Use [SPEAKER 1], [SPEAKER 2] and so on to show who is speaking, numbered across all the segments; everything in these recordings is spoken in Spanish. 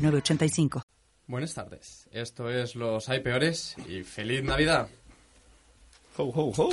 [SPEAKER 1] 985.
[SPEAKER 2] Buenas tardes, esto es Los Hay Peores y feliz Navidad.
[SPEAKER 3] Ho, ho, ho.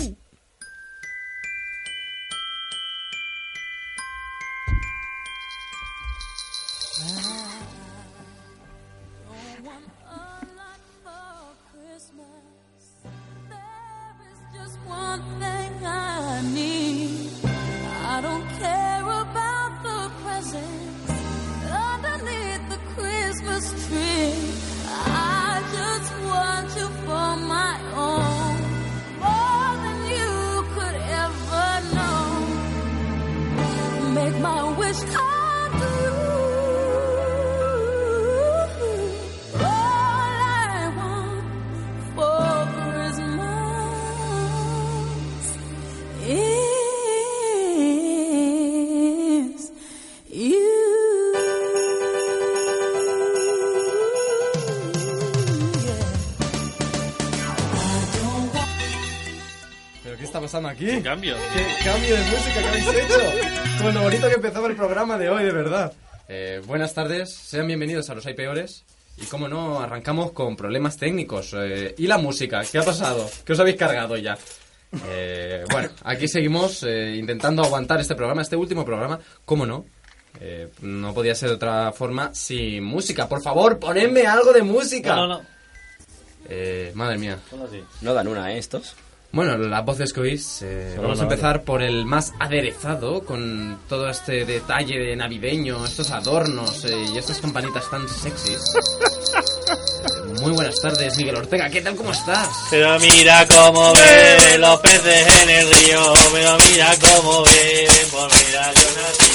[SPEAKER 2] pasando aquí? ¿Qué
[SPEAKER 3] cambio?
[SPEAKER 2] ¿Qué cambio de música que habéis hecho? Con lo bonito que empezaba el programa de hoy, de verdad. Eh, buenas tardes, sean bienvenidos a Los Hay Peores. Y como no, arrancamos con problemas técnicos. Eh, ¿Y la música? ¿Qué ha pasado? ¿Qué os habéis cargado ya? Eh, bueno, aquí seguimos eh, intentando aguantar este programa, este último programa. ¿Cómo no? Eh, no podía ser de otra forma sin música. Por favor, ponedme algo de música.
[SPEAKER 3] No, no,
[SPEAKER 2] no. Eh, madre mía.
[SPEAKER 4] No dan una, ¿eh? Estos.
[SPEAKER 2] Bueno, las voces que oís, eh, vamos a empezar por el más aderezado, con todo este detalle de navideño, estos adornos eh, y estas campanitas tan sexys. Eh, muy buenas tardes, Miguel Ortega, ¿qué tal? ¿Cómo estás?
[SPEAKER 5] Pero mira cómo beben los peces en el río, pero mira cómo beben, por mira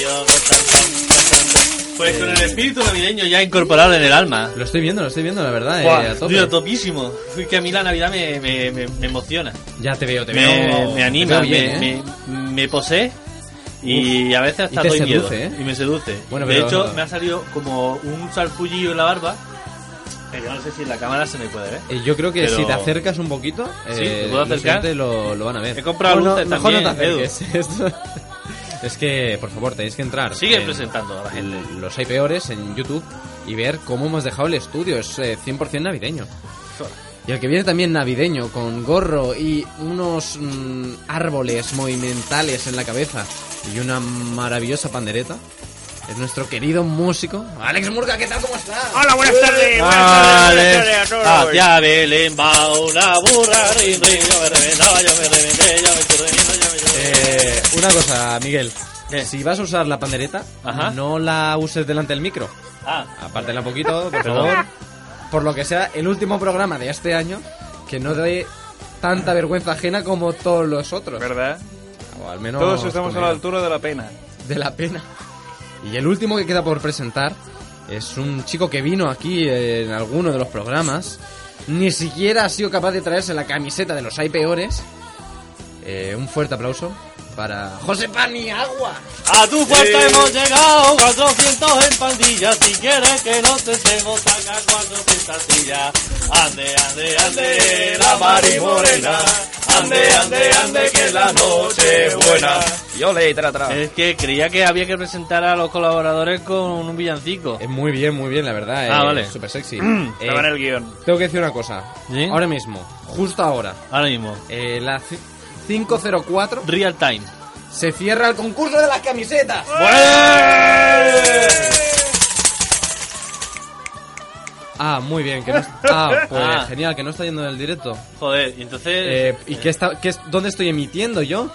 [SPEAKER 5] yo nací pues con el espíritu navideño ya incorporado en el alma.
[SPEAKER 2] Lo estoy viendo, lo estoy viendo, la verdad.
[SPEAKER 5] Wow,
[SPEAKER 2] eh, a tope.
[SPEAKER 5] Tío, topísimo. Uy, que a mí la Navidad me, me, me, me emociona.
[SPEAKER 2] Ya te veo, te
[SPEAKER 5] veo. Me anima,
[SPEAKER 2] te veo bien, ¿eh?
[SPEAKER 5] me, posee y Uf, a veces hasta
[SPEAKER 2] y te
[SPEAKER 5] doy miedo.
[SPEAKER 2] seduce, ¿eh?
[SPEAKER 5] Y me seduce.
[SPEAKER 2] Bueno,
[SPEAKER 5] de
[SPEAKER 2] pero-
[SPEAKER 5] hecho, me ha salido como un salpullillo en la barba. Pero no sé si en la cámara se me puede ver.
[SPEAKER 2] Eh, Yo creo que
[SPEAKER 5] Pero-
[SPEAKER 2] si te acercas un poquito,
[SPEAKER 5] Sí,
[SPEAKER 2] eh,
[SPEAKER 5] ¿me puedo
[SPEAKER 2] los
[SPEAKER 5] acercar?
[SPEAKER 2] oyentes lo, lo van a ver.
[SPEAKER 5] He comprado
[SPEAKER 2] Bueno,
[SPEAKER 5] luces
[SPEAKER 2] mejor no te
[SPEAKER 5] también, Edu.
[SPEAKER 2] acerques. Esto- es que, por favor, tenéis que entrar.
[SPEAKER 5] Sigue
[SPEAKER 2] en-
[SPEAKER 5] presentando a la gente.
[SPEAKER 2] en los hay peores en YouTube y ver cómo hemos dejado el estudio. Es eh, 100% navideño. Y el que viene también navideño, con gorro y unos mm, árboles movimentales en la cabeza y una maravillosa pandereta, es nuestro querido músico, Alex Murga. ¿Qué tal? ¿Cómo estás?
[SPEAKER 6] Hola, buenas tardes. Buenas tardes, buenas tardes a todos.
[SPEAKER 5] hacia Belén va una burra, rin, rin, yo me reventaba, yo me reventé, yo me estoy reviendo, yo me
[SPEAKER 2] Eh, una cosa, Miguel.
[SPEAKER 5] ¿Qué?
[SPEAKER 2] Si vas a usar la pandereta,
[SPEAKER 5] Ajá.
[SPEAKER 2] no la uses delante del micro.
[SPEAKER 5] Ah,
[SPEAKER 2] Apártela un poquito, por
[SPEAKER 5] Perdón.
[SPEAKER 2] favor. Por lo que sea, el último programa de este año que no dé tanta vergüenza ajena como todos los otros.
[SPEAKER 6] ¿Verdad?
[SPEAKER 2] O al menos
[SPEAKER 6] Todos estamos a la
[SPEAKER 2] como
[SPEAKER 6] altura de la pena.
[SPEAKER 2] de la pena. Y el último que queda por presentar es un chico que vino aquí eh, en alguno de los programas. Ni siquiera ha sido capaz de traerse la camiseta de los hay peores. Eh, un fuerte aplauso para José Paniagua.
[SPEAKER 5] A tu puerta hemos llegado, 400 en pandilla. Si quieres que nos estemos, saca 400 sillas. Ande, ande, ande, la marimorena. Ande, ande, ande, que es la noche es buena.
[SPEAKER 4] Yo le tra tra.
[SPEAKER 5] Es que creía que había que presentar a los colaboradores con un villancico.
[SPEAKER 2] Es muy bien, muy bien, la verdad.
[SPEAKER 5] Ah,
[SPEAKER 2] eh,
[SPEAKER 5] vale.
[SPEAKER 2] Súper sexy. Eh,
[SPEAKER 6] Estaba en el guión.
[SPEAKER 2] Tengo que decir una cosa.
[SPEAKER 5] ¿Sí?
[SPEAKER 2] Ahora mismo, justo ahora,
[SPEAKER 5] Ahora mismo.
[SPEAKER 2] eh, la ci- 504
[SPEAKER 5] Real time.
[SPEAKER 2] se cierra el concurso de las camisetas. Ah, muy bien. Que no, ah, pues
[SPEAKER 5] Ah.
[SPEAKER 2] genial, que no está yendo en el directo.
[SPEAKER 5] Joder, y entonces.
[SPEAKER 2] Eh, ¿Y qué está, qué es, dónde estoy emitiendo yo?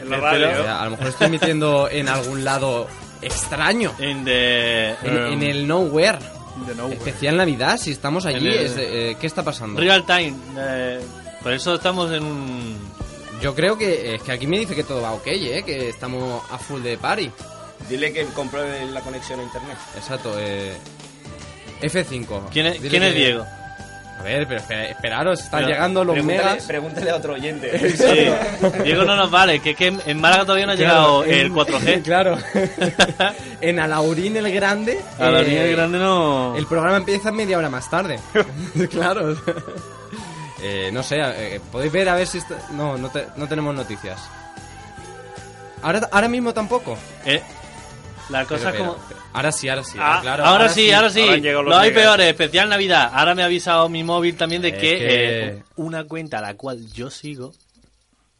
[SPEAKER 6] En la
[SPEAKER 5] Eh,
[SPEAKER 6] radio.
[SPEAKER 2] Eh, a lo mejor estoy emitiendo en algún lado extraño.
[SPEAKER 5] en de. em,
[SPEAKER 2] En, en el nowhere.
[SPEAKER 6] De no, güey.
[SPEAKER 2] Especial Navidad, si estamos allí.
[SPEAKER 5] En el-
[SPEAKER 2] es de- eh, ¿Qué está pasando?
[SPEAKER 5] Real time. eh, por eso estamos en un.
[SPEAKER 2] Yo creo que es que aquí me dice que todo va ok, ¿eh? que estamos a full de party.
[SPEAKER 4] Dile que compruebe la conexión a internet.
[SPEAKER 2] Exacto. Eh, F5.
[SPEAKER 5] ¿Quién es,
[SPEAKER 2] Dile
[SPEAKER 5] ¿quién es
[SPEAKER 2] que-
[SPEAKER 5] Diego?
[SPEAKER 2] A ver, pero espera- esperaros, están
[SPEAKER 5] Pero
[SPEAKER 2] llegando los
[SPEAKER 7] Pregúntale,
[SPEAKER 2] megas.
[SPEAKER 7] pregúntale a otro oyente.
[SPEAKER 5] Sí. Diego no nos vale, que, es que en Málaga todavía no ha
[SPEAKER 2] Claro,
[SPEAKER 5] llegado
[SPEAKER 2] en-
[SPEAKER 5] el 4G.
[SPEAKER 2] claro. en Alaurín el Grande.
[SPEAKER 5] A la
[SPEAKER 2] eh,
[SPEAKER 5] niña grande no.
[SPEAKER 2] El programa empieza media hora más tarde. claro. Eh, no sé, eh, podéis ver a ver si... está- No, no, te- no tenemos noticias. Ahora, ahora mismo tampoco.
[SPEAKER 5] Eh, la
[SPEAKER 2] Pero,
[SPEAKER 5] cosa es
[SPEAKER 2] pero,
[SPEAKER 5] como.
[SPEAKER 2] pero, Ahora sí, ahora sí.
[SPEAKER 5] Ah,
[SPEAKER 2] claro,
[SPEAKER 5] ahora, sí, ahora sí.
[SPEAKER 6] Ahora han llegado los
[SPEAKER 5] Los hay
[SPEAKER 6] megas.
[SPEAKER 5] peores, especial Navidad. Ahora me ha avisado mi móvil también de
[SPEAKER 2] Es
[SPEAKER 5] que,
[SPEAKER 2] que-
[SPEAKER 5] eh, una cuenta a la cual yo sigo,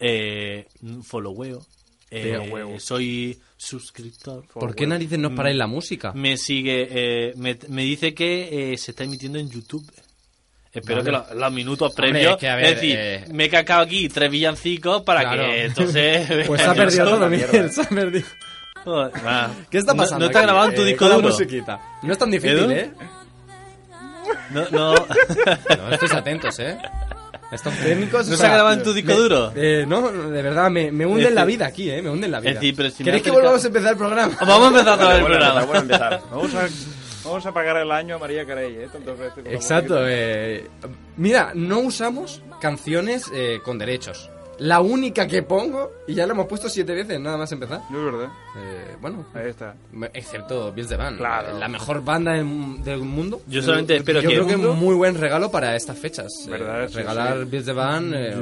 [SPEAKER 5] eh, followeo, eh,
[SPEAKER 2] Pero huevo.
[SPEAKER 5] soy suscriptor.
[SPEAKER 2] Ah, ¿Por qué narices no os paráis la música?
[SPEAKER 5] Me sigue, eh, me, me dice que eh, se está emitiendo en YouTube. Espero
[SPEAKER 2] Vale.
[SPEAKER 5] que lo- los minutos
[SPEAKER 2] Hombre,
[SPEAKER 5] previos.
[SPEAKER 2] es que, a ver,
[SPEAKER 5] decir,
[SPEAKER 2] eh,
[SPEAKER 5] me he cacado aquí tres villancicos para
[SPEAKER 2] Claro.
[SPEAKER 5] que entonces.
[SPEAKER 2] Pues se ha
[SPEAKER 5] vean
[SPEAKER 2] perdido
[SPEAKER 5] esto.
[SPEAKER 2] todo, Miguel, se ha perdido.
[SPEAKER 5] Joder, va.
[SPEAKER 2] ¿Qué está
[SPEAKER 5] No-
[SPEAKER 2] pasando?
[SPEAKER 5] No, te ha
[SPEAKER 2] aquí?
[SPEAKER 5] grabado en tu
[SPEAKER 2] Eh,
[SPEAKER 5] disco
[SPEAKER 2] con la
[SPEAKER 5] duro.
[SPEAKER 2] musiquita. No es tan difícil,
[SPEAKER 5] ¿Edu?
[SPEAKER 2] ¿eh?
[SPEAKER 5] No, no.
[SPEAKER 2] No, estáis atentos, ¿eh? Estos técnicos...
[SPEAKER 5] ¿No
[SPEAKER 2] o
[SPEAKER 5] se ha
[SPEAKER 2] sea,
[SPEAKER 5] grabado en tu disco
[SPEAKER 2] me-
[SPEAKER 5] duro?
[SPEAKER 2] Eh, no, de verdad, me, me hunden
[SPEAKER 5] Es
[SPEAKER 2] la
[SPEAKER 5] decir-
[SPEAKER 2] vida aquí, ¿eh? Me hunden la vida.
[SPEAKER 5] decir, pero si me
[SPEAKER 2] ¿Queréis que
[SPEAKER 5] acerca-
[SPEAKER 2] volvamos a empezar el programa?
[SPEAKER 5] Pues Vamos a empezar otra vez el
[SPEAKER 6] Bueno,
[SPEAKER 5] programa.
[SPEAKER 6] empezar, bueno, empezar. Vamos a, vamos a pagar el año a María Carey, ¿eh? Tantas veces con la
[SPEAKER 2] Exacto.
[SPEAKER 6] musiquita.
[SPEAKER 2] eh, mira, no usamos canciones eh, con derechos. La única que pongo, y ya la hemos puesto siete veces, nada más empezar.
[SPEAKER 6] No es verdad.
[SPEAKER 2] Eh, bueno,
[SPEAKER 6] Ahí está.
[SPEAKER 2] excepto Bills the Band.
[SPEAKER 6] Claro.
[SPEAKER 2] La mejor banda del, del mundo.
[SPEAKER 5] Yo solamente espero
[SPEAKER 2] Yo
[SPEAKER 5] que-
[SPEAKER 2] creo que es un muy buen regalo para estas fechas. eh,
[SPEAKER 6] ¿Verdad? Sí,
[SPEAKER 2] regalar
[SPEAKER 6] sí.
[SPEAKER 2] Bills the Band eh,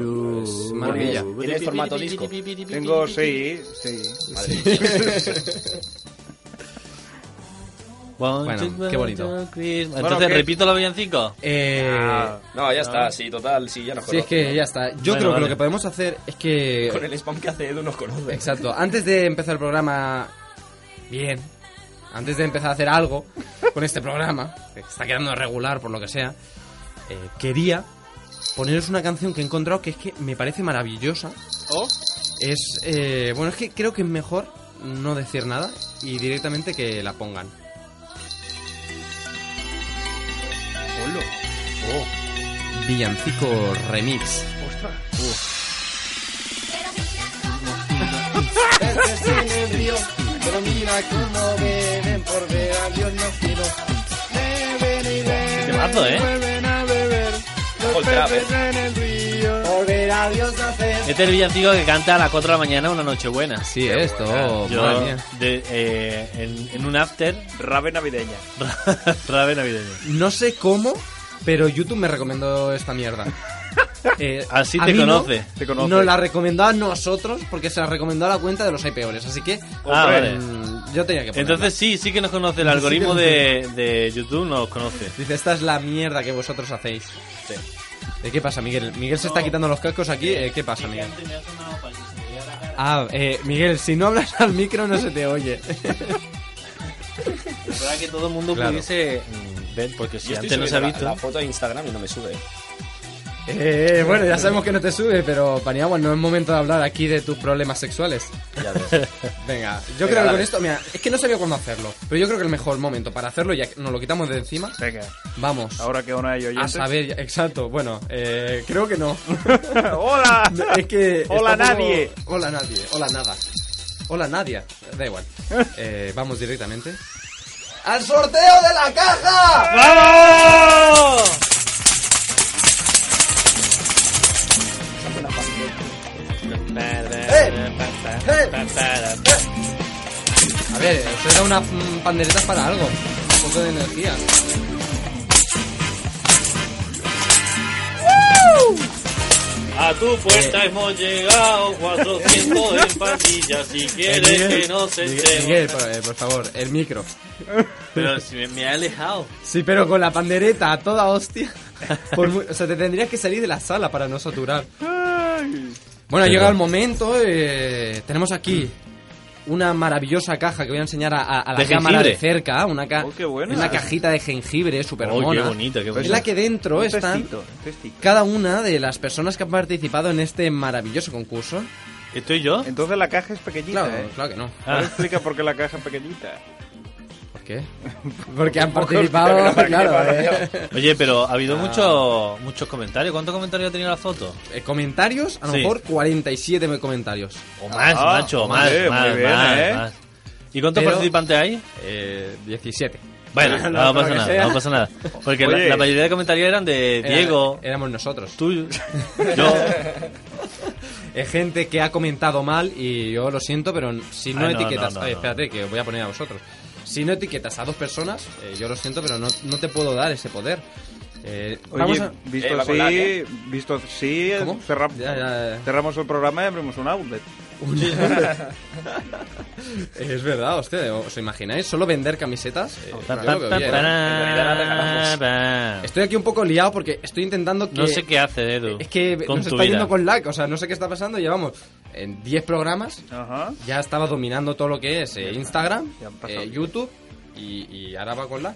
[SPEAKER 2] es maravilla.
[SPEAKER 7] ¿Tienes formato disco?
[SPEAKER 6] Tengo, sí, sí.
[SPEAKER 2] Bueno, qué bonito.
[SPEAKER 5] Entonces,
[SPEAKER 6] ¿qué?
[SPEAKER 5] repito los villancicos.
[SPEAKER 2] Eh,
[SPEAKER 6] Ah,
[SPEAKER 7] No, ya está, sí, total, sí, ya nos
[SPEAKER 2] sí, es
[SPEAKER 7] conoce.
[SPEAKER 2] que ya está. Yo creo
[SPEAKER 5] Bueno,
[SPEAKER 2] que
[SPEAKER 5] vale.
[SPEAKER 2] lo que podemos hacer es que...
[SPEAKER 7] Con el spam que hace Edu nos conoce.
[SPEAKER 2] Exacto. Antes de empezar el programa bien, antes de empezar a hacer algo con este programa, que está quedando regular por lo que sea, eh, quería poneros una canción que he encontrado que es que me parece maravillosa.
[SPEAKER 6] ¿Oh?
[SPEAKER 2] Es, eh, bueno, es que creo que es mejor no decir nada y directamente que la pongan. Oh. Villancico Remix.
[SPEAKER 8] Pero mira cómo beben por ver a Dios no quiero. Beben y beben,
[SPEAKER 5] Qué mazo, ¿eh?
[SPEAKER 8] y vuelven a beber. Los
[SPEAKER 7] Old trap,
[SPEAKER 8] peces en el río. Por ver a Dios nacer.
[SPEAKER 5] Este es el villancico que canta a las 4 de la mañana una noche buena.
[SPEAKER 2] Sí, esto, madre
[SPEAKER 5] Yo,
[SPEAKER 2] mía.
[SPEAKER 5] de- eh, en, en un after,
[SPEAKER 6] Rave navideña.
[SPEAKER 5] rave navideño.
[SPEAKER 2] No sé cómo, pero YouTube me recomendó esta mierda. Eh,
[SPEAKER 5] Así
[SPEAKER 2] a
[SPEAKER 5] te
[SPEAKER 2] mí no,
[SPEAKER 5] conoce,
[SPEAKER 6] te conoce.
[SPEAKER 2] Nos la recomendó a nosotros porque se la recomendó a la cuenta de los hay peores. Así que
[SPEAKER 5] Ah,
[SPEAKER 2] hombre,
[SPEAKER 5] vale.
[SPEAKER 2] mm, yo tenía que ponerla.
[SPEAKER 5] Entonces sí, sí que nos conoce. El algoritmo de, de YouTube nos conoce.
[SPEAKER 2] Dice, esta es la mierda que vosotros hacéis. Eh, ¿Qué pasa, Miguel? Miguel se está quitando los cascos aquí. Eh, ¿Qué pasa, Miguel? Ah, eh, Miguel, si no hablas al micro no se te oye.
[SPEAKER 5] Es verdad que todo el mundo
[SPEAKER 2] Claro.
[SPEAKER 5] pudiese mm, ver, porque si
[SPEAKER 7] Yo estoy
[SPEAKER 5] antes no se ha
[SPEAKER 7] subiendo
[SPEAKER 5] visto.
[SPEAKER 7] La, la foto a Instagram y no me sube.
[SPEAKER 2] Eh, bueno, ya sabemos que no te sube, pero Paniagua, no es momento de hablar aquí de tus problemas sexuales.
[SPEAKER 7] Ya ves.
[SPEAKER 2] Venga, yo
[SPEAKER 7] Venga,
[SPEAKER 2] creo que con
[SPEAKER 7] dale.
[SPEAKER 2] esto, mira, es que no sabía cuándo hacerlo, pero yo creo que el mejor momento para hacerlo, ya que nos lo quitamos de encima,
[SPEAKER 6] Venga,
[SPEAKER 2] vamos
[SPEAKER 6] ahora que una de ellos
[SPEAKER 2] a saber, ya- exacto, bueno, eh, creo que no.
[SPEAKER 6] ¡Hola!
[SPEAKER 2] es que...
[SPEAKER 6] Hola,
[SPEAKER 2] está como-
[SPEAKER 6] nadie.
[SPEAKER 2] Hola nadie, hola nada. Hola nadie, da igual. Eh, vamos directamente. ¡Al sorteo de la caja!
[SPEAKER 5] ¡Vamos! Eh,
[SPEAKER 2] A ver, os he dado unas mm, panderetas para algo, un poco de energía.
[SPEAKER 5] A tu puerta hemos llegado 400 en pandillas. Si quieres que eh, no se
[SPEAKER 2] Miguel, Miguel,
[SPEAKER 5] entere.
[SPEAKER 2] por, eh, por favor, el micro.
[SPEAKER 5] Pero si me, me ha alejado.
[SPEAKER 2] Sí, pero con la pandereta a toda hostia. Por mu- o sea, te tendrías que salir de la sala para no saturar. Bueno, ha llegado el momento. eh, tenemos aquí una maravillosa caja que voy a enseñar a, a- a la
[SPEAKER 5] De
[SPEAKER 2] cámara de
[SPEAKER 5] jengibre.
[SPEAKER 2] cerca. Una, ca-
[SPEAKER 6] Oh, qué buena.
[SPEAKER 2] una cajita de jengibre súper
[SPEAKER 5] Oh, qué
[SPEAKER 2] mona.
[SPEAKER 5] bonita, qué
[SPEAKER 2] Es
[SPEAKER 5] bonita.
[SPEAKER 2] la que dentro
[SPEAKER 6] Un
[SPEAKER 2] están
[SPEAKER 6] testito, un testito.
[SPEAKER 2] cada una de las personas que han participado en este maravilloso concurso.
[SPEAKER 5] ¿Estoy yo?
[SPEAKER 6] Entonces la caja es pequeñita,
[SPEAKER 2] Claro,
[SPEAKER 6] ¿eh?
[SPEAKER 2] claro que no.
[SPEAKER 6] Ahora explica por qué la caja es pequeñita.
[SPEAKER 2] ¿Por qué? Porque han participado. claro, eh.
[SPEAKER 5] Oye, pero ha habido muchos muchos comentarios. ¿Cuántos comentarios ha tenido la foto?
[SPEAKER 2] Eh, Comentarios, a lo
[SPEAKER 5] Sí.
[SPEAKER 2] mejor 47 comentarios.
[SPEAKER 5] O más,
[SPEAKER 6] Ah,
[SPEAKER 5] macho, más,
[SPEAKER 6] hombre,
[SPEAKER 5] más,
[SPEAKER 6] muy bien,
[SPEAKER 5] más,
[SPEAKER 6] ¿eh?
[SPEAKER 5] más. ¿Y cuántos
[SPEAKER 2] Pero-
[SPEAKER 5] participantes hay?
[SPEAKER 2] Eh, 17.
[SPEAKER 5] Bueno, no, pasa nada, no pasa nada. Porque la,
[SPEAKER 6] Oye.
[SPEAKER 5] la mayoría de comentarios eran de
[SPEAKER 2] Era-
[SPEAKER 5] Diego,
[SPEAKER 2] Éramos nosotros.
[SPEAKER 5] tú, yo.
[SPEAKER 2] Es gente que ha comentado mal y yo lo siento, pero si no
[SPEAKER 5] Ay, Ah, no,
[SPEAKER 2] etiquetas...
[SPEAKER 5] no, no,
[SPEAKER 2] eh,
[SPEAKER 5] no.
[SPEAKER 2] espérate, que os voy a poner a vosotros. Si no etiquetas a dos personas, eh, yo lo siento, pero no, no te puedo dar ese poder. Eh, vamos
[SPEAKER 6] Oye,
[SPEAKER 2] a...
[SPEAKER 6] visto
[SPEAKER 7] Eh, va
[SPEAKER 6] así,
[SPEAKER 7] con la que.
[SPEAKER 6] visto así, eh,
[SPEAKER 2] ¿Cómo?
[SPEAKER 6] cerra-
[SPEAKER 2] Ya, ya, ya.
[SPEAKER 6] cerramos el programa y abrimos un outlet.
[SPEAKER 2] Es verdad, hostia, ¿os imagináis? Solo vender camisetas. Eh,
[SPEAKER 5] Pa,
[SPEAKER 2] yo
[SPEAKER 5] pa,
[SPEAKER 2] creo que
[SPEAKER 5] pa,
[SPEAKER 2] bien.
[SPEAKER 5] pa,
[SPEAKER 7] regalamos.
[SPEAKER 5] pa.
[SPEAKER 2] Estoy aquí un poco liado porque estoy intentando que...
[SPEAKER 5] No sé qué hace, Edu.
[SPEAKER 2] Es que
[SPEAKER 5] con
[SPEAKER 2] nos
[SPEAKER 5] tu
[SPEAKER 2] está
[SPEAKER 5] vida.
[SPEAKER 2] yendo con lag, o sea, no sé qué está pasando. Llevamos en 10 programas,
[SPEAKER 6] Ajá.
[SPEAKER 2] ya estaba dominando todo lo que es eh, Instagram,
[SPEAKER 6] Ya han pasado
[SPEAKER 2] eh,
[SPEAKER 6] bien.
[SPEAKER 2] YouTube y, y ahora va con lag.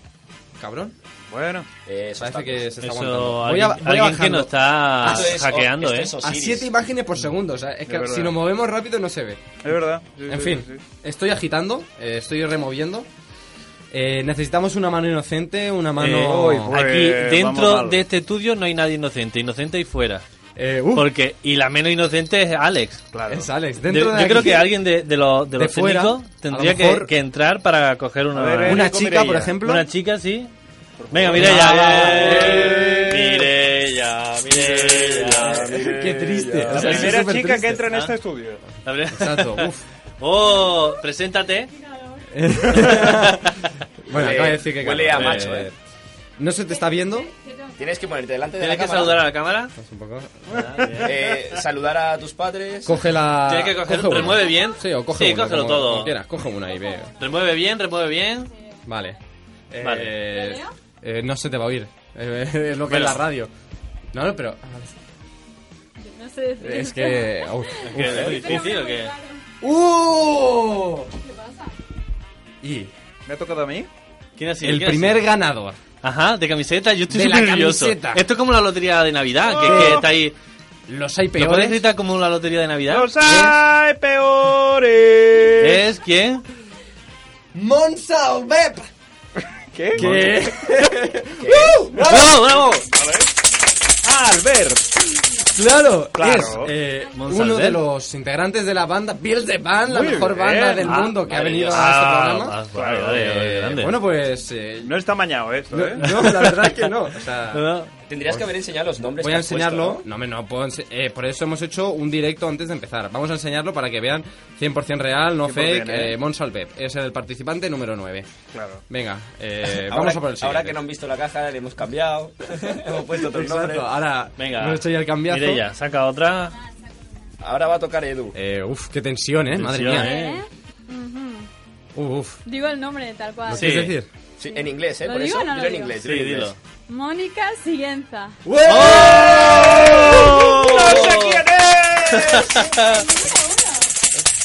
[SPEAKER 2] Cabrón,
[SPEAKER 6] Bueno,
[SPEAKER 7] Eh, eso
[SPEAKER 2] parece
[SPEAKER 7] está-
[SPEAKER 2] que
[SPEAKER 6] pues.
[SPEAKER 2] se está aguantando.
[SPEAKER 5] Eso,
[SPEAKER 2] Voy
[SPEAKER 5] alguien,
[SPEAKER 2] a, voy
[SPEAKER 5] alguien que
[SPEAKER 2] bajando
[SPEAKER 5] nos está
[SPEAKER 7] Esto es-
[SPEAKER 5] hackeando,
[SPEAKER 7] esto
[SPEAKER 5] ¿eh?
[SPEAKER 7] es
[SPEAKER 2] a
[SPEAKER 7] Osiris.
[SPEAKER 2] 7 imágenes por segundo, o sea, es
[SPEAKER 6] De
[SPEAKER 2] que
[SPEAKER 6] verdad.
[SPEAKER 2] si nos movemos rápido no se ve.
[SPEAKER 6] es verdad. Sí,
[SPEAKER 2] En
[SPEAKER 6] sí,
[SPEAKER 2] fin,
[SPEAKER 6] sí, sí.
[SPEAKER 2] estoy agitando, eh, estoy removiendo. Eh, necesitamos una mano inocente, una mano...
[SPEAKER 5] Eh,
[SPEAKER 6] Uy, pues,
[SPEAKER 5] aquí dentro
[SPEAKER 6] vamos mal.
[SPEAKER 5] de este estudio no hay nadie inocente, inocente y fuera.
[SPEAKER 2] Eh, uh,
[SPEAKER 5] Porque y la menos inocente es Alex.
[SPEAKER 2] es Alex.
[SPEAKER 5] De-
[SPEAKER 2] Dentro de,
[SPEAKER 5] yo
[SPEAKER 2] aquí-
[SPEAKER 5] creo que alguien de, de los, de
[SPEAKER 2] de
[SPEAKER 5] los
[SPEAKER 2] fuera,
[SPEAKER 5] técnicos
[SPEAKER 2] a
[SPEAKER 5] tendría
[SPEAKER 2] lo mejor-
[SPEAKER 5] que, que entrar para coger una,
[SPEAKER 6] ver, eh,
[SPEAKER 2] Una
[SPEAKER 6] Mirella.
[SPEAKER 2] chica, por ejemplo.
[SPEAKER 5] una chica, sí. Venga, Mireya.
[SPEAKER 2] Eh.
[SPEAKER 5] Mireya, Mireya.
[SPEAKER 2] Este, Qué triste.
[SPEAKER 6] La
[SPEAKER 2] O sea, es
[SPEAKER 6] primera chica
[SPEAKER 2] súper
[SPEAKER 6] que
[SPEAKER 2] triste.
[SPEAKER 6] entra en este estudio.
[SPEAKER 2] Exacto, uf.
[SPEAKER 5] Oh, preséntate.
[SPEAKER 2] Bueno,
[SPEAKER 7] Huele-
[SPEAKER 2] acaba de decir que
[SPEAKER 7] huele
[SPEAKER 2] claro.
[SPEAKER 7] a macho, eh.
[SPEAKER 2] No se te está viendo.
[SPEAKER 7] Tienes que ponerte delante de la
[SPEAKER 5] Tienes que
[SPEAKER 7] cámara,
[SPEAKER 5] saludar a la cámara.
[SPEAKER 7] eh, saludar a tus padres.
[SPEAKER 2] Coge la.
[SPEAKER 5] Tienes que coger-
[SPEAKER 2] coge una.
[SPEAKER 5] remueve bien.
[SPEAKER 2] Sí, o coge
[SPEAKER 5] Sí,
[SPEAKER 2] una,
[SPEAKER 5] cógelo
[SPEAKER 2] como-
[SPEAKER 5] todo.
[SPEAKER 2] como quieras, coge una y ve.
[SPEAKER 5] Remueve bien, remueve bien.
[SPEAKER 2] Vale. Eh,
[SPEAKER 5] Vale.
[SPEAKER 2] eh, eh, no se te va a oír. Eh, es lo que
[SPEAKER 5] Bueno.
[SPEAKER 2] es la radio. No, no, pero. eh,
[SPEAKER 9] No sé decir.
[SPEAKER 2] Es que. uf,
[SPEAKER 5] ¿Qué,
[SPEAKER 2] uf.
[SPEAKER 5] ¿Es difícil o qué?
[SPEAKER 2] ¡Uh! Y
[SPEAKER 6] ¿Me ha tocado a mí?
[SPEAKER 5] ¿Quién ha sido?
[SPEAKER 2] el
[SPEAKER 5] ¿Quién ha
[SPEAKER 2] primer
[SPEAKER 5] sido?
[SPEAKER 2] ganador.
[SPEAKER 5] Ajá, de camiseta. Yo estoy
[SPEAKER 2] De la
[SPEAKER 5] súper nervioso.
[SPEAKER 2] camiseta. Oh.
[SPEAKER 5] Esto es como la lotería de Navidad, que, que está ahí.
[SPEAKER 2] Los hay
[SPEAKER 5] ¿Lo puedes
[SPEAKER 2] peores.
[SPEAKER 5] gritar como la lotería de Navidad?
[SPEAKER 6] ¡Los hay peores!
[SPEAKER 5] ¿Es quién?
[SPEAKER 2] ¡Monza o Bep!
[SPEAKER 6] ¿Qué?
[SPEAKER 2] ¿Qué?
[SPEAKER 5] ¡Bravo, bravo!
[SPEAKER 6] ¡Albert!
[SPEAKER 2] Claro,
[SPEAKER 6] Claro.
[SPEAKER 2] es eh,
[SPEAKER 5] Monsalve.
[SPEAKER 2] uno de los integrantes de la banda Build the Band, la
[SPEAKER 6] Muy
[SPEAKER 2] mejor
[SPEAKER 6] bien.
[SPEAKER 2] banda del
[SPEAKER 6] Ah,
[SPEAKER 2] mundo que ha
[SPEAKER 5] Madre
[SPEAKER 2] venido
[SPEAKER 5] mía.
[SPEAKER 2] a
[SPEAKER 5] Ah,
[SPEAKER 2] este programa.
[SPEAKER 5] ah, vale, vale, vale,
[SPEAKER 2] Eh,
[SPEAKER 5] grande.
[SPEAKER 2] bueno, pues eh,
[SPEAKER 6] No está mañado esto,
[SPEAKER 2] no,
[SPEAKER 6] ¿eh?
[SPEAKER 2] no, la verdad es que no. O sea,
[SPEAKER 5] No, no.
[SPEAKER 7] Tendrías que haber enseñado los nombres.
[SPEAKER 2] Pues voy
[SPEAKER 7] que
[SPEAKER 2] a
[SPEAKER 7] has puesto,
[SPEAKER 2] enseñarlo.
[SPEAKER 7] ¿no?
[SPEAKER 2] No, me no puedo ense- eh, por eso hemos hecho un directo antes de empezar. Vamos a enseñarlo para que vean 100% real, no
[SPEAKER 6] 100%
[SPEAKER 2] fake.
[SPEAKER 6] eh.
[SPEAKER 2] Eh, Monsalve es el participante número 9.
[SPEAKER 6] Claro.
[SPEAKER 2] Venga, eh,
[SPEAKER 7] Ahora-
[SPEAKER 2] vamos a por el siguiente.
[SPEAKER 7] Ahora que no han visto la caja, le hemos cambiado. hemos puesto otros nombres.
[SPEAKER 2] Exacto, ahora
[SPEAKER 5] Venga.
[SPEAKER 2] me he hecho ya el cambiazo.
[SPEAKER 5] Mireia, saca otra.
[SPEAKER 7] Ahora va a tocar Edu.
[SPEAKER 2] Eh, uf, qué tensión, eh, madre
[SPEAKER 5] Tensión,
[SPEAKER 2] mía.
[SPEAKER 5] ¿eh?
[SPEAKER 2] Uf, uf.
[SPEAKER 9] Digo el nombre tal cual.
[SPEAKER 2] ¿Lo
[SPEAKER 5] Sí.
[SPEAKER 2] quieres decir?
[SPEAKER 7] Sí, en inglés, ¿eh?
[SPEAKER 9] ¿Lo
[SPEAKER 7] Por
[SPEAKER 9] digo
[SPEAKER 7] eso,
[SPEAKER 9] o no lo
[SPEAKER 7] dilo en
[SPEAKER 9] digo?
[SPEAKER 7] inglés.
[SPEAKER 5] Sí,
[SPEAKER 7] dilo en inglés.
[SPEAKER 5] dilo.
[SPEAKER 9] Mónica Siguenza.
[SPEAKER 5] ¡Oh!
[SPEAKER 6] ¡No sé quién es!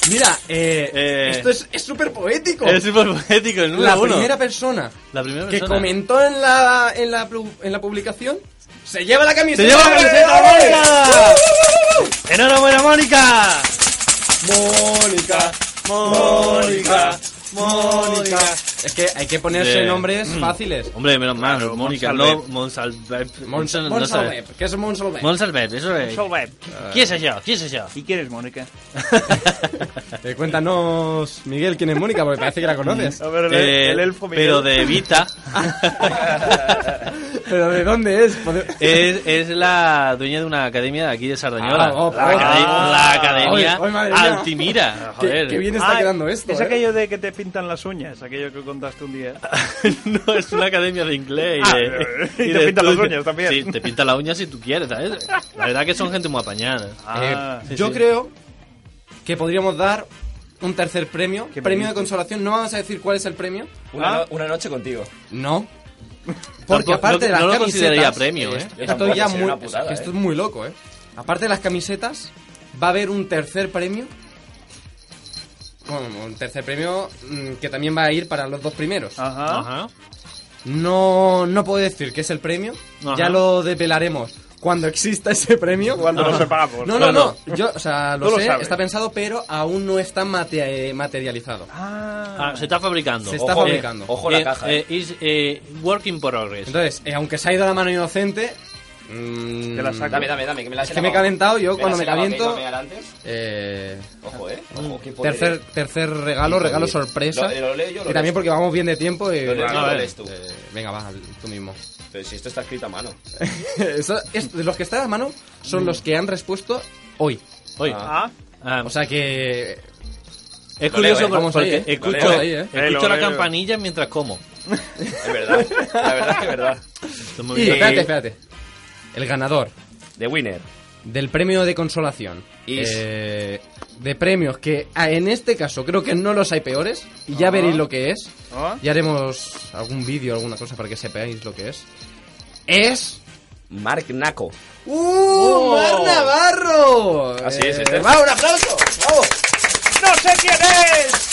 [SPEAKER 2] Mira, eh,
[SPEAKER 5] Eh.
[SPEAKER 2] esto es súper poético.
[SPEAKER 5] Es súper poético el número
[SPEAKER 2] la
[SPEAKER 5] uno.
[SPEAKER 2] primera persona
[SPEAKER 5] La primera
[SPEAKER 2] que
[SPEAKER 5] persona.
[SPEAKER 2] comentó en la, en, la, plu- en la publicación se lleva la camiseta.
[SPEAKER 5] ¡Se lleva la camiseta,
[SPEAKER 2] ¡Eh!
[SPEAKER 5] Mónica! ¡Enhorabuena, Mónica!
[SPEAKER 2] Mónica,
[SPEAKER 5] Mónica,
[SPEAKER 2] Mónica. Es que hay que ponerse
[SPEAKER 5] Sí.
[SPEAKER 2] nombres
[SPEAKER 5] Mm.
[SPEAKER 2] fáciles.
[SPEAKER 5] Hombre, menos mal,
[SPEAKER 6] Claro,
[SPEAKER 5] Mónica, no Monsalvet.
[SPEAKER 2] Monsalve,
[SPEAKER 5] no sabes.
[SPEAKER 2] ¿qué es Monsalve?
[SPEAKER 5] Monsalvet, eso es.
[SPEAKER 6] Solvet.
[SPEAKER 5] ¿Quién es yo? ¿Quién es yo?
[SPEAKER 6] ¿Y quién es Mónica?
[SPEAKER 2] Eh, cuéntanos, Miguel, quién es Mónica, porque parece que la conoces.
[SPEAKER 6] A ver, el,
[SPEAKER 5] Eh,
[SPEAKER 6] el elfo Miguel.
[SPEAKER 5] pero de Vita
[SPEAKER 2] Pero ¿de dónde es? Pode-
[SPEAKER 5] es, es la dueña de una academia de aquí de Sardañola.
[SPEAKER 2] Ah, oh,
[SPEAKER 5] la,
[SPEAKER 2] ah.
[SPEAKER 5] acade- la
[SPEAKER 6] oh,
[SPEAKER 5] academia
[SPEAKER 2] Ay, ay, madre mía.
[SPEAKER 5] Altimira.
[SPEAKER 2] Qué-
[SPEAKER 5] Joder.
[SPEAKER 2] qué bien está
[SPEAKER 6] Ah,
[SPEAKER 2] quedando esto.
[SPEAKER 6] Es
[SPEAKER 2] eh.
[SPEAKER 6] aquello de que te pintan las uñas, aquello que contaste un día.
[SPEAKER 5] Ah, no, es una academia de inglés. Y,
[SPEAKER 6] Ah,
[SPEAKER 5] de,
[SPEAKER 6] y te pintan las
[SPEAKER 5] estudio.
[SPEAKER 6] uñas también.
[SPEAKER 5] Sí, te pintan las uñas si tú quieres, ¿sabes? La verdad que son gente muy apañada.
[SPEAKER 2] Eh,
[SPEAKER 6] Ah,
[SPEAKER 5] sí,
[SPEAKER 2] yo
[SPEAKER 5] sí.
[SPEAKER 2] creo que podríamos dar un tercer premio.
[SPEAKER 6] ¿Qué me
[SPEAKER 2] Premio de
[SPEAKER 6] dices?
[SPEAKER 2] consolación. No vamos a decir cuál es el premio.
[SPEAKER 7] Una,
[SPEAKER 6] Ah.
[SPEAKER 7] no- una noche contigo.
[SPEAKER 2] No. Porque
[SPEAKER 5] Tampoco-
[SPEAKER 2] aparte
[SPEAKER 5] no-
[SPEAKER 2] de las
[SPEAKER 5] no lo
[SPEAKER 2] camisetas.
[SPEAKER 5] consideraría premio,
[SPEAKER 2] eh,
[SPEAKER 5] ¿eh?
[SPEAKER 7] Yo
[SPEAKER 2] Esto
[SPEAKER 7] tampoco,
[SPEAKER 2] ya
[SPEAKER 7] sería
[SPEAKER 2] muy,
[SPEAKER 7] una putada,
[SPEAKER 2] que esto
[SPEAKER 7] ¿eh?
[SPEAKER 2] es muy loco, ¿eh? Aparte de las camisetas, va a haber un tercer premio. Bueno, un tercer premio mm, que también va a ir para los dos primeros.
[SPEAKER 6] Ajá.
[SPEAKER 5] Ajá.
[SPEAKER 2] No, no puedo decir qué es el premio.
[SPEAKER 5] Ajá.
[SPEAKER 2] Ya lo depelaremos cuando exista ese premio.
[SPEAKER 6] Cuando lo sepamos.
[SPEAKER 2] No, no, no. Yo, o sea, lo
[SPEAKER 6] Tú lo
[SPEAKER 2] sé,
[SPEAKER 6] sabes.
[SPEAKER 2] está pensado, pero aún no está mate- eh, materializado.
[SPEAKER 6] Ah,
[SPEAKER 5] Ah, se está fabricando.
[SPEAKER 2] Se está
[SPEAKER 5] Ojo,
[SPEAKER 2] fabricando.
[SPEAKER 5] eh,
[SPEAKER 7] Ojo la
[SPEAKER 5] eh,
[SPEAKER 7] caja, eh.
[SPEAKER 5] eh, is, eh, work in progress.
[SPEAKER 2] Entonces, eh, aunque se ha ido la mano inocente, Mm,
[SPEAKER 6] Te la saco.
[SPEAKER 7] Dame, dame, dame, que me la
[SPEAKER 2] Es que me he calentado, yo cuando me caliento-
[SPEAKER 7] antes.
[SPEAKER 2] eh,
[SPEAKER 7] Ojo, eh. Ojo, qué poder,
[SPEAKER 2] tercer,
[SPEAKER 7] eh.
[SPEAKER 2] tercer regalo, regalo
[SPEAKER 7] Lo-
[SPEAKER 2] sorpresa.
[SPEAKER 7] lo leo yo, lo
[SPEAKER 2] y también
[SPEAKER 7] leo.
[SPEAKER 2] porque vamos bien de tiempo. Y,
[SPEAKER 7] Lo leo yo,
[SPEAKER 2] Bueno,
[SPEAKER 7] lo
[SPEAKER 2] eh,
[SPEAKER 7] lees tú.
[SPEAKER 2] eh, venga, va, tú mismo.
[SPEAKER 7] Pero si esto está escrito a mano.
[SPEAKER 2] Eso- es- los que están a mano son los que han respuesto hoy.
[SPEAKER 5] Hoy.
[SPEAKER 6] Ah,
[SPEAKER 5] Ah,
[SPEAKER 2] O sea que
[SPEAKER 5] es
[SPEAKER 7] lo leo,
[SPEAKER 5] curioso
[SPEAKER 7] eh,
[SPEAKER 5] por-
[SPEAKER 2] vamos ahí,
[SPEAKER 5] porque
[SPEAKER 2] eh.
[SPEAKER 5] escucho,
[SPEAKER 2] Lo leo ahí, eh.
[SPEAKER 5] escucho
[SPEAKER 6] Eh, lo
[SPEAKER 5] la
[SPEAKER 6] leo.
[SPEAKER 5] campanilla mientras como.
[SPEAKER 7] Es verdad. La verdad es que es verdad.
[SPEAKER 5] Estoy
[SPEAKER 2] Y,
[SPEAKER 5] moviendo
[SPEAKER 2] espérate,
[SPEAKER 5] aquí.
[SPEAKER 2] espérate. El ganador
[SPEAKER 7] The Winner.
[SPEAKER 2] del premio de consolación.
[SPEAKER 7] Is.
[SPEAKER 2] eh, de premios que ah, en este caso creo que no los hay peores. Y ya
[SPEAKER 6] Ah.
[SPEAKER 2] veréis lo que es.
[SPEAKER 6] Ah.
[SPEAKER 2] Ya haremos algún vídeo, alguna cosa para que sepáis lo que es. Es.
[SPEAKER 7] Mark Naco.
[SPEAKER 2] ¡Uh! ¡Mar Navarro!
[SPEAKER 7] Oh. Así es,
[SPEAKER 2] Eh,
[SPEAKER 7] este es.
[SPEAKER 2] va, un
[SPEAKER 7] aplauso! ¡Vamos! ¡No sé quién es!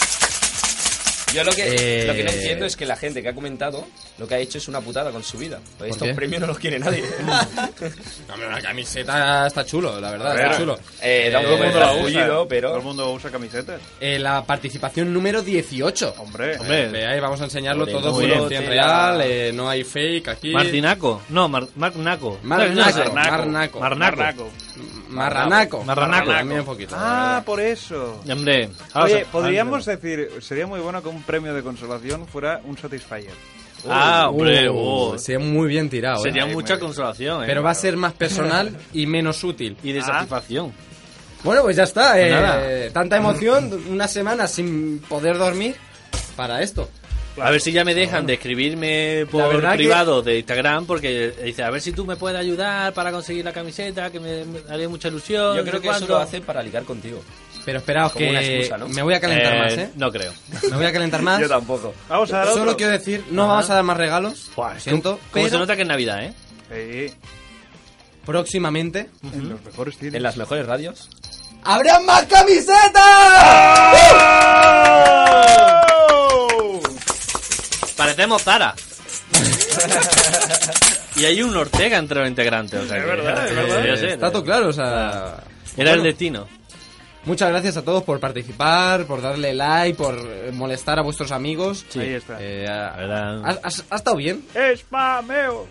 [SPEAKER 7] Yo lo que,
[SPEAKER 2] Eh.
[SPEAKER 7] lo que no entiendo es que la gente que ha comentado lo que ha hecho es una putada con su vida. Pues estos
[SPEAKER 2] qué?
[SPEAKER 7] premios no los quiere nadie.
[SPEAKER 2] Hombre, la camiseta está chulo, la verdad, está
[SPEAKER 6] ver.
[SPEAKER 2] chulo.
[SPEAKER 7] eh, da un
[SPEAKER 2] Eh,
[SPEAKER 7] poco de
[SPEAKER 6] todo el mundo la
[SPEAKER 7] orgullo,
[SPEAKER 6] usa. Todo el
[SPEAKER 7] pero.
[SPEAKER 6] mundo usa camisetas.
[SPEAKER 2] Eh, la participación número 18.
[SPEAKER 6] Hombre.
[SPEAKER 5] Hombre,
[SPEAKER 2] Eh, ahí vamos a enseñarlo
[SPEAKER 7] Hombre,
[SPEAKER 2] todo
[SPEAKER 7] muy
[SPEAKER 2] por
[SPEAKER 7] bien.
[SPEAKER 2] 100
[SPEAKER 7] Tela.
[SPEAKER 2] real, eh, no hay fake aquí.
[SPEAKER 5] Martinaco. No, Mar Marnaco.
[SPEAKER 2] Marnaco, Marnaco.
[SPEAKER 5] Marnaco. Marnaco.
[SPEAKER 6] Marnaco.
[SPEAKER 2] Marranaco.
[SPEAKER 5] Marranaco.
[SPEAKER 2] También un poquito.
[SPEAKER 6] Ah, por eso.
[SPEAKER 5] Y, Hombre, ahora
[SPEAKER 6] Oye,
[SPEAKER 5] os-
[SPEAKER 6] podríamos decir, sería muy bueno que un premio de consolación fuera un Satisfyer.
[SPEAKER 5] Ah, hombre, oh.
[SPEAKER 2] Uh, Sería muy bien tirado, eh.
[SPEAKER 5] sería
[SPEAKER 6] Ay,
[SPEAKER 5] mucha
[SPEAKER 6] madre.
[SPEAKER 5] consolación, ¿eh?
[SPEAKER 2] Pero va a ser más personal y menos útil.
[SPEAKER 5] Y de
[SPEAKER 6] Ah.
[SPEAKER 5] satisfacción.
[SPEAKER 2] Bueno, pues ya está. eh,
[SPEAKER 5] nada.
[SPEAKER 2] tanta emoción, una semana sin poder dormir para esto.
[SPEAKER 5] A ver si ya me dejan de escribirme
[SPEAKER 2] La
[SPEAKER 5] por
[SPEAKER 2] verdad que-
[SPEAKER 5] privado de Instagram porque dice, a ver si tú me puedes ayudar para conseguir la camiseta, que me, me haría mucha ilusión.
[SPEAKER 7] Yo
[SPEAKER 5] no
[SPEAKER 7] creo
[SPEAKER 5] sé
[SPEAKER 7] que eso
[SPEAKER 5] cuánto.
[SPEAKER 7] lo hace para ligar contigo.
[SPEAKER 2] Pero esperaos
[SPEAKER 7] Como
[SPEAKER 2] que
[SPEAKER 7] una excusa, ¿no?
[SPEAKER 2] me voy a calentar
[SPEAKER 5] Eh,
[SPEAKER 2] más, eh.
[SPEAKER 5] No creo.
[SPEAKER 2] Me voy a calentar más.
[SPEAKER 7] Yo tampoco.
[SPEAKER 6] Vamos a dar otro.
[SPEAKER 2] Solo quiero decir, no vamos a dar más regalos. lo siento,
[SPEAKER 5] Como
[SPEAKER 2] pero
[SPEAKER 5] se nota que es Navidad, ¿eh?
[SPEAKER 6] Sí,
[SPEAKER 2] próximamente
[SPEAKER 6] en los mejores tiros.
[SPEAKER 7] En las mejores radios.
[SPEAKER 2] ¡Habrá más camisetas!
[SPEAKER 5] Ah.
[SPEAKER 2] ¡Uh!
[SPEAKER 5] Parecemos Zara. y hay un Ortega entre los integrantes. O sea, es
[SPEAKER 6] verdad, es verdad.
[SPEAKER 2] Eh, Está todo claro, o sea.
[SPEAKER 5] Era el
[SPEAKER 2] Bueno,
[SPEAKER 5] destino.
[SPEAKER 2] Muchas gracias a todos por participar, por darle like, por eh, molestar a vuestros amigos.
[SPEAKER 6] Ahí está.
[SPEAKER 2] Eh, a-
[SPEAKER 5] La verdad.
[SPEAKER 2] has, has- has estado bien.
[SPEAKER 6] ¡Espameo!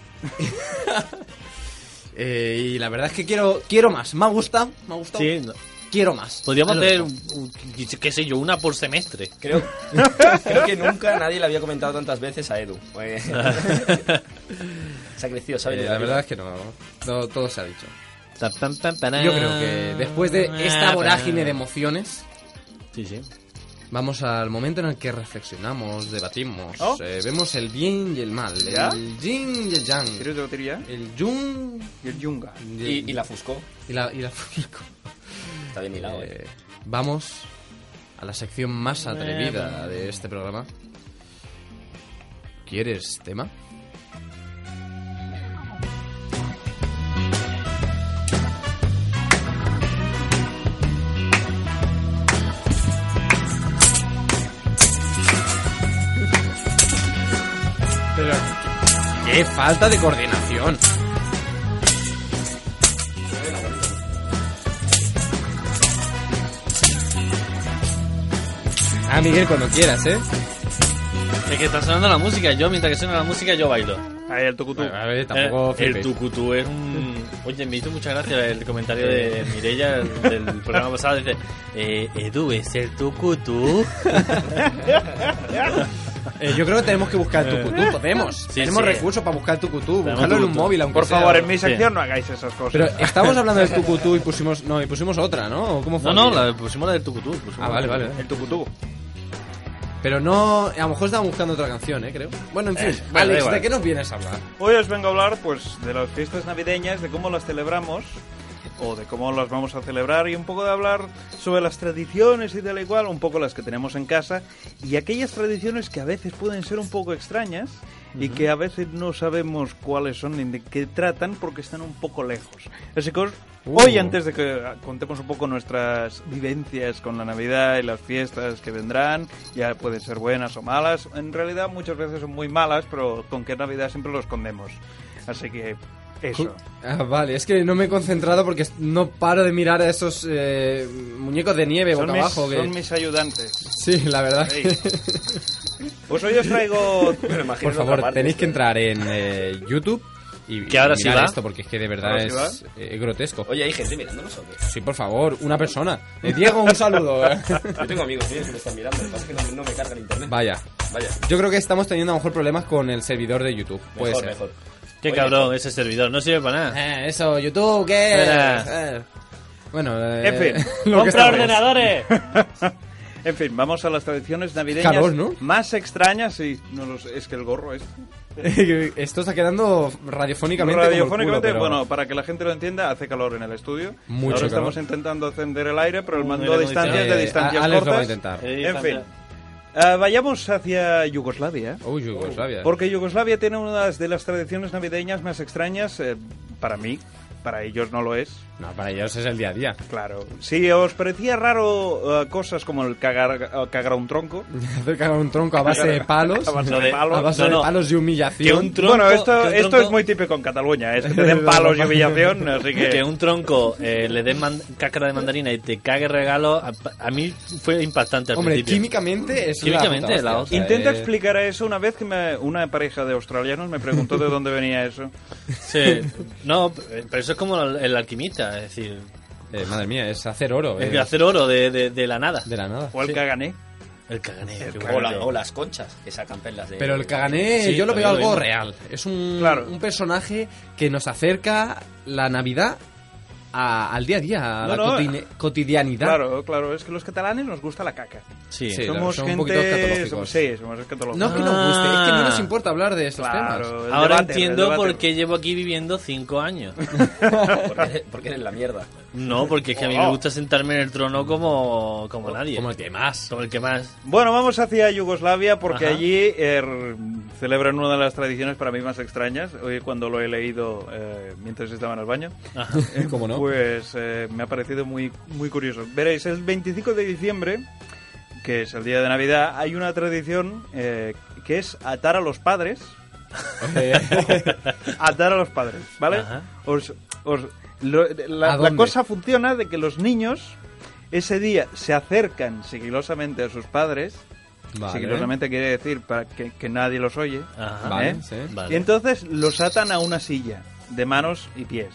[SPEAKER 2] Eh, y la verdad es que quiero quiero más. Me ha gustado, me ha gustado.
[SPEAKER 5] Sí, no.
[SPEAKER 2] Quiero más.
[SPEAKER 5] podríamos
[SPEAKER 2] Ahí lo
[SPEAKER 5] hacer,
[SPEAKER 2] dejo.
[SPEAKER 5] un- un- qué sé yo, una por semestre.
[SPEAKER 7] Creo, creo que nunca nadie le había comentado tantas veces a Edu. Eh, Se ha crecido, ¿sabes?
[SPEAKER 2] Eh, la verdad es que no, no. Todo, todo se ha dicho.
[SPEAKER 5] Tan, tan, tan, tan.
[SPEAKER 2] Yo creo que después de esta
[SPEAKER 5] Ah,
[SPEAKER 2] vorágine
[SPEAKER 5] tan.
[SPEAKER 2] de emociones,
[SPEAKER 5] Sí, sí.
[SPEAKER 2] vamos al momento en el que reflexionamos, debatimos,
[SPEAKER 6] Oh.
[SPEAKER 2] eh, vemos el bien y el mal,
[SPEAKER 6] ¿Ya?
[SPEAKER 2] el yin y el yang,
[SPEAKER 6] ¿Quieres debatir ya?
[SPEAKER 2] el yung
[SPEAKER 6] Y el Yunga.
[SPEAKER 7] Y, y la Fusco.
[SPEAKER 2] y la, y la-
[SPEAKER 7] Está bien hilado, eh.
[SPEAKER 2] Eh, vamos a la sección más atrevida de este programa. ¿Quieres tema? Pero, qué qué falta de coordinación. Ah, Miguel, cuando quieras, ¿eh?
[SPEAKER 5] Es que está sonando la música. Yo, mientras que suena la música, yo bailo.
[SPEAKER 6] Ahí el tucutú.
[SPEAKER 2] A ver, tampoco
[SPEAKER 5] Eh, el
[SPEAKER 2] flipéis.
[SPEAKER 5] tucutú es un... Oye, me hizo muchas gracias el comentario de Mirella del programa pasado. Dice, eh, Edu, ¿es el tucutú?
[SPEAKER 2] Eh, yo creo que tenemos que buscar el tucutú. Podemos. tenemos
[SPEAKER 5] sí.
[SPEAKER 2] recursos para buscar el tucutú.
[SPEAKER 5] Tenemos
[SPEAKER 2] Buscarlo en un
[SPEAKER 5] tucutú.
[SPEAKER 2] móvil, aunque
[SPEAKER 6] Por
[SPEAKER 2] sea.
[SPEAKER 6] favor, en mi
[SPEAKER 5] sí.
[SPEAKER 6] sección no hagáis esas cosas.
[SPEAKER 2] Pero estamos hablando del tucutú y pusimos. No, y pusimos otra, ¿no? ¿O ¿Cómo fue?
[SPEAKER 5] No, no, la, pusimos la del tucutú. pusimos
[SPEAKER 2] Ah,
[SPEAKER 5] la
[SPEAKER 2] vale,
[SPEAKER 5] del
[SPEAKER 2] vale.
[SPEAKER 6] El tucutú.
[SPEAKER 2] Pero no. A lo mejor estaban buscando otra canción, ¿eh? Creo. Bueno, en fin.
[SPEAKER 5] bueno, da
[SPEAKER 2] Alex,
[SPEAKER 5] igual.
[SPEAKER 2] ¿de qué nos vienes a hablar?
[SPEAKER 6] Hoy os vengo a hablar pues de las fiestas navideñas, de cómo las celebramos o de cómo las vamos a celebrar y un poco de hablar sobre las tradiciones y tal y cual, un poco las que tenemos en casa y aquellas tradiciones que a veces pueden ser un poco extrañas y que a veces no sabemos cuáles son ni de qué tratan porque están un poco lejos. Así que os-
[SPEAKER 2] Uh.
[SPEAKER 6] hoy antes de que contemos un poco nuestras vivencias con la Navidad y las fiestas que vendrán, ya pueden ser buenas o malas, en realidad muchas veces son muy malas, pero con qué Navidad siempre lo escondemos. Así que eso.
[SPEAKER 2] Ah, vale, es que no me he concentrado porque no paro de mirar a esos eh, muñecos de nieve
[SPEAKER 6] Son
[SPEAKER 2] boca
[SPEAKER 6] mis,
[SPEAKER 2] abajo. que-
[SPEAKER 6] son mis ayudantes.
[SPEAKER 2] Sí, la verdad.
[SPEAKER 6] Sí. Pues hoy os traigo
[SPEAKER 7] Me imagino
[SPEAKER 2] Por
[SPEAKER 7] en otra
[SPEAKER 2] favor,
[SPEAKER 7] parte
[SPEAKER 2] tenéis
[SPEAKER 7] esto.
[SPEAKER 2] que entrar en eh, YouTube Y,
[SPEAKER 5] Que ahora
[SPEAKER 2] y
[SPEAKER 5] sí
[SPEAKER 2] mirar
[SPEAKER 5] va.
[SPEAKER 2] esto, porque es que de verdad
[SPEAKER 6] ¿Ahora sí
[SPEAKER 2] es, eh, grotesco.
[SPEAKER 7] Oye, hay gente mirándonos o qué?
[SPEAKER 2] Sí, por favor, una persona. Eh, Diego, un saludo.
[SPEAKER 7] Yo tengo amigos míos que me están mirando, lo que pasa es que no, no me carga el internet.
[SPEAKER 2] Vaya.
[SPEAKER 7] Vaya,
[SPEAKER 2] Yo creo que estamos teniendo a lo mejor problemas con el servidor de YouTube. Puede
[SPEAKER 7] mejor,
[SPEAKER 2] ser.
[SPEAKER 7] mejor.
[SPEAKER 5] Qué
[SPEAKER 7] Oye,
[SPEAKER 5] cabrón ese servidor, no sirve para nada.
[SPEAKER 2] Eh, eso, YouTube, ¿qué?
[SPEAKER 5] Era.
[SPEAKER 2] Eh. Bueno, eh,
[SPEAKER 6] En fin.
[SPEAKER 2] lo que
[SPEAKER 5] ¡Compra
[SPEAKER 2] sabemos.
[SPEAKER 5] ordenadores!
[SPEAKER 6] En fin, vamos a las tradiciones navideñas
[SPEAKER 2] Calor, ¿no?
[SPEAKER 6] más extrañas y no lo sé, es que el gorro es
[SPEAKER 2] Esto está quedando radiofónicamente. como el culo,
[SPEAKER 6] radiofónicamente,
[SPEAKER 2] pero-
[SPEAKER 6] bueno, para que la gente lo entienda, hace calor en el estudio.
[SPEAKER 2] Mucho
[SPEAKER 6] Ahora
[SPEAKER 2] calor.
[SPEAKER 6] estamos intentando encender el aire, pero el
[SPEAKER 5] Un
[SPEAKER 6] mando
[SPEAKER 5] aire
[SPEAKER 6] a
[SPEAKER 5] muy
[SPEAKER 6] distancias de
[SPEAKER 2] Eh,
[SPEAKER 6] distancias
[SPEAKER 2] Alex lo va a
[SPEAKER 6] cortas. eh,
[SPEAKER 2] intentar.
[SPEAKER 5] Sí,
[SPEAKER 6] en fin.
[SPEAKER 5] también.
[SPEAKER 6] Ah, vayamos hacia Yugoslavia.
[SPEAKER 2] Uy, pues, Yugoslavia.
[SPEAKER 6] Porque Yugoslavia tiene una de las tradiciones navideñas más extrañas, eh, para mí, para ellos no lo es,
[SPEAKER 2] No, para ellos es el día a día.
[SPEAKER 6] claro. Si os parecía raro eh, cosas como el cagar, eh, cagar a un tronco,
[SPEAKER 2] Hacer cagar un tronco a base de palos.
[SPEAKER 6] A base
[SPEAKER 5] de palos.
[SPEAKER 2] A base
[SPEAKER 5] No,
[SPEAKER 2] de
[SPEAKER 5] no.
[SPEAKER 2] palos y humillación.
[SPEAKER 5] Que un tronco,
[SPEAKER 6] bueno, esto,
[SPEAKER 5] que un
[SPEAKER 6] esto
[SPEAKER 5] tronco-
[SPEAKER 6] es muy típico en Cataluña, es que te den palos y humillación, así que...
[SPEAKER 5] Que un tronco eh, le dé man- cáscara de mandarina y te cague regalo, a, a mí fue impactante al
[SPEAKER 2] Hombre,
[SPEAKER 5] principio.
[SPEAKER 2] químicamente es
[SPEAKER 5] Químicamente
[SPEAKER 2] la, puta
[SPEAKER 5] la
[SPEAKER 2] hostia,
[SPEAKER 5] hostia.
[SPEAKER 2] o sea,
[SPEAKER 6] Intenta
[SPEAKER 2] eh,
[SPEAKER 6] explicar eso una vez que me- una pareja de australianos me preguntó de dónde venía eso.
[SPEAKER 5] Sí. No, pero eso es como el, el alquimista, es decir,
[SPEAKER 2] eh, madre mía, es hacer oro.
[SPEAKER 5] es
[SPEAKER 2] eh,
[SPEAKER 5] hacer oro de, de- de la nada.
[SPEAKER 2] De la nada.
[SPEAKER 6] O el cagané.
[SPEAKER 5] El cagané. qué
[SPEAKER 7] O,
[SPEAKER 5] bueno.
[SPEAKER 7] la- o las conchas que sacan perlas de.
[SPEAKER 2] Pero el Kagané
[SPEAKER 5] Sí,
[SPEAKER 2] yo lo veo
[SPEAKER 5] también lo
[SPEAKER 2] algo
[SPEAKER 5] vimos.
[SPEAKER 2] real. Es un,
[SPEAKER 6] Claro.
[SPEAKER 2] un personaje que nos acerca la Navidad a- al día a día, a
[SPEAKER 6] No,
[SPEAKER 2] la
[SPEAKER 6] no,
[SPEAKER 2] cotine- cotidianidad.
[SPEAKER 6] Claro, claro, es que los catalanes nos gusta la caca.
[SPEAKER 5] Sí.
[SPEAKER 2] Sí. claro,
[SPEAKER 6] somos
[SPEAKER 2] son un
[SPEAKER 6] gente...
[SPEAKER 2] poquito escatológicos.
[SPEAKER 6] somos- sí, somos escatológicos.
[SPEAKER 2] No es que nos guste, es que no nos importa hablar de estos temas.
[SPEAKER 6] claro, el
[SPEAKER 5] Ahora
[SPEAKER 6] debate, el
[SPEAKER 5] entiendo
[SPEAKER 6] debate.
[SPEAKER 5] por qué llevo aquí viviendo cinco años.
[SPEAKER 7] Porque eres, porque eres la mierda.
[SPEAKER 5] No, porque es que a mí me gusta sentarme en el trono como, como nadie.
[SPEAKER 2] Como el que más.
[SPEAKER 5] Como el que más.
[SPEAKER 6] Bueno, vamos hacia Yugoslavia porque
[SPEAKER 5] Ajá.
[SPEAKER 6] allí er, celebran una de las tradiciones para mí más extrañas. Hoy cuando lo he leído eh, mientras estaba en el baño,
[SPEAKER 5] Ajá.
[SPEAKER 2] ¿Cómo no?
[SPEAKER 6] Pues eh, me ha parecido muy, muy curioso. Veréis, el 25 de diciembre, que es el día de Navidad, hay una tradición eh, que es atar a los padres. atar a los padres, ¿vale?
[SPEAKER 5] Ajá.
[SPEAKER 6] Os- os- lo-
[SPEAKER 2] ¿A
[SPEAKER 6] la, la
[SPEAKER 2] dónde?
[SPEAKER 6] cosa funciona de que los niños ese día se acercan sigilosamente a sus padres.
[SPEAKER 2] Vale.
[SPEAKER 6] Sigilosamente quiere decir para que, que nadie los oye.
[SPEAKER 5] Ajá.
[SPEAKER 2] Vale,
[SPEAKER 6] ¿eh?
[SPEAKER 2] sí.
[SPEAKER 5] Vale.
[SPEAKER 6] Y entonces los atan a una silla de manos y pies.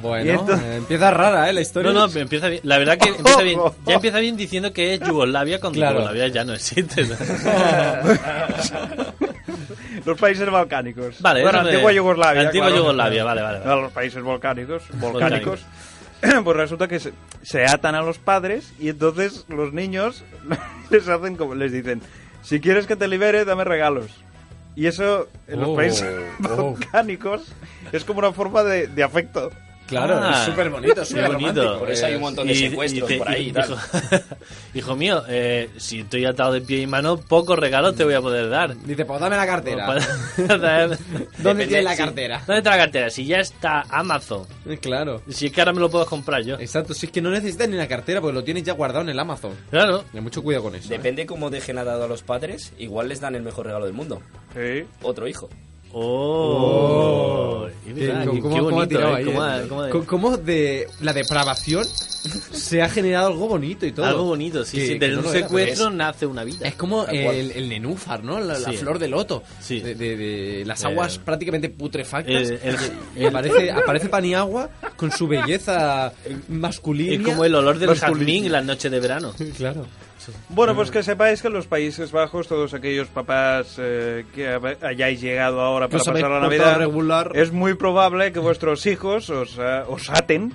[SPEAKER 2] Bueno,
[SPEAKER 6] Y esto-
[SPEAKER 2] eh, empieza rara, ¿eh? La historia.
[SPEAKER 5] No, no, empieza bien. La verdad que empieza bien. Ya empieza bien diciendo que es Yugoslavia cuando
[SPEAKER 2] Claro.
[SPEAKER 5] Yugoslavia ya no existe. ¿no?
[SPEAKER 6] Los países balcánicos.
[SPEAKER 5] Vale,
[SPEAKER 6] bueno,
[SPEAKER 5] eso me-
[SPEAKER 6] antigua Yugoslavia.
[SPEAKER 5] Antigua
[SPEAKER 6] claro.
[SPEAKER 5] Yugoslavia, vale, vale. vale.
[SPEAKER 6] No, los países volcánicos. Volcánicos. pues resulta que se, se atan a los padres y entonces los niños les hacen como les dicen: si quieres que te libere, dame regalos. Y eso en
[SPEAKER 2] Oh,
[SPEAKER 6] los países
[SPEAKER 2] oh.
[SPEAKER 6] volcánicos es como una forma de, de afecto.
[SPEAKER 2] Claro,
[SPEAKER 5] Ah,
[SPEAKER 2] es súper bonito,
[SPEAKER 5] qué
[SPEAKER 2] súper
[SPEAKER 5] bonito.
[SPEAKER 2] bonito.
[SPEAKER 7] Por eso hay un montón de secuestros por ahí y tal.
[SPEAKER 5] Hijo, hijo mío, eh, si estoy atado de pie y mano, pocos regalos te voy a poder dar.
[SPEAKER 2] Dice, pues dame la cartera.
[SPEAKER 5] Para- para-
[SPEAKER 2] ¿Dónde
[SPEAKER 7] Depende,
[SPEAKER 2] tiene la
[SPEAKER 7] sí.
[SPEAKER 2] cartera?
[SPEAKER 5] ¿Dónde está la cartera? Si ya está Amazon.
[SPEAKER 2] Eh, Claro.
[SPEAKER 5] Si es que ahora me lo puedo comprar yo.
[SPEAKER 2] Exacto, si es que no necesitas ni la cartera porque lo tienes ya guardado en el Amazon.
[SPEAKER 5] Claro.
[SPEAKER 2] Ten mucho cuidado con eso. ¿eh?
[SPEAKER 7] Depende cómo dejen a dado a los padres, igual les dan el mejor regalo del mundo.
[SPEAKER 6] Sí.
[SPEAKER 7] Otro hijo.
[SPEAKER 5] Oh,
[SPEAKER 2] Sí,
[SPEAKER 5] es verdad,
[SPEAKER 2] ¿Cómo,
[SPEAKER 5] qué-
[SPEAKER 2] cómo-
[SPEAKER 5] qué
[SPEAKER 2] cómo ha
[SPEAKER 5] bonito,
[SPEAKER 2] tirado
[SPEAKER 5] ¿eh?
[SPEAKER 2] ahí,
[SPEAKER 5] Cómo
[SPEAKER 2] eh?
[SPEAKER 5] ha- cómo ha-
[SPEAKER 2] Co- cómo de la depravación se ha generado algo bonito y todo.
[SPEAKER 5] Algo bonito, sí,
[SPEAKER 2] Que-
[SPEAKER 5] sí.
[SPEAKER 2] que
[SPEAKER 5] De
[SPEAKER 2] no
[SPEAKER 5] un
[SPEAKER 2] lo era,
[SPEAKER 5] secuestro nace una vida.
[SPEAKER 2] pero Es como
[SPEAKER 7] Tal cual.
[SPEAKER 2] el, el nenúfar, ¿no? La, la
[SPEAKER 5] Sí.
[SPEAKER 2] flor de loto.
[SPEAKER 5] Sí.
[SPEAKER 2] De, de- de las aguas
[SPEAKER 5] Eh,
[SPEAKER 2] prácticamente putrefactas.
[SPEAKER 5] eh, el-
[SPEAKER 2] Y aparece, aparece Paniagua con su belleza masculina.
[SPEAKER 5] Es Eh, como el olor del
[SPEAKER 2] masculina.
[SPEAKER 5] jazmín en las noches de verano.
[SPEAKER 2] Claro. Mm.
[SPEAKER 6] Bueno, pues que sepáis que en los Países Bajos, todos aquellos papás eh, que hab- hayáis llegado ahora
[SPEAKER 2] Que
[SPEAKER 6] para
[SPEAKER 2] os habéis
[SPEAKER 6] pasar la
[SPEAKER 2] portado
[SPEAKER 6] Navidad,
[SPEAKER 2] regular.
[SPEAKER 6] es muy probable que vuestros hijos os, eh, os aten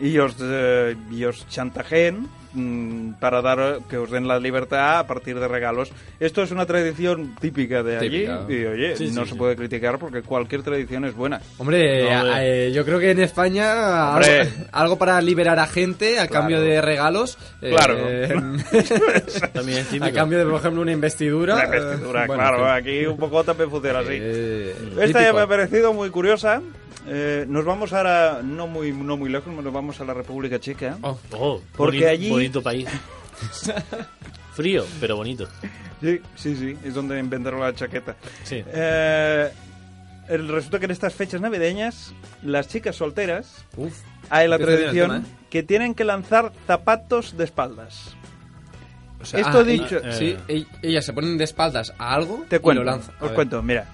[SPEAKER 6] y os, eh, y os chantajeen mm, para dar que os den la libertad a partir de regalos. Esto es una tradición típica de allí
[SPEAKER 2] Típica.
[SPEAKER 6] y oye,
[SPEAKER 5] Sí, sí,
[SPEAKER 6] no se
[SPEAKER 5] sí.
[SPEAKER 6] puede criticar porque cualquier tradición es buena.
[SPEAKER 2] Hombre,
[SPEAKER 5] No, hombre.
[SPEAKER 2] a- eh, yo creo que en España
[SPEAKER 6] Hombre.
[SPEAKER 2] algo, algo para liberar a gente a cambio de regalos. eh,
[SPEAKER 6] Claro.
[SPEAKER 5] También es típico.
[SPEAKER 2] a cambio de, por ejemplo, una investidura.
[SPEAKER 6] La
[SPEAKER 2] eh,
[SPEAKER 6] vestidura,
[SPEAKER 2] bueno,
[SPEAKER 6] claro,
[SPEAKER 2] en fin.
[SPEAKER 6] aquí un poco también funciona así.
[SPEAKER 2] Eh,
[SPEAKER 6] Esta ya
[SPEAKER 2] típico.
[SPEAKER 6] me ha parecido muy curiosa. Eh, nos vamos ahora, no muy, no muy lejos, nos vamos a la República Checa.
[SPEAKER 2] Oh.
[SPEAKER 5] Oh,
[SPEAKER 6] Porque
[SPEAKER 5] boni-
[SPEAKER 6] allí-
[SPEAKER 5] Bonito país. Frío, pero bonito.
[SPEAKER 6] Sí, sí, sí, es donde inventaron la chaqueta.
[SPEAKER 5] Sí.
[SPEAKER 6] Eh, el- resulta que en estas fechas navideñas, las chicas solteras,
[SPEAKER 2] Uf.
[SPEAKER 6] hay
[SPEAKER 2] Empieza
[SPEAKER 6] la
[SPEAKER 2] bien el
[SPEAKER 6] tradición
[SPEAKER 2] tema, ¿eh?
[SPEAKER 6] que tienen que lanzar zapatos de espaldas.
[SPEAKER 2] O sea,
[SPEAKER 6] Esto
[SPEAKER 2] ah,
[SPEAKER 6] dicho-
[SPEAKER 2] eh, sí, ell- ellas se ponen de espaldas a algo
[SPEAKER 6] Te
[SPEAKER 2] y
[SPEAKER 6] cuento,
[SPEAKER 2] lo lanzan. A
[SPEAKER 6] os
[SPEAKER 2] ver.
[SPEAKER 6] cuento, mira.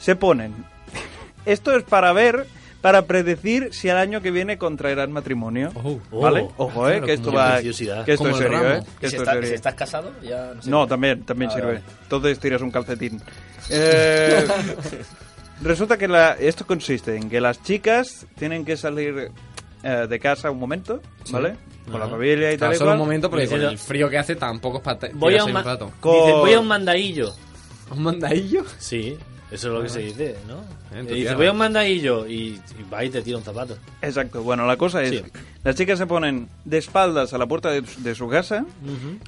[SPEAKER 6] Se ponen Esto es para ver, para predecir si al año que viene contraerán matrimonio.
[SPEAKER 7] Oh.
[SPEAKER 6] ¿Vale?
[SPEAKER 7] Oh.
[SPEAKER 6] Ojo, eh,
[SPEAKER 7] Claro,
[SPEAKER 6] que esto
[SPEAKER 7] como
[SPEAKER 6] va.
[SPEAKER 7] la curiosidad.
[SPEAKER 6] Que esto
[SPEAKER 7] Como
[SPEAKER 6] es
[SPEAKER 7] el
[SPEAKER 6] serio,
[SPEAKER 7] ramo.
[SPEAKER 6] eh.
[SPEAKER 7] Y
[SPEAKER 6] que
[SPEAKER 7] si,
[SPEAKER 6] esto es
[SPEAKER 7] está-
[SPEAKER 6] serio.
[SPEAKER 7] si estás casado, ya no sé.
[SPEAKER 6] No, también, también
[SPEAKER 7] Ah,
[SPEAKER 6] sirve.
[SPEAKER 7] vale.
[SPEAKER 6] Entonces tiras un calcetín. Eh, resulta que la- esto consiste en que las chicas tienen que salir eh, de casa un momento, ¿vale? Con la
[SPEAKER 2] Ajá.
[SPEAKER 6] familia y
[SPEAKER 2] Claro,
[SPEAKER 6] tal. y
[SPEAKER 2] solo un
[SPEAKER 6] cual.
[SPEAKER 2] momento, porque con
[SPEAKER 6] Diciendo,
[SPEAKER 2] el frío que hace tampoco es para
[SPEAKER 10] Voy a un, ma-
[SPEAKER 2] un rato.
[SPEAKER 10] dice,
[SPEAKER 6] Con-
[SPEAKER 10] voy a un mandaillo.
[SPEAKER 2] ¿Un mandadillo?
[SPEAKER 10] Sí, eso es lo que se dice, ¿no?
[SPEAKER 2] En tu
[SPEAKER 10] Y dice,
[SPEAKER 2] tierra.
[SPEAKER 10] voy a un mandaillo y, y va y te tira un zapato.
[SPEAKER 6] Exacto, bueno, la cosa es,
[SPEAKER 10] Sí.
[SPEAKER 6] que las chicas se ponen de espaldas a la puerta de, de su casa,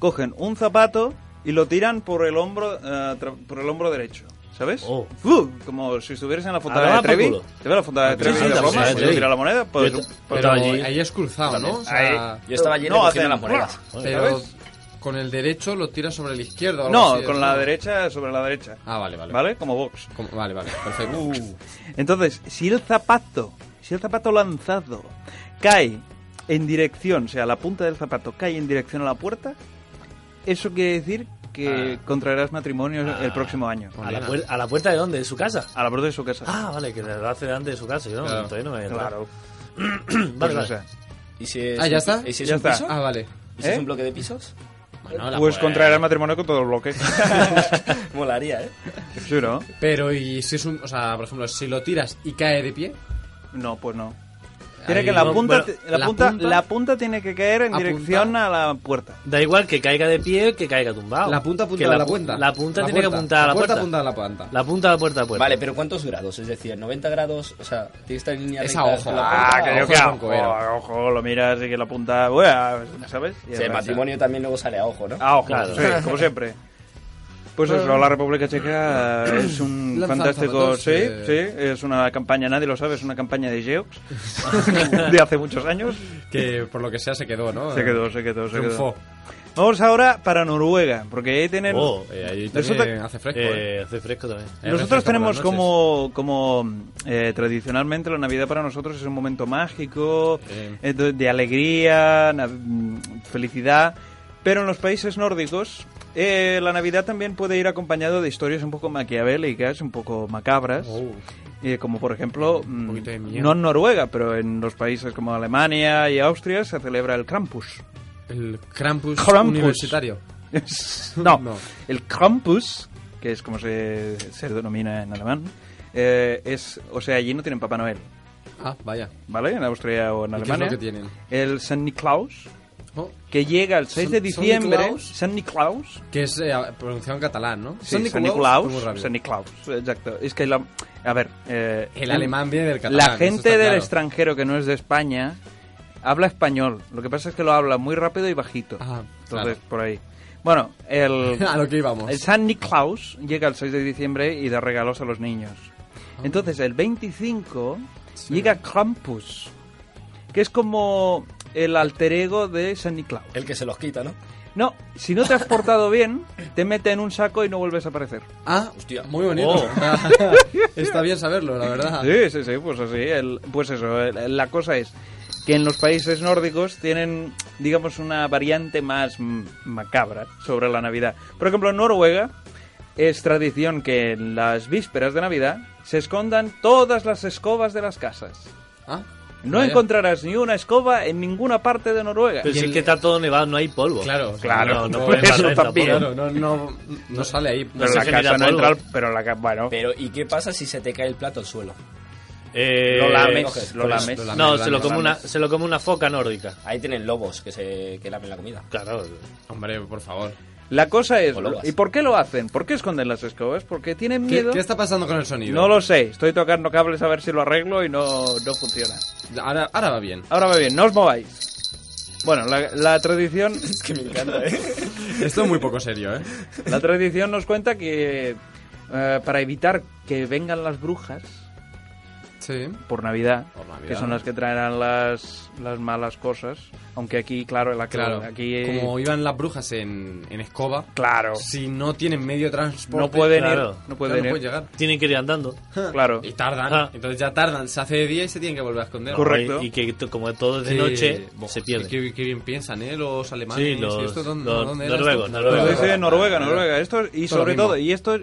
[SPEAKER 6] cogen un zapato y lo tiran por el hombro, eh, tra- por el hombro derecho. ¿Sabes?
[SPEAKER 10] Oh.
[SPEAKER 6] Uh, como si estuvieras en la
[SPEAKER 10] Ah,
[SPEAKER 6] fontana de
[SPEAKER 10] va por
[SPEAKER 6] Trevi.
[SPEAKER 10] culo.
[SPEAKER 6] ¿Te ves la fontana de
[SPEAKER 10] Sí,
[SPEAKER 6] Trevi
[SPEAKER 10] sí,
[SPEAKER 6] de
[SPEAKER 10] la
[SPEAKER 6] Roma?
[SPEAKER 10] fontana de
[SPEAKER 6] Cuando
[SPEAKER 10] Trevi.
[SPEAKER 6] tira la moneda? Pues,
[SPEAKER 10] Yo
[SPEAKER 6] pues-
[SPEAKER 10] t-
[SPEAKER 2] Pero
[SPEAKER 10] allí-
[SPEAKER 2] ahí es cruzado, ¿no? O sea,
[SPEAKER 7] Yo estaba allí
[SPEAKER 6] No, hacen-
[SPEAKER 7] recogiendo las monedas.
[SPEAKER 2] pero
[SPEAKER 6] ¿sabes?
[SPEAKER 2] con el derecho lo tiras sobre el izquierdo. o algo
[SPEAKER 6] No,
[SPEAKER 2] así,
[SPEAKER 6] con
[SPEAKER 2] ¿no?
[SPEAKER 6] la derecha sobre la derecha.
[SPEAKER 2] Ah, vale, vale.
[SPEAKER 6] ¿Vale? Como box.
[SPEAKER 2] Como- Vale, vale, perfecto. Uh,
[SPEAKER 6] Uh. Entonces, si el zapato, si el zapato lanzado cae en dirección, o sea, la punta del zapato cae en dirección a la puerta, eso quiere decir que contraerás matrimonio el próximo año.
[SPEAKER 10] ¿A la, puer- ¿A la puerta de dónde? ¿De su casa?
[SPEAKER 6] A la puerta de su casa.
[SPEAKER 10] Ah, vale, que lo hace delante de su casa. Yo no,
[SPEAKER 2] Claro.
[SPEAKER 10] todavía no me había enterado. Vale,
[SPEAKER 6] claro. Pues,
[SPEAKER 10] vale.
[SPEAKER 6] o sea,
[SPEAKER 7] ¿Y si es
[SPEAKER 2] Ah, ¿ya
[SPEAKER 7] un-
[SPEAKER 2] está?
[SPEAKER 7] ¿Y si es
[SPEAKER 6] Ya
[SPEAKER 7] un
[SPEAKER 6] está.
[SPEAKER 7] piso?
[SPEAKER 2] Ah, vale.
[SPEAKER 7] ¿Y si es
[SPEAKER 6] ¿Eh?
[SPEAKER 7] un bloque de pisos?
[SPEAKER 2] Bueno, la
[SPEAKER 6] pues
[SPEAKER 2] puer-
[SPEAKER 6] contraerás matrimonio con todo el bloque.
[SPEAKER 7] Molaría, ¿eh?
[SPEAKER 6] ¿Sí o no?
[SPEAKER 2] Pero y si es un... O sea, por ejemplo, si lo tiras y cae de pie...
[SPEAKER 6] No, pues no. Tiene
[SPEAKER 2] Ahí-
[SPEAKER 6] que la
[SPEAKER 2] No,
[SPEAKER 6] punta,
[SPEAKER 2] bueno,
[SPEAKER 6] la,
[SPEAKER 2] la
[SPEAKER 6] punta,
[SPEAKER 2] punta-
[SPEAKER 6] la punta tiene que caer en
[SPEAKER 2] Apuntar.
[SPEAKER 6] dirección a la puerta.
[SPEAKER 10] Da igual que caiga de pie que caiga
[SPEAKER 5] Ah,
[SPEAKER 10] tumbado.
[SPEAKER 2] La punta apunta
[SPEAKER 10] Que
[SPEAKER 2] a la
[SPEAKER 10] pu-
[SPEAKER 2] puerta.
[SPEAKER 10] La punta tiene que apuntar a la puerta.
[SPEAKER 2] La punta apunta a la puerta.
[SPEAKER 10] La punta a la puerta a puerta.
[SPEAKER 7] Vale, pero ¿cuántos grados? Es decir, 90 grados, o sea, tiene que estar en línea
[SPEAKER 2] Es
[SPEAKER 7] recta
[SPEAKER 2] a ojo.
[SPEAKER 7] desde la
[SPEAKER 6] Ah,
[SPEAKER 7] puerta,
[SPEAKER 6] que
[SPEAKER 7] a
[SPEAKER 6] yo
[SPEAKER 7] ojo.
[SPEAKER 6] que
[SPEAKER 2] con
[SPEAKER 6] ojo,
[SPEAKER 2] cuero.
[SPEAKER 6] ojo, lo miras y que la punta, bueno, ¿sabes? Y
[SPEAKER 7] O sea, el
[SPEAKER 6] arrasa.
[SPEAKER 7] matrimonio también luego sale a ojo, ¿no?
[SPEAKER 6] Ah, ojo,
[SPEAKER 10] Claro.
[SPEAKER 6] sí, como siempre. Pues eso, la República Checa eh, es un
[SPEAKER 2] Lanzan
[SPEAKER 6] fantástico,
[SPEAKER 2] zapatos,
[SPEAKER 6] sí,
[SPEAKER 2] eh.
[SPEAKER 6] sí, es una campaña, nadie lo sabe, es una campaña de Geox de hace muchos años.
[SPEAKER 2] Que por lo que sea se quedó, ¿no?
[SPEAKER 6] Se quedó, se quedó, se
[SPEAKER 2] Triunfó.
[SPEAKER 6] quedó. Vamos ahora para Noruega, porque ahí tienen...
[SPEAKER 10] Oh,
[SPEAKER 2] Eh, ahí
[SPEAKER 6] Nosotros-
[SPEAKER 2] también hace fresco. ¿eh?
[SPEAKER 10] eh, hace fresco también.
[SPEAKER 2] Eh,
[SPEAKER 6] Nosotros
[SPEAKER 2] refresca por
[SPEAKER 6] tenemos
[SPEAKER 2] las
[SPEAKER 6] como, como eh, tradicionalmente la Navidad para nosotros es un momento mágico,
[SPEAKER 2] Sí.
[SPEAKER 6] eh, de de alegría, na- mm, felicidad, pero en los países nórdicos eh, la Navidad también puede ir acompañado de historias un poco maquiavélicas, un poco macabras,
[SPEAKER 2] Oh,
[SPEAKER 6] eh, como por ejemplo, mm,
[SPEAKER 2] poquito de miedo.
[SPEAKER 6] no en Noruega, pero en los países como Alemania y Austria se celebra el Krampus.
[SPEAKER 2] El Krampus,
[SPEAKER 6] Krampus.
[SPEAKER 2] universitario.
[SPEAKER 6] no,
[SPEAKER 2] No.
[SPEAKER 6] el Krampus, que es como se, se denomina en alemán, eh, es, o sea, allí no tienen Papá Noel,
[SPEAKER 2] Ah, vaya.
[SPEAKER 6] ¿vale? En Austria o en
[SPEAKER 2] ¿Y qué es
[SPEAKER 6] Alemania.
[SPEAKER 2] lo que tienen?
[SPEAKER 6] El San Niklaus,
[SPEAKER 2] Oh,
[SPEAKER 6] que llega el 6 de
[SPEAKER 2] San- San
[SPEAKER 6] diciembre.
[SPEAKER 2] Niklaus.
[SPEAKER 6] San Niklaus.
[SPEAKER 2] que es eh, pronunciado en catalán, ¿no?
[SPEAKER 6] Sí, San
[SPEAKER 2] Muy
[SPEAKER 6] Niklaus.
[SPEAKER 2] rápido.
[SPEAKER 6] San Niklaus, exacto. Es que la, a ver, eh,
[SPEAKER 2] El
[SPEAKER 6] en-
[SPEAKER 2] alemán viene del catalán.
[SPEAKER 6] la
[SPEAKER 2] eso está
[SPEAKER 6] gente del
[SPEAKER 2] claro.
[SPEAKER 6] extranjero que no es de España habla español. Lo que pasa es que lo habla muy rápido y bajito.
[SPEAKER 2] Ah,
[SPEAKER 6] Entonces, por ahí. Bueno, el
[SPEAKER 2] A lo que íbamos.
[SPEAKER 6] El San Niklaus llega el 6 de diciembre y da regalos a los niños. Entonces, el 25 llega Krampus, que es como el alter ego de San Niklaus.
[SPEAKER 7] El que se los quita, ¿no?
[SPEAKER 6] No, si no te has portado bien, te mete en un saco y no vuelves a aparecer.
[SPEAKER 2] Ah,
[SPEAKER 7] Hostia.
[SPEAKER 2] muy bonito. Ah,
[SPEAKER 10] Oh.
[SPEAKER 2] está bien saberlo, la verdad.
[SPEAKER 6] Sí, sí, sí, pues así. el- pues eso, el- la cosa es que en los países nórdicos tienen, digamos, una variante más mm, macabra sobre la Navidad. Por ejemplo, en Noruega es tradición que en las vísperas de Navidad se escondan todas las escobas de las casas.
[SPEAKER 2] Ah,
[SPEAKER 6] No
[SPEAKER 2] vaya.
[SPEAKER 6] encontrarás ni una escoba en ninguna parte de Noruega.
[SPEAKER 5] Pues
[SPEAKER 10] Pero si es que está todo nevado, no hay polvo.
[SPEAKER 2] Claro,
[SPEAKER 6] Claro,
[SPEAKER 10] no, no
[SPEAKER 6] por
[SPEAKER 10] puede
[SPEAKER 6] eso
[SPEAKER 10] barrer tampoco.
[SPEAKER 6] también.
[SPEAKER 2] pues Claro, no, no, no sale ahí.
[SPEAKER 6] Pero
[SPEAKER 10] se
[SPEAKER 6] la
[SPEAKER 10] genera
[SPEAKER 6] casa no
[SPEAKER 10] polvo.
[SPEAKER 6] entra, al- pero la casa, bueno,
[SPEAKER 7] Pero, ¿y qué pasa si se te cae el plato al suelo?
[SPEAKER 10] Eh,
[SPEAKER 6] lo lames,
[SPEAKER 7] coges,
[SPEAKER 6] lo
[SPEAKER 7] pues,
[SPEAKER 6] lames.
[SPEAKER 2] lo lames.
[SPEAKER 10] No,
[SPEAKER 2] Lames,
[SPEAKER 10] se lo,
[SPEAKER 2] lames,
[SPEAKER 10] come una, se lo come una foca nórdica.
[SPEAKER 7] Ahí tienen lobos que se que lamen la comida.
[SPEAKER 10] Claro.
[SPEAKER 2] Hombre, por favor.
[SPEAKER 6] La cosa es,
[SPEAKER 7] O lobas.
[SPEAKER 6] ¿y por qué lo hacen? ¿Por qué esconden las escobas? Porque tienen
[SPEAKER 2] ¿Qué,
[SPEAKER 6] miedo.
[SPEAKER 2] qué está pasando con el sonido?
[SPEAKER 6] No lo sé, estoy tocando cables a ver si lo arreglo y no, no funciona.
[SPEAKER 2] ahora, ahora va bien.
[SPEAKER 6] Ahora va bien, no os mováis. Bueno, la, la tradición
[SPEAKER 7] Es que me encanta, ¿eh?
[SPEAKER 2] Esto es muy poco serio, ¿eh?
[SPEAKER 6] la tradición nos cuenta que eh, para evitar que vengan las brujas
[SPEAKER 2] Sí.
[SPEAKER 6] por Navidad,
[SPEAKER 2] Por Navidad.
[SPEAKER 6] que son las que traerán las, las malas cosas, aunque aquí, claro, la
[SPEAKER 2] Claro.
[SPEAKER 6] aquí eh,
[SPEAKER 2] Como iban las brujas en, en escoba,
[SPEAKER 6] claro,
[SPEAKER 2] si no tienen medio de transporte,
[SPEAKER 6] no pueden
[SPEAKER 10] claro.
[SPEAKER 6] ir, no
[SPEAKER 2] no
[SPEAKER 6] pueden
[SPEAKER 2] pueden
[SPEAKER 6] ir,
[SPEAKER 2] llegar.
[SPEAKER 10] Tienen que ir andando.
[SPEAKER 6] claro.
[SPEAKER 2] Y tardan.
[SPEAKER 10] Ah.
[SPEAKER 2] Entonces ya tardan. Se hace de día y se tienen que volver a esconder.
[SPEAKER 6] Correcto.
[SPEAKER 10] Y, y que to- como todo es de
[SPEAKER 2] Eh,
[SPEAKER 10] noche,
[SPEAKER 2] bo,
[SPEAKER 10] se pierde.
[SPEAKER 2] Qué, qué bien piensan, ¿eh? Los alemanes.
[SPEAKER 10] Sí, los-
[SPEAKER 2] ¿Y esto dónde-
[SPEAKER 10] los
[SPEAKER 2] dónde era
[SPEAKER 10] noruegos,
[SPEAKER 6] Pues
[SPEAKER 2] esto? Pues
[SPEAKER 10] noruegos.
[SPEAKER 6] Sí, sí, Noruega, Noruega. Esto, y
[SPEAKER 2] Todo lo
[SPEAKER 6] sobre
[SPEAKER 2] mismo.
[SPEAKER 6] todo, y esto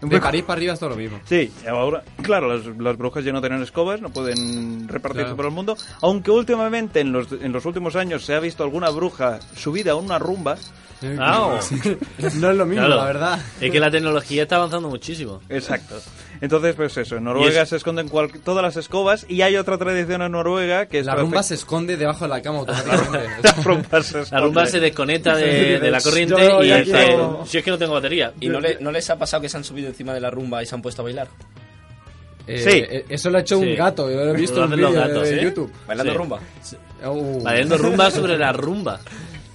[SPEAKER 2] De París para arriba es todo lo mismo.
[SPEAKER 6] Sí, ahora, claro, las, las brujas ya no tienen escobas, no pueden repartirse
[SPEAKER 2] Claro.
[SPEAKER 6] por el mundo, aunque últimamente en los, en los últimos años se ha visto alguna bruja subida a una rumba.
[SPEAKER 5] Ah,
[SPEAKER 2] No es lo mismo,
[SPEAKER 5] Claro.
[SPEAKER 2] la verdad.
[SPEAKER 5] Es que la tecnología está avanzando muchísimo.
[SPEAKER 6] Exacto. Entonces, pues eso, en Noruega
[SPEAKER 5] Y es-
[SPEAKER 6] se esconden cual- todas las escobas y hay otra tradición en Noruega que es...
[SPEAKER 2] La
[SPEAKER 6] hacer-
[SPEAKER 2] rumba se esconde debajo de la cama automáticamente.
[SPEAKER 6] La rumba se
[SPEAKER 5] La
[SPEAKER 6] esconde.
[SPEAKER 5] rumba se desconecta de, de la corriente
[SPEAKER 2] Yo
[SPEAKER 5] y
[SPEAKER 2] ya
[SPEAKER 5] dice,
[SPEAKER 2] quiero-
[SPEAKER 5] si es que no tengo batería.
[SPEAKER 7] ¿Y no, le- no les ha pasado que se han subido encima de la rumba y se han puesto a bailar?
[SPEAKER 2] Eh,
[SPEAKER 6] Sí.
[SPEAKER 2] eh, Eso lo ha hecho
[SPEAKER 5] Sí.
[SPEAKER 2] un gato, yo lo he visto en
[SPEAKER 5] Lo
[SPEAKER 2] un
[SPEAKER 5] hacen los
[SPEAKER 2] vídeo
[SPEAKER 5] gatos,
[SPEAKER 2] de
[SPEAKER 5] ¿eh?
[SPEAKER 2] YouTube.
[SPEAKER 7] ¿Bailando
[SPEAKER 5] Sí.
[SPEAKER 7] rumba?
[SPEAKER 2] Uh.
[SPEAKER 5] Bailando rumba sobre la rumba.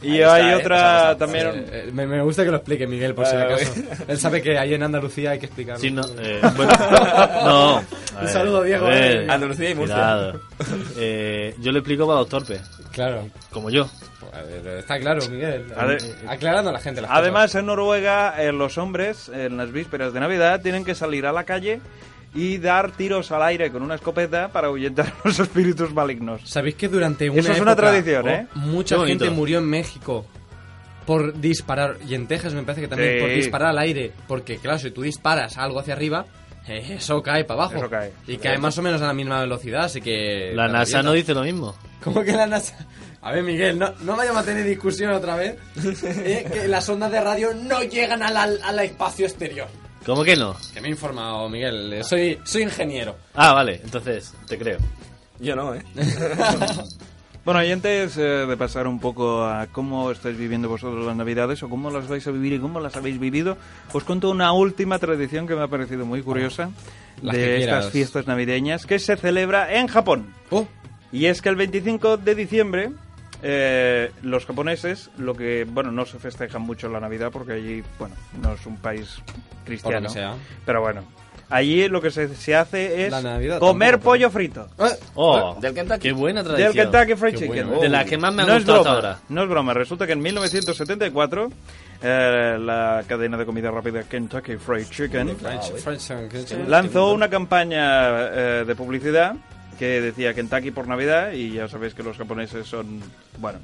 [SPEAKER 6] Y
[SPEAKER 7] Ahí está,
[SPEAKER 6] hay
[SPEAKER 7] ¿eh? Pues
[SPEAKER 6] otra
[SPEAKER 7] ahora
[SPEAKER 6] también...
[SPEAKER 2] Eh, eh, me, me gusta que lo explique Miguel, por si
[SPEAKER 7] Vale,
[SPEAKER 2] acaso. Él sabe que ahí en Andalucía hay que explicarlo.
[SPEAKER 5] Sí, no, eh, bueno, no. a
[SPEAKER 2] Un saludo, Diego,
[SPEAKER 5] a
[SPEAKER 2] eh.
[SPEAKER 7] Andalucía y Murcia.
[SPEAKER 5] cuidado. Eh, yo le explico para los torpes,
[SPEAKER 2] Claro. Pues,
[SPEAKER 5] como yo.
[SPEAKER 2] A ver, está claro, Miguel. Eh,
[SPEAKER 6] A ver.
[SPEAKER 2] Aclarando a la gente. las cosas.
[SPEAKER 6] Además, en Noruega, eh, los hombres, en las vísperas de Navidad, tienen que salir a la calle y dar tiros al aire con una escopeta para ahuyentar los espíritus malignos.
[SPEAKER 2] ¿Sabéis que durante una
[SPEAKER 6] Eso es una
[SPEAKER 2] época,
[SPEAKER 6] tradición, ¿eh?
[SPEAKER 2] Mucha
[SPEAKER 5] Qué bonito.
[SPEAKER 2] gente murió en México por disparar, y en Texas me parece que también
[SPEAKER 6] Sí.
[SPEAKER 2] por disparar al aire, porque claro, si tú disparas algo hacia arriba, eh, eso cae para abajo.
[SPEAKER 6] Eso cae.
[SPEAKER 2] Y cae más o menos a la misma velocidad, así que...
[SPEAKER 5] La NASA no
[SPEAKER 2] revienta.
[SPEAKER 5] dice lo mismo.
[SPEAKER 2] ¿Cómo que la NASA? A ver, Miguel, no, no vayamos a tener discusión otra vez. eh, que las ondas de radio no llegan al, al, al espacio exterior.
[SPEAKER 5] ¿Cómo que no?
[SPEAKER 2] Que me he informado, Miguel. eh, Soy, soy ingeniero.
[SPEAKER 5] Ah, vale, entonces te creo.
[SPEAKER 7] Yo no, ¿eh?
[SPEAKER 6] Bueno, y antes eh, de pasar un poco a cómo estáis viviendo vosotros las Navidades o cómo las vais a vivir y cómo las habéis vivido, os cuento una última tradición que me ha parecido muy curiosa
[SPEAKER 2] Ah, Las que
[SPEAKER 6] de
[SPEAKER 2] quieras.
[SPEAKER 6] estas fiestas navideñas que se celebra en Japón.
[SPEAKER 2] Oh,
[SPEAKER 6] Y es que el 25 de diciembre eh, los japoneses, lo que, bueno, no se festejan mucho la Navidad porque allí, bueno, no es un país
[SPEAKER 2] por lo
[SPEAKER 6] cristiano.
[SPEAKER 2] que sea.
[SPEAKER 6] Pero bueno, allí lo que se, se hace es
[SPEAKER 2] La Navidad
[SPEAKER 6] comer
[SPEAKER 2] tampoco,
[SPEAKER 6] pollo frito.
[SPEAKER 2] Eh,
[SPEAKER 5] Oh,
[SPEAKER 7] Del Kentucky.
[SPEAKER 5] qué buena tradición.
[SPEAKER 6] Del Kentucky Fried
[SPEAKER 7] Qué
[SPEAKER 6] Chicken.
[SPEAKER 7] bueno.
[SPEAKER 5] De la que más me ha
[SPEAKER 6] no es
[SPEAKER 5] gustado
[SPEAKER 6] broma,
[SPEAKER 5] hasta ahora.
[SPEAKER 6] No es broma, resulta que en 1974 eh, la cadena de comida rápida Kentucky Fried Chicken
[SPEAKER 2] French- French-
[SPEAKER 6] lanzó una campaña eh, de publicidad que decía Kentucky por Navidad y ya sabéis que los japoneses son, bueno,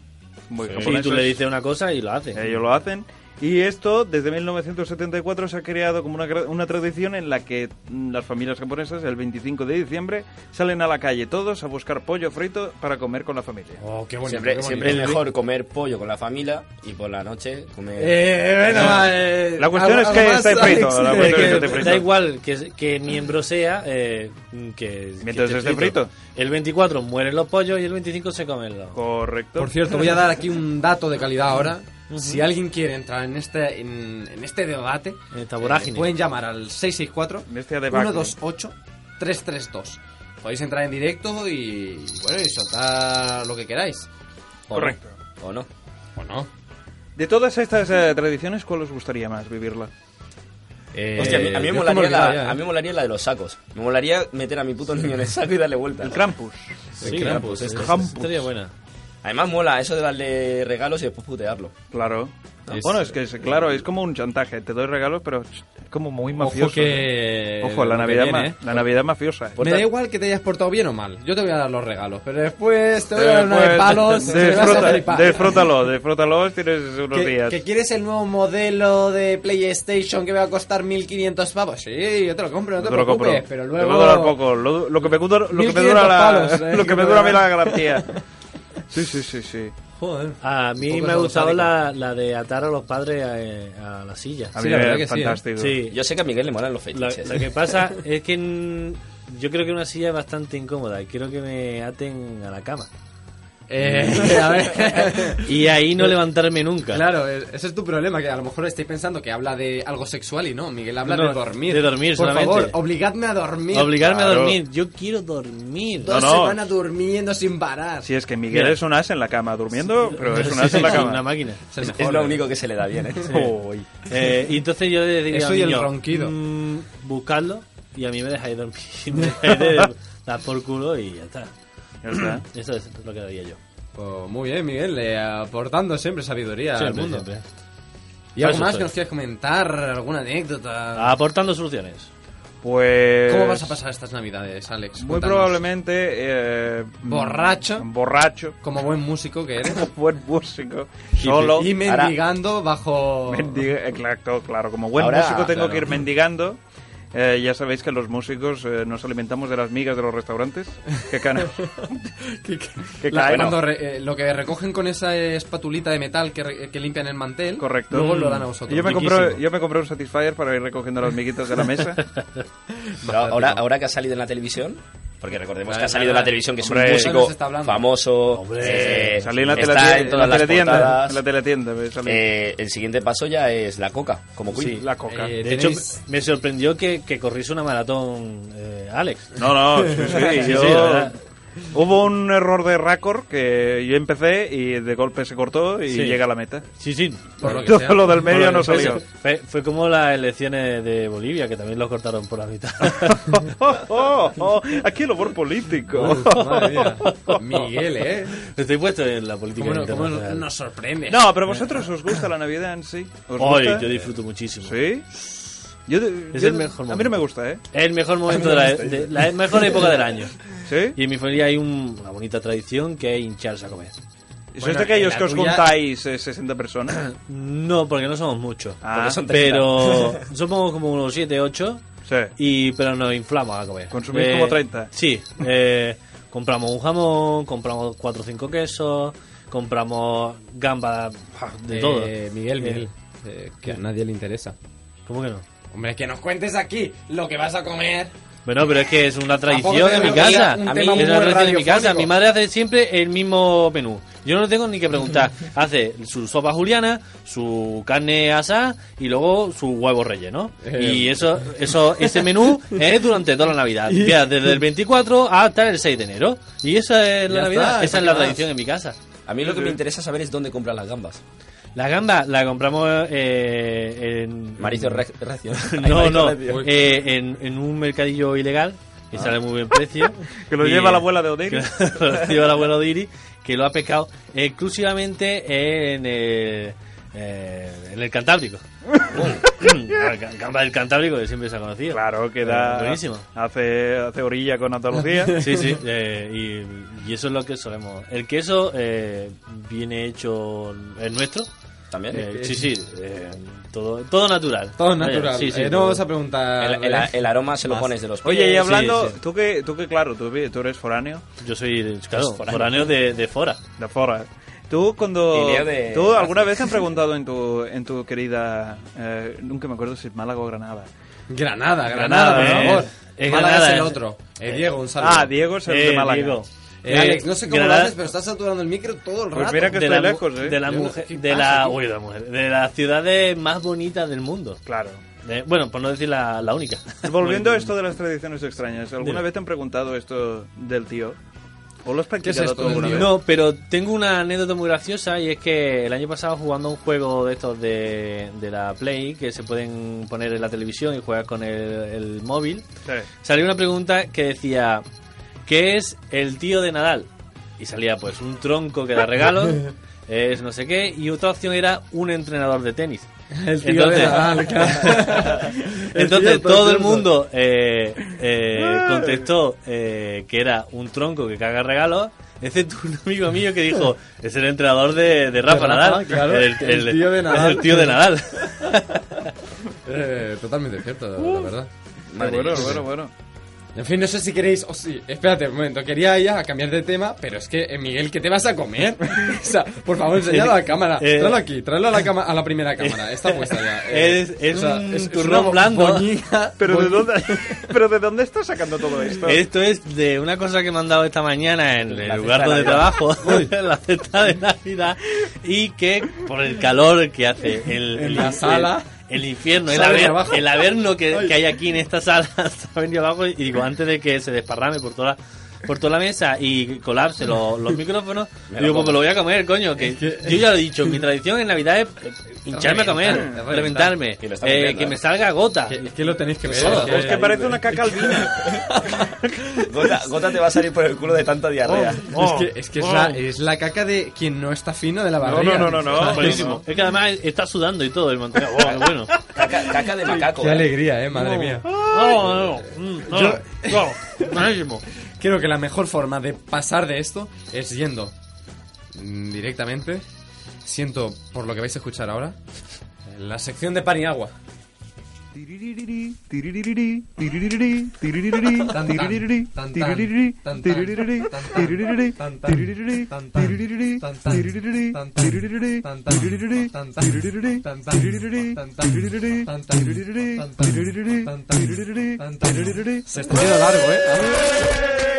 [SPEAKER 6] muy
[SPEAKER 5] Sí,
[SPEAKER 6] japoneses.
[SPEAKER 5] tú le dices una cosa y lo haces.
[SPEAKER 6] Ellos lo hacen. Y esto, desde 1974, se ha creado como una, gra- una tradición en la que mm, las familias japonesas, el 25 de diciembre, salen a la calle todos a buscar pollo frito para comer con la familia.
[SPEAKER 2] Oh, qué bonito. qué
[SPEAKER 7] Siempre,
[SPEAKER 2] bonito.
[SPEAKER 7] siempre es mejor comer pollo con la familia y por la noche comer...
[SPEAKER 2] Eh, bueno, eh,
[SPEAKER 6] Ah, La cuestión
[SPEAKER 2] a-
[SPEAKER 6] es que
[SPEAKER 2] además,
[SPEAKER 6] está frito,
[SPEAKER 2] Alex,
[SPEAKER 6] la
[SPEAKER 2] eh,
[SPEAKER 5] Es
[SPEAKER 6] cuestión
[SPEAKER 5] que
[SPEAKER 6] es que te
[SPEAKER 5] da
[SPEAKER 6] frito.
[SPEAKER 5] igual que, que miembro sea, eh, que...
[SPEAKER 6] Mientras
[SPEAKER 5] que
[SPEAKER 6] esté frito.
[SPEAKER 5] El 24 mueren los pollos y el 25 se comen los...
[SPEAKER 6] Correcto.
[SPEAKER 2] Por cierto, voy a dar aquí un dato de calidad ahora. Si alguien quiere entrar en este, en, en este debate,
[SPEAKER 5] En esta vorágine.
[SPEAKER 6] Pues,
[SPEAKER 2] pueden llamar al
[SPEAKER 6] En este debacle.
[SPEAKER 2] 664-128-332. Podéis entrar en directo y, bueno, y soltar lo que queráis.
[SPEAKER 7] o no.
[SPEAKER 6] Correcto.
[SPEAKER 7] ¿O no?
[SPEAKER 2] ¿O no?
[SPEAKER 6] De todas estas eh, tradiciones, ¿cuál os gustaría más vivirla?
[SPEAKER 5] Eh,
[SPEAKER 7] Hostia, a mí, a mí
[SPEAKER 2] yo
[SPEAKER 7] me
[SPEAKER 2] como
[SPEAKER 7] molaría
[SPEAKER 2] olvidado
[SPEAKER 7] la,
[SPEAKER 2] ya,
[SPEAKER 7] a
[SPEAKER 2] ¿eh?
[SPEAKER 7] mí me molaría la de los sacos. Me molaría meter a mi puto niño en el saco y darle vueltas.
[SPEAKER 6] El Krampus.
[SPEAKER 5] sí, pues,
[SPEAKER 2] el
[SPEAKER 6] pues,
[SPEAKER 5] Krampus,
[SPEAKER 2] Krampus,
[SPEAKER 5] esto-
[SPEAKER 6] el Krampus.
[SPEAKER 5] esto Estaría buena.
[SPEAKER 7] Además mola eso de darle regalos y después putearlo.
[SPEAKER 6] Claro.
[SPEAKER 5] Es-
[SPEAKER 6] bueno, es que, es- claro, es como un chantaje. Te doy regalos, pero ch, es como muy mafioso.
[SPEAKER 2] Ojo que...
[SPEAKER 6] Ojo, la
[SPEAKER 2] lo que
[SPEAKER 6] Navidad,
[SPEAKER 2] viene,
[SPEAKER 6] ma-
[SPEAKER 2] ¿eh?
[SPEAKER 6] la Navidad mafiosa. eh.
[SPEAKER 2] Me da igual que te hayas portado bien o mal. Yo te voy a dar los regalos, pero después te voy a dar una de
[SPEAKER 6] Después,
[SPEAKER 2] palos. te vas a
[SPEAKER 6] Eh, pues, desfruta-
[SPEAKER 2] flipar.
[SPEAKER 6] Desfrútalo, desfrútalo, tienes unos
[SPEAKER 2] ¿Que,
[SPEAKER 6] días.
[SPEAKER 2] que quieres el nuevo modelo de PlayStation que me va a costar 1500 pavos? Sí, yo te lo compro, no te,
[SPEAKER 6] Yo te lo
[SPEAKER 2] preocupes,
[SPEAKER 6] compro.
[SPEAKER 2] pero
[SPEAKER 6] Te va a durar
[SPEAKER 2] luego...
[SPEAKER 6] poco. Lo, lo que me, dura- lo que me
[SPEAKER 2] 1500
[SPEAKER 6] dura, la,
[SPEAKER 2] palos, eh,
[SPEAKER 6] lo que
[SPEAKER 2] que
[SPEAKER 6] me
[SPEAKER 2] no
[SPEAKER 6] dura a mí
[SPEAKER 2] era-
[SPEAKER 6] la garantía. Sí, sí, sí, sí.
[SPEAKER 2] Joder.
[SPEAKER 5] A mí
[SPEAKER 2] poco
[SPEAKER 5] me ha gustado
[SPEAKER 2] sádico.
[SPEAKER 5] la, la de atar a los padres a, eh, a la silla.
[SPEAKER 6] A
[SPEAKER 2] Sí,
[SPEAKER 6] mí
[SPEAKER 2] la verdad
[SPEAKER 6] es
[SPEAKER 2] que sí, eh.
[SPEAKER 6] fantástico.
[SPEAKER 5] Sí,
[SPEAKER 7] Yo sé que a Miguel le molan los
[SPEAKER 5] lo,
[SPEAKER 7] fetiches. ¿eh?
[SPEAKER 5] lo que pasa es que en- yo creo que una silla es bastante incómoda y quiero que me aten a la cama.
[SPEAKER 2] Eh, a ver...
[SPEAKER 5] Y ahí no levantarme nunca.
[SPEAKER 2] Claro, eh, ese es tu problema, que a lo mejor estáis pensando que habla de algo sexual y no, Miguel habla
[SPEAKER 5] No,
[SPEAKER 2] de dormir.
[SPEAKER 5] de dormir
[SPEAKER 2] Por
[SPEAKER 5] solamente.
[SPEAKER 2] favor, obligadme a dormir.
[SPEAKER 5] Obligarme a
[SPEAKER 6] Claro.
[SPEAKER 5] dormir. Yo quiero dormir.
[SPEAKER 2] Dos
[SPEAKER 6] No, no.
[SPEAKER 2] semanas durmiendo sin parar.
[SPEAKER 6] Si es que Miguel
[SPEAKER 5] Mira.
[SPEAKER 6] es un as en la cama, durmiendo, pero es un
[SPEAKER 5] Sí,
[SPEAKER 6] as en la
[SPEAKER 5] sí,
[SPEAKER 6] cama.
[SPEAKER 5] Una máquina.
[SPEAKER 2] Es el
[SPEAKER 7] es, es
[SPEAKER 2] mejor,
[SPEAKER 7] lo
[SPEAKER 2] eh.
[SPEAKER 7] único que se le da bien, ¿eh?
[SPEAKER 6] Uy.
[SPEAKER 5] Eh, y entonces yo le diría
[SPEAKER 2] Eso
[SPEAKER 5] al
[SPEAKER 2] y el
[SPEAKER 5] niño,
[SPEAKER 2] ronquido.
[SPEAKER 5] "Mm, buscadlo y a mí me dejáis dormir. Me dejáis de dar por culo y ya está.
[SPEAKER 6] Ya está.
[SPEAKER 5] Eso es lo que daría yo.
[SPEAKER 2] Pues muy bien, Miguel, eh, aportando siempre sabiduría
[SPEAKER 5] Siempre,
[SPEAKER 2] al mundo.
[SPEAKER 5] siempre.
[SPEAKER 2] ¿Y algo
[SPEAKER 5] Eso
[SPEAKER 2] más
[SPEAKER 5] estoy. Ah,
[SPEAKER 2] que nos quieras comentar? ¿Alguna anécdota?
[SPEAKER 5] Aportando soluciones.
[SPEAKER 6] Pues.
[SPEAKER 2] ¿Cómo vas a pasar estas navidades, Alex?
[SPEAKER 6] Muy
[SPEAKER 2] Cuéntanos.
[SPEAKER 6] probablemente. eh,
[SPEAKER 2] Borracho.
[SPEAKER 6] Borracho.
[SPEAKER 2] Como buen músico que eres.
[SPEAKER 6] Buen músico. Solo.
[SPEAKER 2] Y
[SPEAKER 6] Ahora,
[SPEAKER 2] mendigando bajo...
[SPEAKER 6] mendiga- eh, claro, claro, como buen
[SPEAKER 7] Ahora,
[SPEAKER 6] músico tengo
[SPEAKER 7] claro.
[SPEAKER 6] que ir mendigando. Eh, ya sabéis que los músicos eh, nos alimentamos de las migas de los restaurantes. Qué cana.
[SPEAKER 2] Que- que-
[SPEAKER 6] Qué
[SPEAKER 2] la-
[SPEAKER 6] cae,
[SPEAKER 2] cuando
[SPEAKER 6] ¿no?
[SPEAKER 2] re- eh, lo que recogen con esa eh, espatulita de metal que, re- que limpian el mantel,
[SPEAKER 6] Correcto.
[SPEAKER 2] luego lo dan a vosotros.
[SPEAKER 6] Yo me, compré,
[SPEAKER 2] Riquísimo.
[SPEAKER 6] yo me compré un Satisfyer para ir recogiendo las miguitas de la mesa.
[SPEAKER 7] Pero ahora, ahora que ha salido en la televisión, porque recordemos
[SPEAKER 2] Claro,
[SPEAKER 7] que ha salido en
[SPEAKER 2] claro.
[SPEAKER 7] la televisión, que es
[SPEAKER 6] Hombre,
[SPEAKER 7] un
[SPEAKER 2] eso nos
[SPEAKER 7] músico
[SPEAKER 2] está hablando.
[SPEAKER 7] famoso, eh,
[SPEAKER 6] Salí en la
[SPEAKER 7] está
[SPEAKER 6] teletienda.
[SPEAKER 7] en
[SPEAKER 6] la
[SPEAKER 7] todas las
[SPEAKER 6] teletienda, ¿eh?
[SPEAKER 7] portadas.
[SPEAKER 6] en la teletienda, me salí.
[SPEAKER 7] Eh, el siguiente paso ya es la coca, como Queen.
[SPEAKER 6] la coca.
[SPEAKER 2] Eh,
[SPEAKER 5] De hecho,
[SPEAKER 2] tenéis-
[SPEAKER 5] me sorprendió que, que corriese una maratón, eh, Alex.
[SPEAKER 6] No, no, sí, sí,
[SPEAKER 5] Sí,
[SPEAKER 6] yo-
[SPEAKER 5] sí, la verdad.
[SPEAKER 6] Hubo un error de récord que yo empecé y de golpe se cortó y
[SPEAKER 5] Sí.
[SPEAKER 6] llega a la meta.
[SPEAKER 5] Sí, sí.
[SPEAKER 2] Por lo que
[SPEAKER 6] Todo
[SPEAKER 2] sea.
[SPEAKER 6] lo del medio no
[SPEAKER 5] Por lo que
[SPEAKER 6] salió.
[SPEAKER 5] Fue, fue como las elecciones de Bolivia, que también los cortaron por la mitad.
[SPEAKER 6] Oh, oh, oh, aquí el humor político.
[SPEAKER 2] Madre mía. Miguel, ¿eh?
[SPEAKER 5] Estoy puesto en la política
[SPEAKER 2] ¿Cómo, no- cómo
[SPEAKER 5] internacional.
[SPEAKER 2] nos sorprende?
[SPEAKER 6] No, pero vosotros os gusta la Navidad en sí. ¿Os
[SPEAKER 5] Ay,
[SPEAKER 6] gusta?
[SPEAKER 5] yo disfruto muchísimo.
[SPEAKER 6] Sí. Yo,
[SPEAKER 5] Es
[SPEAKER 6] yo-
[SPEAKER 5] el mejor
[SPEAKER 6] A mí
[SPEAKER 5] momento.
[SPEAKER 6] no me gusta, ¿eh?
[SPEAKER 5] Es el mejor momento, de la, de- la mejor época del año.
[SPEAKER 6] Sí.
[SPEAKER 5] Y en mi familia hay un- una bonita tradición que es hincharse a comer.
[SPEAKER 6] ¿Sois
[SPEAKER 2] Bueno,
[SPEAKER 6] de aquellos
[SPEAKER 2] la
[SPEAKER 6] que os
[SPEAKER 2] tuya-
[SPEAKER 6] juntáis eh, 60 personas?
[SPEAKER 5] No, porque no somos muchos.
[SPEAKER 6] Ah,
[SPEAKER 5] pero somos como unos 7, 8.
[SPEAKER 6] sí.
[SPEAKER 5] Y, pero nos inflamos a comer.
[SPEAKER 6] Consumís como 30.
[SPEAKER 5] Sí. eh, compramos un jamón, compramos 4 o 5 quesos, compramos gamba ja, de
[SPEAKER 2] Eh,
[SPEAKER 5] todo.
[SPEAKER 2] Miguel,
[SPEAKER 5] Eh,
[SPEAKER 2] Miguel. eh, que a nadie le interesa.
[SPEAKER 5] ¿Cómo que no?
[SPEAKER 2] Hombre, que nos cuentes aquí lo que vas a comer.
[SPEAKER 5] Bueno, pero es que es una
[SPEAKER 2] Tampoco
[SPEAKER 5] tradición en mi
[SPEAKER 2] tenemos que
[SPEAKER 5] casa.
[SPEAKER 2] ir a un
[SPEAKER 5] A mí es
[SPEAKER 2] tema muy
[SPEAKER 5] una tradición en mi casa.
[SPEAKER 2] radiofónico.
[SPEAKER 5] Mi madre hace siempre el mismo menú. Yo no tengo ni que preguntar. Hace su sopa juliana, su carne asada y luego su huevo relleno.
[SPEAKER 2] Eh,
[SPEAKER 5] Y eso, eso, ese menú es durante toda la Navidad. Empieza desde el 24 hasta el 6 de enero. Y esa es la
[SPEAKER 2] Ya
[SPEAKER 5] Navidad.
[SPEAKER 2] está,
[SPEAKER 5] esa es
[SPEAKER 2] ¿qué
[SPEAKER 5] la
[SPEAKER 2] más?
[SPEAKER 5] tradición en mi casa.
[SPEAKER 7] A mí lo que me interesa saber es dónde compran las gambas.
[SPEAKER 5] La gamba la compramos eh,
[SPEAKER 6] Mm.
[SPEAKER 5] en...
[SPEAKER 7] Maricio Re- Recio. Ay,
[SPEAKER 5] No,
[SPEAKER 7] Maricio
[SPEAKER 5] no.
[SPEAKER 7] Recio.
[SPEAKER 5] eh, en, en un mercadillo ilegal que sale a muy buen precio.
[SPEAKER 6] Que lo
[SPEAKER 5] Y,
[SPEAKER 6] lleva la
[SPEAKER 5] eh,
[SPEAKER 6] abuela de Odín.
[SPEAKER 5] que lo lleva la abuela de Iri, que lo ha pescado exclusivamente en el, eh, en el Cantábrico. La ca- Gamba del Cantábrico que siempre se ha conocido.
[SPEAKER 6] Claro, que da.
[SPEAKER 5] Eh, buenísimo.
[SPEAKER 6] Hace, hace orilla con Andalucía.
[SPEAKER 5] Sí, sí, eh, y, y eso es lo que solemos. El queso eh, viene hecho, el nuestro.
[SPEAKER 7] También.
[SPEAKER 5] Eh, sí, sí, eh, todo, todo natural.
[SPEAKER 2] Todo
[SPEAKER 5] Vaya,
[SPEAKER 2] natural.
[SPEAKER 5] sí, sí,
[SPEAKER 2] Eh, no
[SPEAKER 5] todo.
[SPEAKER 2] vamos a preguntar. ¿eh?
[SPEAKER 7] el, el- el aroma se lo pones de los pies.
[SPEAKER 6] Oye, y hablando,
[SPEAKER 5] sí, sí.
[SPEAKER 6] Tú, que, tú que claro, tú, vi- tú eres foráneo,
[SPEAKER 5] Yo soy, claro,
[SPEAKER 7] foráneo.
[SPEAKER 5] foráneo de, de fora.
[SPEAKER 6] de fora. Tú cuando...
[SPEAKER 7] Y Leo de-
[SPEAKER 6] ¿Tú alguna vez te han preguntado en tu, en tu querida... eh, nunca me acuerdo si es Málaga o Granada.
[SPEAKER 2] Granada,
[SPEAKER 5] Granada,
[SPEAKER 2] Granada, por
[SPEAKER 5] eh.
[SPEAKER 2] favor.
[SPEAKER 5] Eh,
[SPEAKER 2] Málaga
[SPEAKER 5] Granada,
[SPEAKER 2] es el
[SPEAKER 5] eh.
[SPEAKER 2] otro. Eh, Diego, un saludo.
[SPEAKER 6] Ah, Diego es el de
[SPEAKER 5] Eh,
[SPEAKER 6] Málaga.
[SPEAKER 5] Diego.
[SPEAKER 2] Eh, Alex, no sé cómo
[SPEAKER 5] Granada-
[SPEAKER 2] lo haces, pero estás saturando el micro todo el
[SPEAKER 6] Pues
[SPEAKER 2] rato.
[SPEAKER 6] mira que
[SPEAKER 5] de la,
[SPEAKER 6] estoy
[SPEAKER 5] mu-
[SPEAKER 6] lejos, ¿eh?
[SPEAKER 5] de la
[SPEAKER 2] Yo no sé
[SPEAKER 5] mujer,
[SPEAKER 2] qué
[SPEAKER 5] de
[SPEAKER 2] pasa
[SPEAKER 5] la,
[SPEAKER 2] aquí.
[SPEAKER 5] uy, la mujer, de las ciudades más bonitas del mundo.
[SPEAKER 6] Claro.
[SPEAKER 5] De- bueno, por no decir la, la única.
[SPEAKER 6] Volviendo a esto de las tradiciones extrañas, ¿alguna
[SPEAKER 5] Dime.
[SPEAKER 6] vez te han preguntado esto del tío? ¿O lo has
[SPEAKER 2] es
[SPEAKER 6] practicado
[SPEAKER 2] esto
[SPEAKER 6] tú
[SPEAKER 2] del
[SPEAKER 6] alguna
[SPEAKER 2] tío?
[SPEAKER 6] vez?
[SPEAKER 5] No, pero tengo una anécdota muy graciosa y es que el año pasado jugando a un juego de estos de, de la Play que se pueden poner en la televisión y jugar con el, el móvil,
[SPEAKER 6] Sí.
[SPEAKER 5] salió una pregunta que decía, ¿qué es el tío de Nadal? Y salía pues un tronco que da regalos, es no sé qué, y otra opción era un entrenador de tenis.
[SPEAKER 2] El tío
[SPEAKER 5] Entonces-
[SPEAKER 2] de Nadal, Ah, claro.
[SPEAKER 5] Entonces
[SPEAKER 2] Es cierto,
[SPEAKER 5] todo
[SPEAKER 2] es cierto.
[SPEAKER 5] el mundo eh, eh, contestó eh, que era un tronco que caga regalos. Excepto un amigo mío que dijo, es el entrenador de, de Rafa
[SPEAKER 2] De Rafa,
[SPEAKER 5] Nadal.
[SPEAKER 2] claro, el tío de Nadal.
[SPEAKER 5] el tío de Nadal.
[SPEAKER 2] Eh, totalmente cierto, la- la verdad.
[SPEAKER 7] Madre
[SPEAKER 6] bueno,
[SPEAKER 7] mía.
[SPEAKER 6] bueno, bueno.
[SPEAKER 2] En fin, no sé si queréis. O sí, espérate un momento. Quería ya cambiar de tema, pero es que, eh, Miguel, ¿qué te vas a comer? o sea, por favor, enséñalo a la cámara.
[SPEAKER 5] Eh,
[SPEAKER 2] tráelo aquí, tráelo a la, cama- a la primera cámara. Está puesta ya. Eh,
[SPEAKER 5] Es- es un turrón
[SPEAKER 2] una
[SPEAKER 5] blando.
[SPEAKER 2] boñiga-
[SPEAKER 6] Pero de,
[SPEAKER 2] boñiga.
[SPEAKER 6] dónde, pero ¿de dónde estás sacando todo esto?
[SPEAKER 5] Esto es de una cosa que me han dado esta mañana en
[SPEAKER 7] La
[SPEAKER 5] el lugar
[SPEAKER 7] cesta de
[SPEAKER 5] donde
[SPEAKER 7] Navidad.
[SPEAKER 5] trabajo, en la cesta de Navidad, y que por el calor que hace el,
[SPEAKER 2] En
[SPEAKER 5] el-
[SPEAKER 2] la
[SPEAKER 5] el-
[SPEAKER 2] sala.
[SPEAKER 5] el, infierno, el,
[SPEAKER 2] Sale
[SPEAKER 5] aver-
[SPEAKER 2] abajo.
[SPEAKER 5] el averno que, que hay aquí en esta sala, se ha venido abajo y digo, antes de que se desparrame por toda la, por toda la mesa y colarse lo- los micrófonos,
[SPEAKER 7] Me lo
[SPEAKER 5] digo, pues
[SPEAKER 7] como.
[SPEAKER 5] me lo voy a comer, coño, que yo ya lo he dicho, mi tradición en Navidad es eh, hincharme a comer,
[SPEAKER 2] Reventar, reventar.
[SPEAKER 5] reventarme,
[SPEAKER 7] Y lo está
[SPEAKER 5] eh,
[SPEAKER 7] vendiendo,
[SPEAKER 5] que
[SPEAKER 7] ¿eh?
[SPEAKER 5] me salga gota.
[SPEAKER 2] Que- Es que lo tenéis que ver.
[SPEAKER 7] Solo,
[SPEAKER 6] Es Pues que parece una caca albina.
[SPEAKER 7] Gota, gota te va a salir por el culo de tanta diarrea.
[SPEAKER 5] Oh,
[SPEAKER 6] Oh.
[SPEAKER 2] es que, es, que es, la, es la caca de quien no está fino de la
[SPEAKER 6] No,
[SPEAKER 2] barriga.
[SPEAKER 6] no, no, no, no.
[SPEAKER 5] Buenísimo. Es que además está sudando y todo el manteca. Wow, qué bueno.
[SPEAKER 7] Caca, caca de macaco.
[SPEAKER 2] Qué
[SPEAKER 7] ¿eh?
[SPEAKER 2] alegría, eh, madre mía.
[SPEAKER 5] No, no, mm, no,
[SPEAKER 2] Yo-
[SPEAKER 5] no, buenísimo.
[SPEAKER 2] Creo que la mejor forma de pasar de esto es yendo mm, directamente. eh, Siento por lo que vais a escuchar ahora. La sección de pan y agua.
[SPEAKER 6] Tiriririri, tiriririri, tiriririri, tiriririri, tiriririri, tiriririri, tiriririri, tiriririri, tiriririri, tiriririri, tiriririri, tiriririri, tiriririri, tiriririri, tiriririri, tiriririri, tiriririri, tiriririri, tiriririri, tiriririri.
[SPEAKER 2] Se está haciendo largo, ¿eh?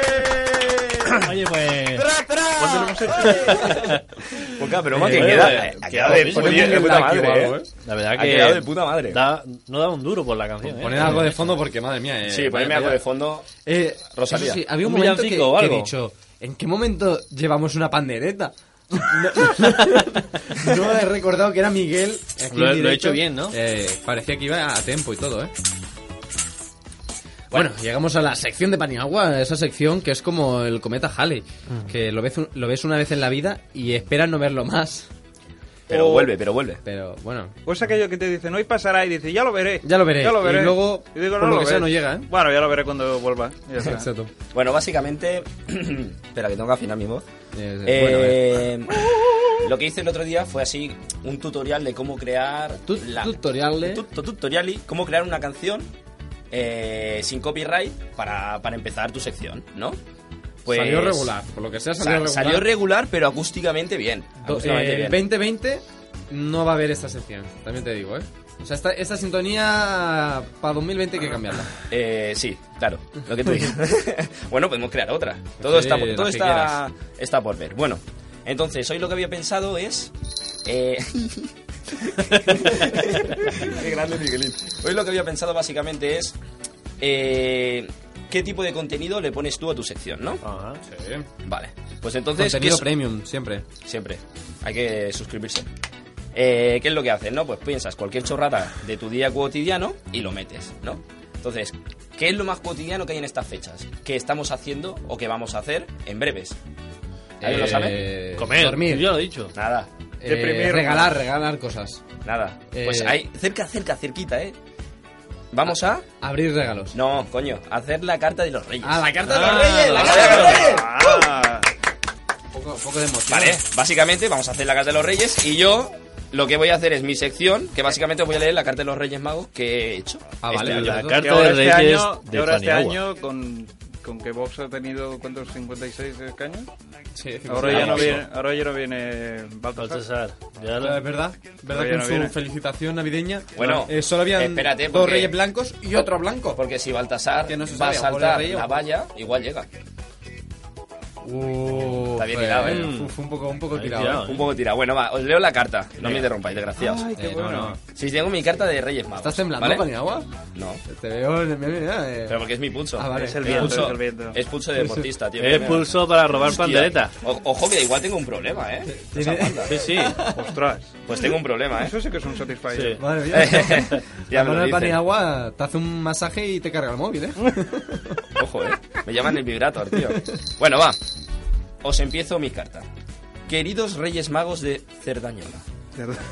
[SPEAKER 5] Oye, pues.
[SPEAKER 6] ¿Cuánto lo hemos hecho?
[SPEAKER 7] Poca broma
[SPEAKER 5] Eh,
[SPEAKER 7] que
[SPEAKER 5] oye,
[SPEAKER 7] queda.
[SPEAKER 5] oye,
[SPEAKER 7] Ha
[SPEAKER 5] queda
[SPEAKER 7] quedado
[SPEAKER 5] lo
[SPEAKER 7] de
[SPEAKER 5] mismo,
[SPEAKER 7] poner
[SPEAKER 5] tiene
[SPEAKER 7] de
[SPEAKER 5] que
[SPEAKER 7] puta
[SPEAKER 5] estar aquí
[SPEAKER 7] madre,
[SPEAKER 5] o algo,
[SPEAKER 7] ¿eh?
[SPEAKER 5] ¿eh? La verdad
[SPEAKER 7] Ha
[SPEAKER 5] que
[SPEAKER 7] quedado de puta madre.
[SPEAKER 5] da- no da un duro por la canción. ¿eh?
[SPEAKER 2] Poner algo de fondo porque, madre mía. eh,
[SPEAKER 7] Sí, poneme
[SPEAKER 2] vaya
[SPEAKER 7] algo de
[SPEAKER 2] tela.
[SPEAKER 7] fondo.
[SPEAKER 2] Eh,
[SPEAKER 7] Rosalía.
[SPEAKER 2] eso sí, había un,
[SPEAKER 5] Un
[SPEAKER 2] momento que,
[SPEAKER 5] villancico o
[SPEAKER 2] que he
[SPEAKER 5] algo.
[SPEAKER 2] dicho, ¿en qué momento llevamos una pandereta? No, no he recordado que era Miguel. aquí en
[SPEAKER 5] Lo he- lo he
[SPEAKER 2] directo.
[SPEAKER 5] hecho bien, ¿no?
[SPEAKER 2] Eh, parecía que iba a tiempo y todo, ¿eh? Bueno, llegamos a la sección de Paniagua, esa sección que es como el cometa Halley, que lo ves, un- lo ves una vez en la vida y esperas no verlo más.
[SPEAKER 7] Pero
[SPEAKER 6] O-
[SPEAKER 7] vuelve, pero vuelve.
[SPEAKER 2] Pero bueno,
[SPEAKER 6] O es Pues aquello que te dicen, hoy pasará, y dices, ya lo veré.
[SPEAKER 2] Ya lo veré.
[SPEAKER 6] Ya lo veré.
[SPEAKER 2] Y luego,
[SPEAKER 6] Y digo,
[SPEAKER 2] por
[SPEAKER 6] no
[SPEAKER 2] lo
[SPEAKER 6] lo
[SPEAKER 2] que sea,
[SPEAKER 6] ves.
[SPEAKER 2] no llega, ¿eh?
[SPEAKER 6] Bueno, ya lo veré cuando vuelva. Ya está.
[SPEAKER 2] exacto.
[SPEAKER 7] Bueno, básicamente. Espera, que tengo que afinar mi voz.
[SPEAKER 2] Eh, bueno, eh.
[SPEAKER 7] Eh, Lo que hice el otro día fue así: un tutorial de cómo crear.
[SPEAKER 2] Tu- eh. tutoriales.
[SPEAKER 7] tu- tu- tutorial y cómo crear una canción eh, sin copyright para, para empezar tu sección, ¿no? Pues.
[SPEAKER 2] salió regular, por lo que sea
[SPEAKER 7] sa-
[SPEAKER 2] salió regular.
[SPEAKER 7] salió regular, pero acústicamente bien.
[SPEAKER 2] Do-
[SPEAKER 7] Acústicamente
[SPEAKER 2] eh,
[SPEAKER 7] bien.
[SPEAKER 2] 2020 no va a haber esta sección, también te digo, ¿eh? O sea, esta, esta sintonía para 2020 hay que cambiarla.
[SPEAKER 7] Eh, sí, claro, lo que tú dices. bueno, podemos crear otra. Todo,
[SPEAKER 2] Sí,
[SPEAKER 7] está, por-
[SPEAKER 2] las
[SPEAKER 7] todo
[SPEAKER 2] que
[SPEAKER 7] está, está por ver. Bueno, entonces, hoy lo que había pensado es... eh, Qué grande Miguelín. Hoy lo que había pensado básicamente es... eh, ¿Qué tipo de contenido le pones tú a tu sección, no?
[SPEAKER 5] Ajá.
[SPEAKER 7] Vale. Pues entonces... ¿qué
[SPEAKER 2] Contenido
[SPEAKER 7] es-
[SPEAKER 2] premium, siempre.
[SPEAKER 7] Siempre. Hay que suscribirse. Eh, ¿Qué es lo que haces, no? Pues piensas cualquier chorrada de tu día cotidiano y lo metes, ¿no? Entonces, ¿qué es lo más cotidiano que hay en estas fechas? ¿Qué estamos haciendo o qué vamos a hacer en breves? ¿Alguien lo sabe?
[SPEAKER 2] Eh,
[SPEAKER 5] Comer,
[SPEAKER 2] Dormir.
[SPEAKER 5] yo lo he dicho.
[SPEAKER 7] Nada,
[SPEAKER 2] eh,
[SPEAKER 6] Deprimir.
[SPEAKER 2] regalar, regalar cosas.
[SPEAKER 7] nada.
[SPEAKER 2] Eh,
[SPEAKER 7] Pues hay, cerca, cerca, cerquita, ¿eh? Vamos a...
[SPEAKER 2] Abrir regalos.
[SPEAKER 7] No, coño, a hacer la carta de los reyes.
[SPEAKER 2] Ah, la carta de los
[SPEAKER 5] Ah,
[SPEAKER 2] reyes.
[SPEAKER 7] la
[SPEAKER 2] la-
[SPEAKER 7] carta de los reyes.
[SPEAKER 6] Ah,
[SPEAKER 2] Poco, poco de emoción.
[SPEAKER 7] Vale, básicamente vamos a hacer la carta de los reyes y yo lo que voy a hacer es mi sección, que básicamente os voy a leer la carta de los reyes magos que he hecho.
[SPEAKER 2] Ah,
[SPEAKER 7] Este
[SPEAKER 2] vale,
[SPEAKER 7] año.
[SPEAKER 5] La
[SPEAKER 2] que
[SPEAKER 6] que
[SPEAKER 5] carta
[SPEAKER 6] ahora
[SPEAKER 5] de
[SPEAKER 6] este
[SPEAKER 5] Reyes
[SPEAKER 6] año, que
[SPEAKER 5] de
[SPEAKER 6] ahora este
[SPEAKER 5] Paniagua.
[SPEAKER 6] año con, con que Vox ha tenido, ¿cuántos? 56 escaños.
[SPEAKER 2] Sí,
[SPEAKER 6] Ahora ya, no
[SPEAKER 7] Vamos.
[SPEAKER 6] viene, ahora ya no viene Baltasar.
[SPEAKER 5] Baltasar. Ya
[SPEAKER 2] Eh,
[SPEAKER 5] lo-
[SPEAKER 2] ¿Verdad? ¿Verdad
[SPEAKER 6] Todavía
[SPEAKER 2] que en
[SPEAKER 6] no
[SPEAKER 2] su
[SPEAKER 6] viene.
[SPEAKER 2] felicitación navideña
[SPEAKER 7] Bueno,
[SPEAKER 2] eh, solo habían
[SPEAKER 7] espérate,
[SPEAKER 2] dos
[SPEAKER 7] porque-
[SPEAKER 2] reyes blancos y otro blanco?
[SPEAKER 7] Pues Porque si Baltasar
[SPEAKER 2] Que no se
[SPEAKER 7] va a
[SPEAKER 2] sabe, o
[SPEAKER 7] saltar
[SPEAKER 2] Jorge Rey o-
[SPEAKER 7] la valla, igual llega.
[SPEAKER 2] Uh,
[SPEAKER 7] Está bien
[SPEAKER 2] fue-
[SPEAKER 7] tirado, ¿eh?
[SPEAKER 2] Fue, fue un poco, un poco
[SPEAKER 5] Ahí
[SPEAKER 2] tirado.
[SPEAKER 5] tirado,
[SPEAKER 2] ¿eh?
[SPEAKER 7] Un poco tirado. Bueno, va, os leo la carta. No me interrumpáis, desgraciados.
[SPEAKER 6] Ay, qué
[SPEAKER 2] Eh, no,
[SPEAKER 6] bueno.
[SPEAKER 2] no.
[SPEAKER 7] Si tengo mi carta de Reyes Magos.
[SPEAKER 2] ¿Estás temblando,
[SPEAKER 7] ¿vale?
[SPEAKER 2] Paniagua?
[SPEAKER 7] No.
[SPEAKER 2] Te veo en el... mira, eh.
[SPEAKER 7] Pero porque es mi pulso.
[SPEAKER 2] Ah, vale.
[SPEAKER 6] Es el
[SPEAKER 2] Ah,
[SPEAKER 6] viento,
[SPEAKER 7] Pulso-
[SPEAKER 6] es el viento. Eh,
[SPEAKER 7] es pulso de deportista, tío.
[SPEAKER 5] Es
[SPEAKER 7] Mira,
[SPEAKER 5] pulso para robar
[SPEAKER 7] hostia.
[SPEAKER 5] pandereta.
[SPEAKER 7] O- ojo que igual tengo un problema, ¿eh?
[SPEAKER 2] Tiene-
[SPEAKER 7] Esa banda.
[SPEAKER 5] Sí, sí.
[SPEAKER 6] Ostras. Ah,
[SPEAKER 7] Pues tengo un problema, ¿eh?
[SPEAKER 6] Eso sí que es un satisfyer.
[SPEAKER 5] Sí.
[SPEAKER 2] Madre mía.
[SPEAKER 7] Ya me lo
[SPEAKER 2] Manuel
[SPEAKER 7] dicen.
[SPEAKER 2] Paniagua te hace un masaje y te carga el móvil, ¿eh?
[SPEAKER 7] Ojo, ¿eh? Me llaman el vibrator, tío. Bueno, va. Os empiezo mi carta. Queridos Reyes Magos de Cerdañola.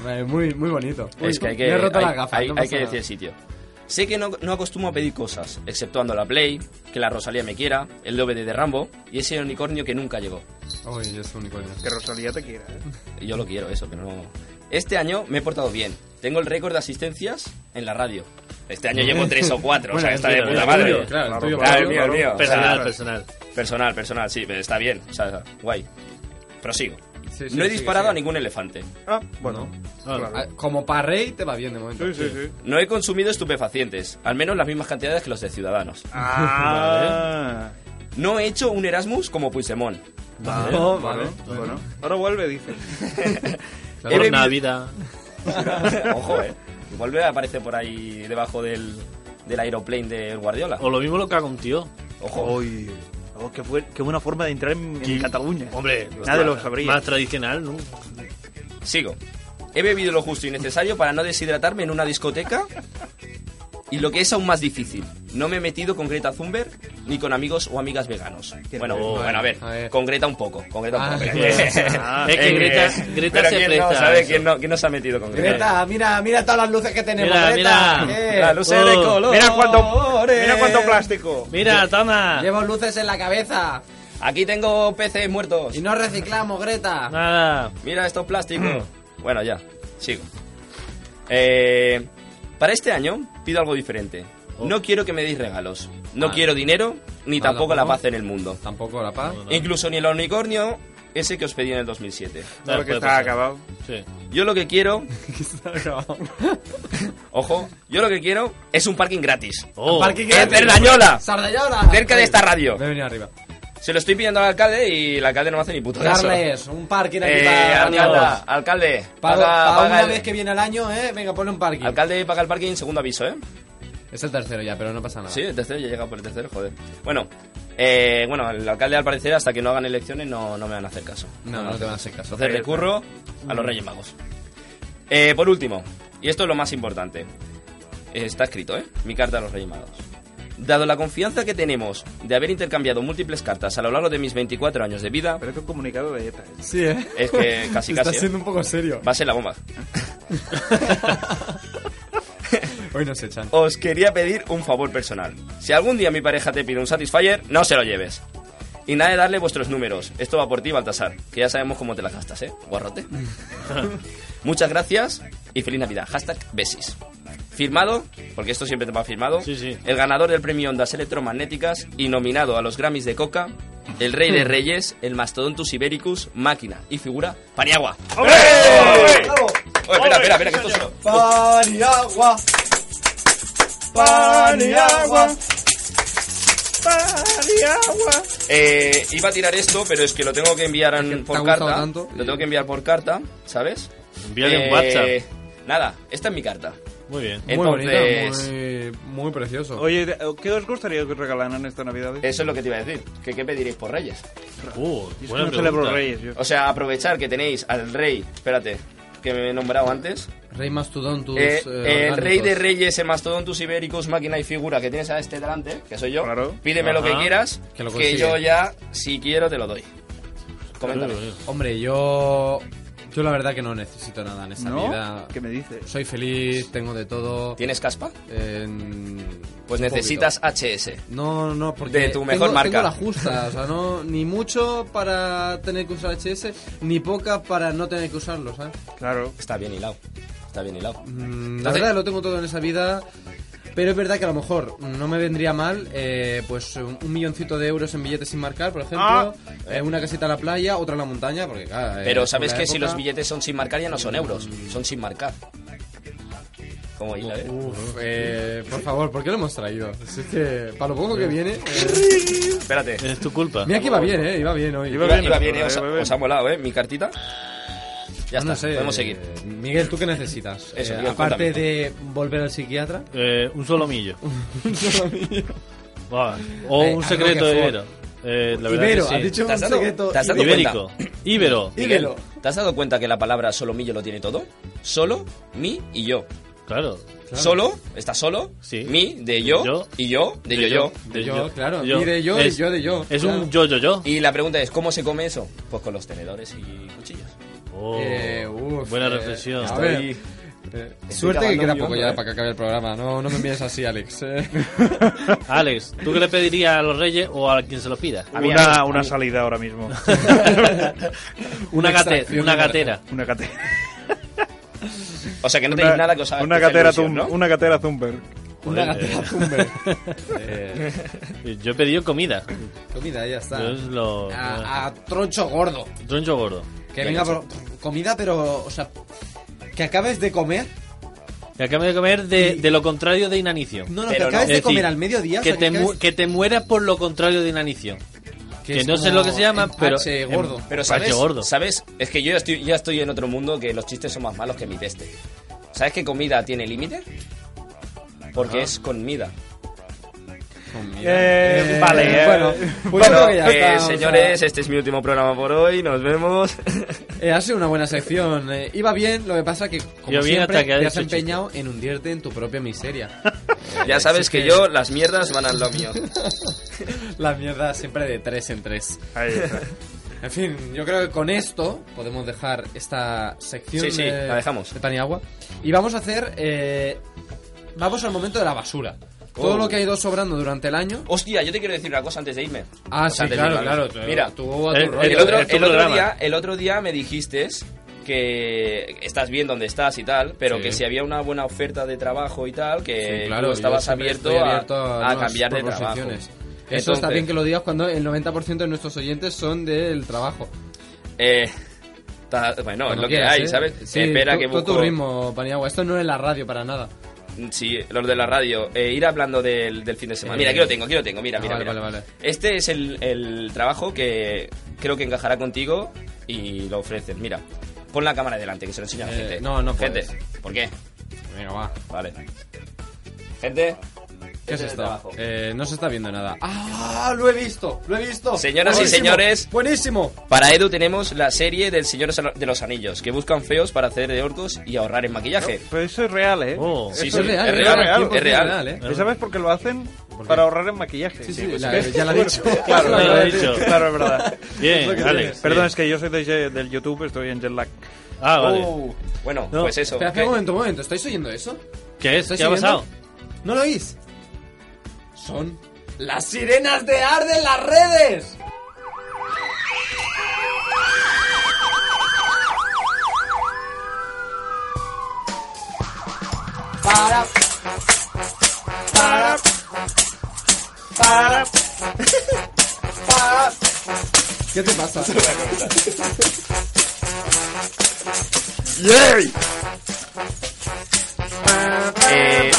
[SPEAKER 2] Vale, muy, muy bonito.
[SPEAKER 7] es que hay que,
[SPEAKER 2] Me he roto
[SPEAKER 7] hay,
[SPEAKER 2] la gafa.
[SPEAKER 7] hay- hay que decir el sitio. Sé que no, no acostumo a pedir cosas, exceptuando la Play, que la Rosalía me quiera, el DVD de Rambo y ese unicornio que nunca llegó.
[SPEAKER 2] Uy, es unicornio.
[SPEAKER 6] Que Rosalía te quiera. ¿eh?
[SPEAKER 7] Y Yo lo quiero, eso, que no. Este año me he portado bien. Tengo el récord de asistencias en la radio. Este año llevo tres o cuatro, o sea, que está de
[SPEAKER 5] bueno,
[SPEAKER 7] puta
[SPEAKER 5] bueno,
[SPEAKER 7] madre.
[SPEAKER 5] bueno,
[SPEAKER 2] Claro, el tuyo,
[SPEAKER 7] Claro, el
[SPEAKER 2] Pablo.
[SPEAKER 7] mío, el mío.
[SPEAKER 5] Personal, personal.
[SPEAKER 7] Personal, personal, sí, pero está bien, o sea, guay. Prosigo.
[SPEAKER 2] Sí, sí,
[SPEAKER 7] no he
[SPEAKER 2] sigue,
[SPEAKER 7] disparado
[SPEAKER 2] sigue.
[SPEAKER 7] a ningún elefante.
[SPEAKER 6] Ah, bueno.
[SPEAKER 5] No.
[SPEAKER 2] Ah,
[SPEAKER 6] Claro.
[SPEAKER 2] Como para rey te va bien de momento.
[SPEAKER 6] Sí, sí, sí.
[SPEAKER 7] No he consumido estupefacientes, al menos las mismas cantidades que los de Ciudadanos.
[SPEAKER 6] Ah,
[SPEAKER 7] No he hecho un Erasmus como Puigdemont.
[SPEAKER 6] vale.
[SPEAKER 2] No,
[SPEAKER 6] vale.
[SPEAKER 2] vale.
[SPEAKER 6] Ah, Bueno, ahora vuelve, dice.
[SPEAKER 7] He
[SPEAKER 5] Por
[SPEAKER 7] bebido-
[SPEAKER 5] Navidad.
[SPEAKER 7] Ojo, eh. Igual vuelve a aparecer por ahí debajo del, del aeroplane del Guardiola.
[SPEAKER 5] O lo mismo lo que hago un tío.
[SPEAKER 7] Ojo.
[SPEAKER 6] Uy, oh, qué, buen- qué buena forma de entrar en, en Cataluña.
[SPEAKER 5] Hombre,
[SPEAKER 6] Nadie lo sabría.
[SPEAKER 5] Más tradicional, ¿no?
[SPEAKER 7] Sigo. He bebido lo justo y necesario para no deshidratarme en una discoteca. Y lo que es aún más difícil, no me he metido con Greta Thunberg ni con amigos o amigas veganos. Bueno,
[SPEAKER 5] bueno.
[SPEAKER 7] bueno, a ver,
[SPEAKER 2] A ver.
[SPEAKER 7] con Greta un poco. Con Greta un
[SPEAKER 2] Ah,
[SPEAKER 7] poco.
[SPEAKER 2] claro.
[SPEAKER 5] Ah, es que
[SPEAKER 7] Eh,
[SPEAKER 5] Greta- Greta
[SPEAKER 7] pero
[SPEAKER 5] se
[SPEAKER 7] ¿quién no,
[SPEAKER 5] presta a
[SPEAKER 7] sabe
[SPEAKER 5] eso.
[SPEAKER 7] ¿Quién no, quién no se ha metido con Greta?
[SPEAKER 2] Greta, mira, mira todas las luces que tenemos.
[SPEAKER 5] Mira,
[SPEAKER 2] Greta.
[SPEAKER 5] mira.
[SPEAKER 2] Eh,
[SPEAKER 7] La luz de
[SPEAKER 5] Oh,
[SPEAKER 7] color.
[SPEAKER 6] Mira cuánto, mira cuánto plástico.
[SPEAKER 5] Mira, toma.
[SPEAKER 2] Llevo luces en la cabeza.
[SPEAKER 7] Aquí tengo peces muertos.
[SPEAKER 2] Y no reciclamos, Greta.
[SPEAKER 5] Nada.
[SPEAKER 7] Mira, esto es plástico. bueno, ya, sigo. Eh, Para este año pido algo diferente. No quiero que me deis regalos. No
[SPEAKER 2] Oh. Vale.
[SPEAKER 7] quiero dinero, ni
[SPEAKER 2] No,
[SPEAKER 7] tampoco la
[SPEAKER 2] tampoco.
[SPEAKER 7] paz en el mundo.
[SPEAKER 2] Tampoco la paz.
[SPEAKER 7] Incluso ni el unicornio ese que os pedí en el 2007.
[SPEAKER 6] Claro, que está acabado.
[SPEAKER 7] Yo lo que quiero. Ojo, yo lo que quiero es un parking gratis.
[SPEAKER 5] Oh.
[SPEAKER 2] Parking
[SPEAKER 7] ¡En
[SPEAKER 2] gratis.
[SPEAKER 7] eh, Cerdañola!
[SPEAKER 2] Cerdañola.
[SPEAKER 7] Cerca de esta radio.
[SPEAKER 2] Me he venido arriba.
[SPEAKER 7] Se lo estoy pidiendo al alcalde y el alcalde no me hace ni puto caso.
[SPEAKER 2] Darles un parking aquí
[SPEAKER 7] Eh,
[SPEAKER 2] para
[SPEAKER 7] alcalde,
[SPEAKER 2] todos.
[SPEAKER 7] alcalde,
[SPEAKER 2] Para,
[SPEAKER 7] paga,
[SPEAKER 2] para
[SPEAKER 7] paga
[SPEAKER 2] una
[SPEAKER 7] el-
[SPEAKER 2] vez que viene el año, eh, venga, ponle un parking.
[SPEAKER 7] Alcalde paga el parking, segundo aviso, ¿eh?
[SPEAKER 2] Es el tercero ya, pero no pasa nada.
[SPEAKER 7] Sí, el tercero, ya he llegado por el tercero, joder. Bueno, eh, bueno, el alcalde al parecer hasta que no hagan elecciones no, no me van a hacer caso.
[SPEAKER 2] No, no te van a hacer caso.
[SPEAKER 7] Entonces recurro a los Reyes Magos. Eh, por último, y esto es lo más importante. Eh, Está escrito, ¿eh? Mi carta a los Reyes Magos. Dado la confianza que tenemos de haber intercambiado múltiples cartas a lo largo de mis 24 años de vida...
[SPEAKER 6] Pero es un comunicado de ETA.
[SPEAKER 2] Sí, eh.
[SPEAKER 7] Es que casi
[SPEAKER 2] Está
[SPEAKER 7] casi... ¿eh?
[SPEAKER 2] siendo un poco serio.
[SPEAKER 7] Va a ser la bomba.
[SPEAKER 2] Hoy nos echan.
[SPEAKER 7] Os quería pedir un favor personal. Si algún día mi pareja te pide un Satisfyer, no se lo lleves. Y nada de darle vuestros números. Esto va por ti, Baltasar. Que ya sabemos cómo te las gastas, ¿eh? Guarrote. Muchas gracias y feliz Navidad. Hashtag besis. Firmado, porque esto siempre te va firmado, el ganador del premio Ondas Electromagnéticas y nominado a los Grammys de Coca, el rey
[SPEAKER 5] Hmm.
[SPEAKER 7] de reyes, el Mastodontus Ibericus, máquina y figura, Paniagua. ¡Eh! Oye, espera, espera, espera, que esto solo...
[SPEAKER 2] Pan y agua. Pan y agua.
[SPEAKER 6] Pan y agua.
[SPEAKER 7] Eh, iba a tirar esto, pero es que lo tengo que enviar en-
[SPEAKER 2] ha
[SPEAKER 7] por
[SPEAKER 2] gustado
[SPEAKER 7] carta.
[SPEAKER 2] tanto.
[SPEAKER 7] Lo tengo que enviar por carta, ¿sabes?
[SPEAKER 5] Envíale
[SPEAKER 7] eh,
[SPEAKER 5] un WhatsApp.
[SPEAKER 7] Nada, esta es mi carta.
[SPEAKER 5] Muy bien.
[SPEAKER 2] Muy bonito,
[SPEAKER 7] Entonces,
[SPEAKER 2] muy, muy precioso.
[SPEAKER 6] Oye, de- ¿qué os gustaría que os regalaran esta Navidad?
[SPEAKER 7] eso es lo que te iba a decir. que ¿Qué pediréis por Reyes?
[SPEAKER 5] Uh,
[SPEAKER 6] Yo es que
[SPEAKER 5] buena
[SPEAKER 6] no celebro
[SPEAKER 5] pregunta.
[SPEAKER 6] Reyes. Yo.
[SPEAKER 7] O sea, aprovechar que tenéis al rey, espérate, que me he nombrado antes.
[SPEAKER 2] Rey Mastodontus.
[SPEAKER 7] Eh,
[SPEAKER 2] eh,
[SPEAKER 7] el rey de
[SPEAKER 2] orgánicos.
[SPEAKER 7] reyes, el mastodontus ibéricos, máquina y figura que tienes a este delante, que soy yo.
[SPEAKER 6] Claro.
[SPEAKER 7] Pídeme lo que
[SPEAKER 5] Ajá.
[SPEAKER 7] quieras,
[SPEAKER 2] Que lo
[SPEAKER 7] que
[SPEAKER 2] consigue.
[SPEAKER 7] yo ya, si quiero, te lo doy. Coméntame.
[SPEAKER 2] Hombre, yo. Yo la verdad que no necesito nada en esta
[SPEAKER 6] ¿No?
[SPEAKER 2] vida.
[SPEAKER 6] ¿Qué me dices?
[SPEAKER 2] Soy feliz, tengo de todo.
[SPEAKER 7] ¿Tienes caspa?
[SPEAKER 2] en-
[SPEAKER 7] Pues
[SPEAKER 2] un
[SPEAKER 7] necesitas
[SPEAKER 2] poquito.
[SPEAKER 7] HS.
[SPEAKER 2] No, no, porque.
[SPEAKER 7] De tu mejor
[SPEAKER 2] tengo,
[SPEAKER 7] marca.
[SPEAKER 2] Tengo la justa, o sea, no. Ni mucho para tener que usar HS, ni poca para no tener que usarlo, ¿sabes?
[SPEAKER 6] Claro.
[SPEAKER 7] Está bien hilado. Está bien hilado.
[SPEAKER 2] Mm, La
[SPEAKER 7] Entonces-
[SPEAKER 2] verdad, lo tengo todo en esa vida. Pero es verdad que a lo mejor no me vendría mal, eh, pues un, un milloncito de euros en billetes sin marcar, por ejemplo.
[SPEAKER 6] Ah.
[SPEAKER 2] eh, una casita a la playa, otra en la montaña, porque claro. eh,
[SPEAKER 7] Pero
[SPEAKER 2] es
[SPEAKER 7] sabes
[SPEAKER 2] una
[SPEAKER 7] que si
[SPEAKER 2] época-
[SPEAKER 7] los billetes son sin marcar ya no son euros, son sin marcar. Como hila, ¿eh?
[SPEAKER 2] Uf, eh, por favor, ¿por qué lo hemos traído? Si es que, para lo poco que viene. eh,
[SPEAKER 7] Espérate.
[SPEAKER 5] Es tu culpa.
[SPEAKER 2] mira que iba bien, eh, iba bien hoy.
[SPEAKER 7] Iba, iba bien, eh,
[SPEAKER 6] iba
[SPEAKER 7] os, ha-
[SPEAKER 6] bien.
[SPEAKER 7] os ha molado, ¿eh? Mi cartita. Ya
[SPEAKER 2] No
[SPEAKER 7] está,
[SPEAKER 2] sé,
[SPEAKER 7] podemos
[SPEAKER 2] eh,
[SPEAKER 7] seguir.
[SPEAKER 2] Miguel, ¿tú qué necesitas?
[SPEAKER 7] Eso,
[SPEAKER 2] Eh,
[SPEAKER 7] Miguel,
[SPEAKER 2] aparte
[SPEAKER 7] cuéntame.
[SPEAKER 2] de volver al psiquiatra.
[SPEAKER 5] Eh, un solomillo. Va, O
[SPEAKER 2] Eh, algo
[SPEAKER 5] un secreto
[SPEAKER 2] que
[SPEAKER 5] de
[SPEAKER 2] fue.
[SPEAKER 5] Ibero. Eh, la verdad
[SPEAKER 2] Ibero,
[SPEAKER 5] que sí.
[SPEAKER 2] has dicho
[SPEAKER 7] ¿Te
[SPEAKER 2] un
[SPEAKER 7] has dado-
[SPEAKER 2] secreto.
[SPEAKER 7] te has dado-
[SPEAKER 5] Ibérico. Ibero.
[SPEAKER 7] Miguel,
[SPEAKER 2] dímelo.
[SPEAKER 7] ¿te has dado cuenta que la palabra solomillo lo tiene todo? Solo, mi y yo.
[SPEAKER 5] Claro.
[SPEAKER 7] Solo, está solo,
[SPEAKER 5] Sí.
[SPEAKER 7] mi, de yo,
[SPEAKER 5] Yo.
[SPEAKER 7] y yo, de, yo, yo.
[SPEAKER 2] De yo, claro. Y de yo, y yo, de yo,
[SPEAKER 5] Es
[SPEAKER 2] claro.
[SPEAKER 5] un yo, yo, yo.
[SPEAKER 7] Y la pregunta es, ¿cómo se come eso? Pues con los tenedores y cuchillos.
[SPEAKER 5] Oh,
[SPEAKER 2] Eh, uf,
[SPEAKER 5] buena
[SPEAKER 2] eh,
[SPEAKER 5] reflexión.
[SPEAKER 2] a
[SPEAKER 7] Estoy-
[SPEAKER 2] ver, eh, suerte que
[SPEAKER 7] acabando
[SPEAKER 2] queda
[SPEAKER 7] mi
[SPEAKER 2] poco
[SPEAKER 7] hombro,
[SPEAKER 2] ya
[SPEAKER 7] eh.
[SPEAKER 2] para que acabe el programa. No, no me mires así, Alex. eh.
[SPEAKER 5] Alex, ¿tú qué le pedirías a los reyes o a quien se lo pida?
[SPEAKER 7] A mí, a mí,
[SPEAKER 6] Una,
[SPEAKER 7] a
[SPEAKER 6] una
[SPEAKER 7] mí.
[SPEAKER 6] salida ahora mismo.
[SPEAKER 5] Una, gate-
[SPEAKER 2] extracción
[SPEAKER 5] una
[SPEAKER 2] de
[SPEAKER 5] gatera.
[SPEAKER 6] Una catera.
[SPEAKER 7] O sea que no
[SPEAKER 6] Una,
[SPEAKER 7] tenéis nada que os haga
[SPEAKER 6] una
[SPEAKER 7] especial
[SPEAKER 6] catera,
[SPEAKER 7] ilusión,
[SPEAKER 6] Thun-
[SPEAKER 7] ¿no?
[SPEAKER 6] una catera Thunberg.
[SPEAKER 2] Una
[SPEAKER 5] Joder,
[SPEAKER 2] gatera
[SPEAKER 5] eh.
[SPEAKER 2] tumbe.
[SPEAKER 5] Yo he pedido comida.
[SPEAKER 2] Comida, ya está.
[SPEAKER 5] Yo es lo...
[SPEAKER 2] A, a troncho gordo.
[SPEAKER 5] Troncho gordo.
[SPEAKER 2] Que venga, por- comida, pero, o sea, que acabes de comer.
[SPEAKER 5] Que acabes de comer de, de lo contrario de inanición.
[SPEAKER 2] No, no, que
[SPEAKER 7] Pero no.
[SPEAKER 2] acabes
[SPEAKER 5] Es
[SPEAKER 2] de
[SPEAKER 5] decir,
[SPEAKER 2] comer al mediodía. o
[SPEAKER 5] Que
[SPEAKER 2] sea,
[SPEAKER 5] te, mu-
[SPEAKER 2] acabes-
[SPEAKER 5] que te mueras por lo contrario de inanición. que
[SPEAKER 2] es
[SPEAKER 5] no sé
[SPEAKER 2] como
[SPEAKER 5] lo que se llama, pero-
[SPEAKER 2] empache gordo.
[SPEAKER 5] em-
[SPEAKER 7] Pero
[SPEAKER 5] Pacho
[SPEAKER 7] sabes,
[SPEAKER 5] gordo.
[SPEAKER 7] sabes, es que yo ya estoy, ya estoy en otro mundo que los chistes son más malos que mi teste. ¿Sabes qué comida tiene límite? Porque es comida.
[SPEAKER 6] Eh, vale, eh.
[SPEAKER 2] Bueno, pues yo creo que ya está,
[SPEAKER 7] eh,
[SPEAKER 2] o sea,
[SPEAKER 7] señores, este es mi último programa por hoy. Nos vemos.
[SPEAKER 2] eh, ha sido una buena sección. eh, iba bien, lo que pasa que como
[SPEAKER 5] Iba bien
[SPEAKER 2] siempre
[SPEAKER 5] hasta que ha
[SPEAKER 2] te has
[SPEAKER 5] dicho
[SPEAKER 2] empeñado en hundirte en tu propia miseria.
[SPEAKER 7] ya sabes que yo, las mierdas van al lo mío.
[SPEAKER 2] La mierda siempre de tres en tres.
[SPEAKER 6] Ahí está.
[SPEAKER 2] En fin, yo creo que con esto podemos dejar esta sección
[SPEAKER 7] Sí, sí,
[SPEAKER 2] de,
[SPEAKER 7] la dejamos.
[SPEAKER 2] de Paniagua. Y vamos a hacer... eh, vamos al momento de la basura. Todo
[SPEAKER 7] Oh.
[SPEAKER 2] lo que ha ido sobrando durante el año...
[SPEAKER 7] Hostia, yo te quiero decir una cosa antes de irme.
[SPEAKER 2] Ah,
[SPEAKER 7] O
[SPEAKER 2] sí,
[SPEAKER 7] sea, antes de
[SPEAKER 2] claro,
[SPEAKER 7] irme.
[SPEAKER 2] claro, claro.
[SPEAKER 7] Mira,
[SPEAKER 2] tú a tu
[SPEAKER 5] el-
[SPEAKER 2] rollo.
[SPEAKER 7] el otro,
[SPEAKER 5] es tu
[SPEAKER 7] el otro
[SPEAKER 5] programa.
[SPEAKER 7] día, el otro día me dijiste que estás bien donde estás y tal, pero
[SPEAKER 2] Sí.
[SPEAKER 7] que si había una buena oferta de trabajo y tal, que
[SPEAKER 2] Sí, claro,
[SPEAKER 7] Eh, tú
[SPEAKER 2] yo
[SPEAKER 7] estabas
[SPEAKER 2] siempre
[SPEAKER 7] abierto,
[SPEAKER 2] estoy
[SPEAKER 7] a-
[SPEAKER 2] abierto a
[SPEAKER 7] a,
[SPEAKER 2] nuevas
[SPEAKER 7] cambiar de trabajo.
[SPEAKER 2] proposiciones. Eso está bien que lo digas cuando el 90% de nuestros oyentes son del trabajo.
[SPEAKER 7] Eh, ta- bueno, es
[SPEAKER 2] Cuando
[SPEAKER 7] lo que
[SPEAKER 2] quieras,
[SPEAKER 7] hay,
[SPEAKER 2] ¿eh?
[SPEAKER 7] ¿sabes?
[SPEAKER 2] Sí,
[SPEAKER 7] Espera
[SPEAKER 2] tú-
[SPEAKER 7] que
[SPEAKER 2] tú a tu
[SPEAKER 7] busco-
[SPEAKER 2] ritmo, Paniagua. Esto no es la radio para nada.
[SPEAKER 7] Sí, los de la radio. Eh, ir hablando del, del fin de semana. Mira,
[SPEAKER 2] Eh,
[SPEAKER 7] aquí lo tengo, aquí lo tengo. Mira,
[SPEAKER 2] ah,
[SPEAKER 7] mira,
[SPEAKER 2] vale,
[SPEAKER 7] mira.
[SPEAKER 2] vale, vale.
[SPEAKER 7] Este es el, el trabajo que creo que encajará contigo y lo ofrecen. Mira, pon la cámara delante, que se lo enseña a la
[SPEAKER 2] Eh,
[SPEAKER 7] gente.
[SPEAKER 2] no, no
[SPEAKER 7] Gente,
[SPEAKER 2] puedes.
[SPEAKER 7] ¿por qué?
[SPEAKER 2] Venga, va.
[SPEAKER 7] Vale. Gente.
[SPEAKER 2] ¿Qué es
[SPEAKER 7] este el
[SPEAKER 2] esto?
[SPEAKER 7] trabajo.
[SPEAKER 2] Eh, no se está viendo nada. ¡Ah! Lo he visto, lo he visto.
[SPEAKER 7] Señoras y
[SPEAKER 2] Buenísimo,
[SPEAKER 7] señores.
[SPEAKER 2] Buenísimo.
[SPEAKER 7] Para Edu tenemos la serie del Señor de los Anillos, que buscan feos para hacer de orcos y ahorrar en maquillaje.
[SPEAKER 6] Pero eso es real, ¿eh?
[SPEAKER 7] Sí,
[SPEAKER 6] Eso
[SPEAKER 7] sí, es real, es real.
[SPEAKER 2] ¿eh?
[SPEAKER 6] ¿Y sabes por qué lo hacen? Para ahorrar en maquillaje.
[SPEAKER 2] Sí, sí,
[SPEAKER 6] pues
[SPEAKER 2] la-
[SPEAKER 6] que-
[SPEAKER 2] ya lo ha
[SPEAKER 6] bueno,
[SPEAKER 2] dicho.
[SPEAKER 6] Claro,
[SPEAKER 2] Ya lo
[SPEAKER 6] claro,
[SPEAKER 2] ha
[SPEAKER 6] es-
[SPEAKER 2] dicho.
[SPEAKER 6] Claro, es verdad.
[SPEAKER 2] Bien,
[SPEAKER 5] Eh,
[SPEAKER 6] Es lo que
[SPEAKER 2] Alex,
[SPEAKER 6] tiene. Perdón,
[SPEAKER 2] bien.
[SPEAKER 6] es que yo soy de- del YouTube, estoy en jet lag. Oh.
[SPEAKER 5] Ah,
[SPEAKER 2] vale.
[SPEAKER 7] bueno,
[SPEAKER 6] No.
[SPEAKER 7] pues eso.
[SPEAKER 2] Espera, espera, un momento, un momento. ¿Estáis oyendo eso?
[SPEAKER 5] ¿Qué es?
[SPEAKER 2] ¿Estáis
[SPEAKER 5] ¿Qué ha
[SPEAKER 2] oyendo?
[SPEAKER 5] pasado?
[SPEAKER 2] ¿No lo oís? Son las sirenas de Arden las redes.
[SPEAKER 11] Para. Para. Para. Para.
[SPEAKER 2] ¿Qué te pasa?
[SPEAKER 7] ¡Yay! Eh,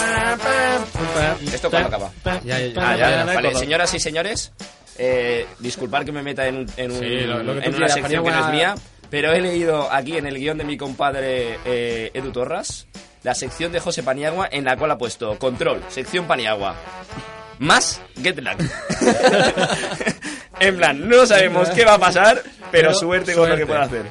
[SPEAKER 7] ¿Esto cuándo acaba?
[SPEAKER 2] Ya, ya, ya.
[SPEAKER 7] Ah, ya, ya,
[SPEAKER 2] Ya, ya,
[SPEAKER 7] vale.
[SPEAKER 2] ya.
[SPEAKER 7] Señoras y señores, eh, disculpad que me meta en, un- en, un-
[SPEAKER 2] Sí, lo- lo que tú
[SPEAKER 7] en una
[SPEAKER 2] quieras,
[SPEAKER 7] sección que
[SPEAKER 2] Paniagua.
[SPEAKER 7] no es mía, pero he leído aquí en el guión de mi compadre eh, Edu Torras la sección de José Paniagua en la cual ha puesto control, sección Paniagua. Más Get Lag. en plan, no sabemos qué va a pasar, pero, suerte con lo que pueda hacer.